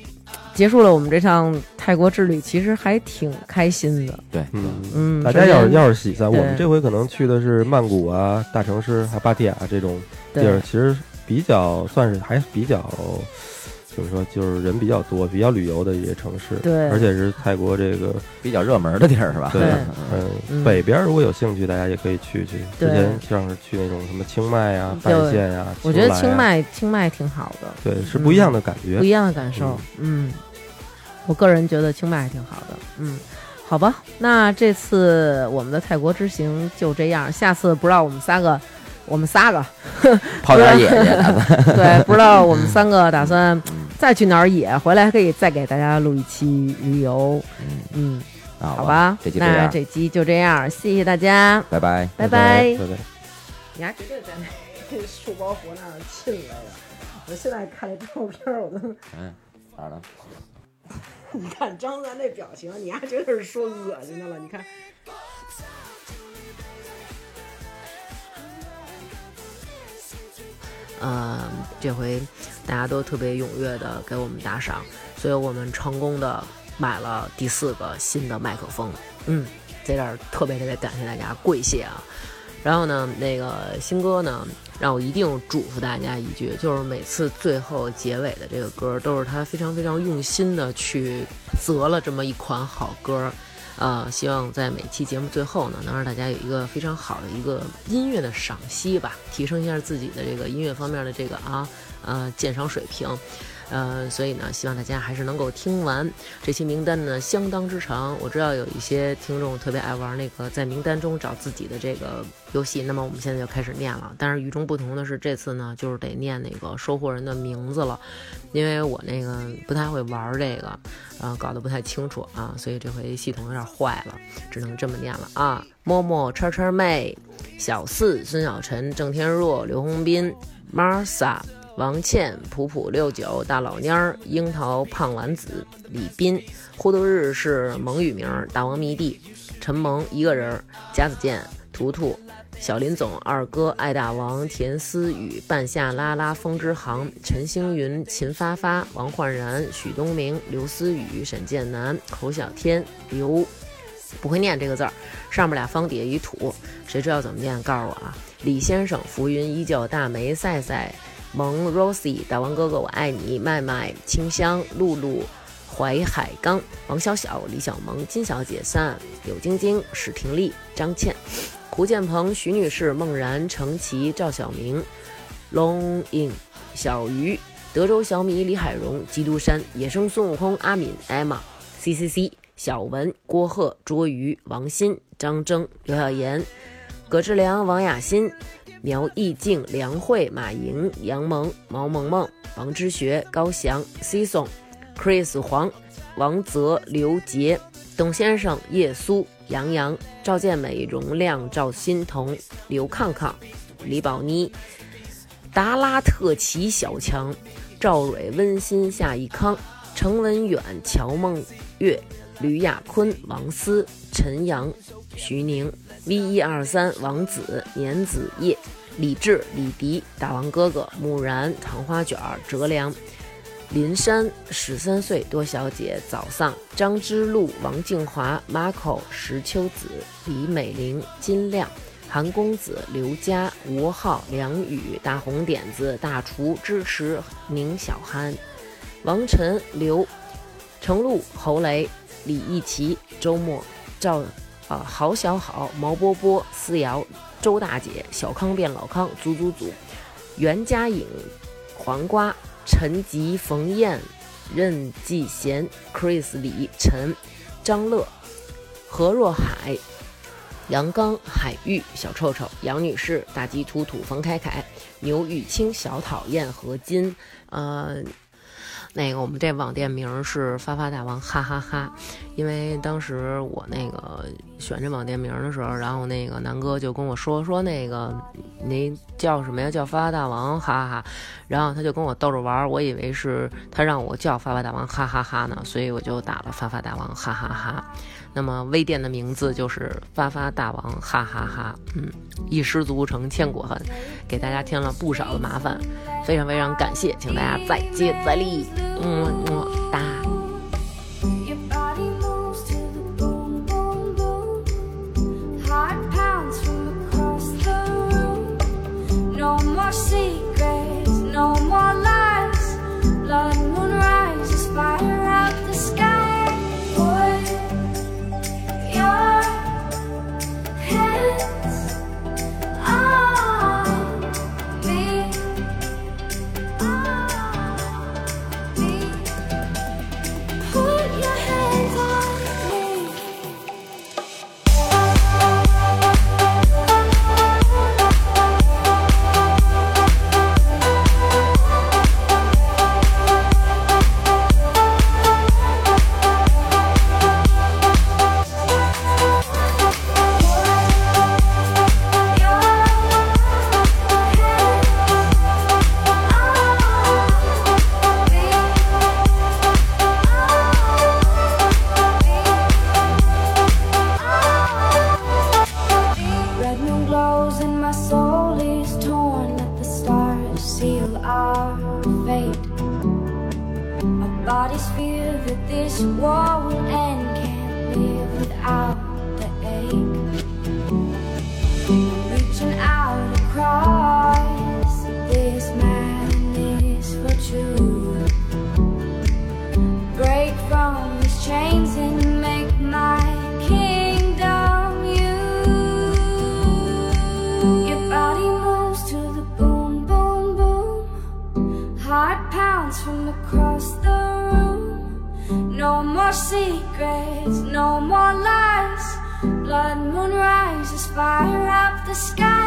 结束了我们这趟泰国之旅，其实还挺开心的，对，嗯。嗯，大家要首是先要是喜欢，我们对这回可能去的是曼谷啊、大城市啊、芭提雅这种地儿，对其实比较算是还比较，怎么说，就是人比较多、比较旅游的一些城市。对而且是泰国这个，比较热门的地儿是吧？对嗯嗯嗯，北边如果有兴趣，大家也可以去去。之对嗯前像是去那种什么清迈啊、拜对县呀，我觉得清清莱啊，迈清迈挺好的，对，是不一样的感觉不一。样的感受。嗯，我个人觉得清迈还挺好的。嗯，好吧，那这次我们的泰国之行就这样，下次不知道我们三个。我们三 个， 泡点野去，啊 打算对，不知道我们三个打算再去哪儿野，回来可以再给大家录一期旅游，嗯，啊，好吧，这就这那样，这期就这样，谢谢大家，拜拜。拜拜拜。你还绝对在 这树包湖那儿进来的。我现在看这照片儿，我都哪儿呢？你看张三这表情，你还觉得是说恶心的了？你看。呃，这回大家都特别踊跃的给我们打赏，所以我们成功的买了第四个新的麦克风。嗯，在这儿特别特别感谢大家，跪谢啊！然后呢，那个新歌呢，让我一定嘱咐大家一句，就是每次最后结尾的这个歌，都是他非常非常用心的去择了这么一款好歌。呃，希望在每期节目最后呢，能让大家有一个非常好的一个音乐的赏析吧，提升一下自己的这个音乐方面的这个啊呃鉴赏水平。呃，所以呢，希望大家还是能够听完这期名单呢，相当之长。我知道有一些听众特别爱玩那个在名单中找自己的这个游戏，那么我们现在就开始念了。但是与众不同的是，这次呢，就是得念那个收货人的名字了，因为我那个不太会玩这个，啊，搞得不太清楚啊，所以这回系统有点坏了，只能这么念了啊。默默、叉叉妹、小四、孙小晨、郑天若、刘洪斌、Marsa、王倩、普普、六九、大老蔫儿、樱桃、胖丸子、李斌、呼度日是蒙语名儿，大王迷弟、陈萌一个人儿、贾子健、图图、小林总、二哥、爱大王、田思雨、半夏拉拉、风之航、陈星云、秦发发、王焕然、许东明、刘思雨、沈建南、侯小天、刘，不会念这个字儿，上面俩方底下一土，谁知道怎么念？告诉我啊！李先生、浮云依旧、大梅、赛赛、萌 Rosie、大王哥哥我爱你、麦麦、清香、露露。淮海刚、王小小、李小萌、金小姐、三柳晶晶、史婷丽、张倩、胡建鹏、徐女士、孟然、程琦、赵小明、Long In、小鱼、德州小米、李海荣、基督山、野生孙悟空、阿敏、Emma、C C C、小文、郭鹤、卓瑜、王鑫、张征、刘晓妍、葛志良、王雅欣、苗艺静、梁慧、马莹、杨萌、毛萌萌、王之学、高翔、C 宋、Chris 黄、王泽、刘杰、董先生、叶苏、杨洋、赵健美、容亮、赵欣彤、刘康康、李宝妮、达拉特奇、小强、赵蕊、温馨、夏一康、程文远、乔梦月、吕亚坤、王思、陈阳、徐宁、V 一二三、王子、年子叶、李志、李迪、大王哥哥、木然、糖花卷儿、哲良。林珊、十三岁多小姐、早上、张之路、王静华、Marco、石秋子、李美玲、金亮、韩公子、刘佳、吴浩、梁宇、大红点子、大厨支持宁小憨、王晨、刘、程璐、侯雷、李义奇、周末、赵啊、郝小好、毛波波、思瑶、周大姐、小康变老康、祖祖祖、袁佳颖、黄瓜、陈吉、冯燕、任继贤、Chris 李晨、张乐、何若海、杨刚、海玉、小臭臭、杨女士、大鸡土土、冯凯凯、牛玉清、小讨厌、何金，呃。那个，我们这网店名儿是发发大王，哈哈哈因为当时我那个选这网店名儿的时候，然后那个南哥就跟我说说那个您叫什么呀？叫发发大王，哈哈哈。然后他就跟我逗着玩儿，我以为是他让我叫发发大王，哈哈哈呢，所以我就打了发发大王，哈哈哈。那么微店的名字就是发发大王，哈哈哈嗯，一失足成千古恨，给大家添了不少的麻烦，非常非常感谢，请大家再接再厉，么么哒。 Your body moves to the boom, boom, boom. Heart pounds from across the room. No more secrets, no more lies. Blood moon rises, fire out the sky. Put your hands on me. On me. Put your hands on me. Red moon glows and my soul is torn at the stars seal our fate. Our bodies feel that this war will end, can't live without the ache. Reaching out across this madness for truth. Break from these chains and make my kingdom you. Your body moves to the boom, boom, boom. Heart pounds from across the room. No more secrets, no more lies. Blood moon rises, fire up the sky.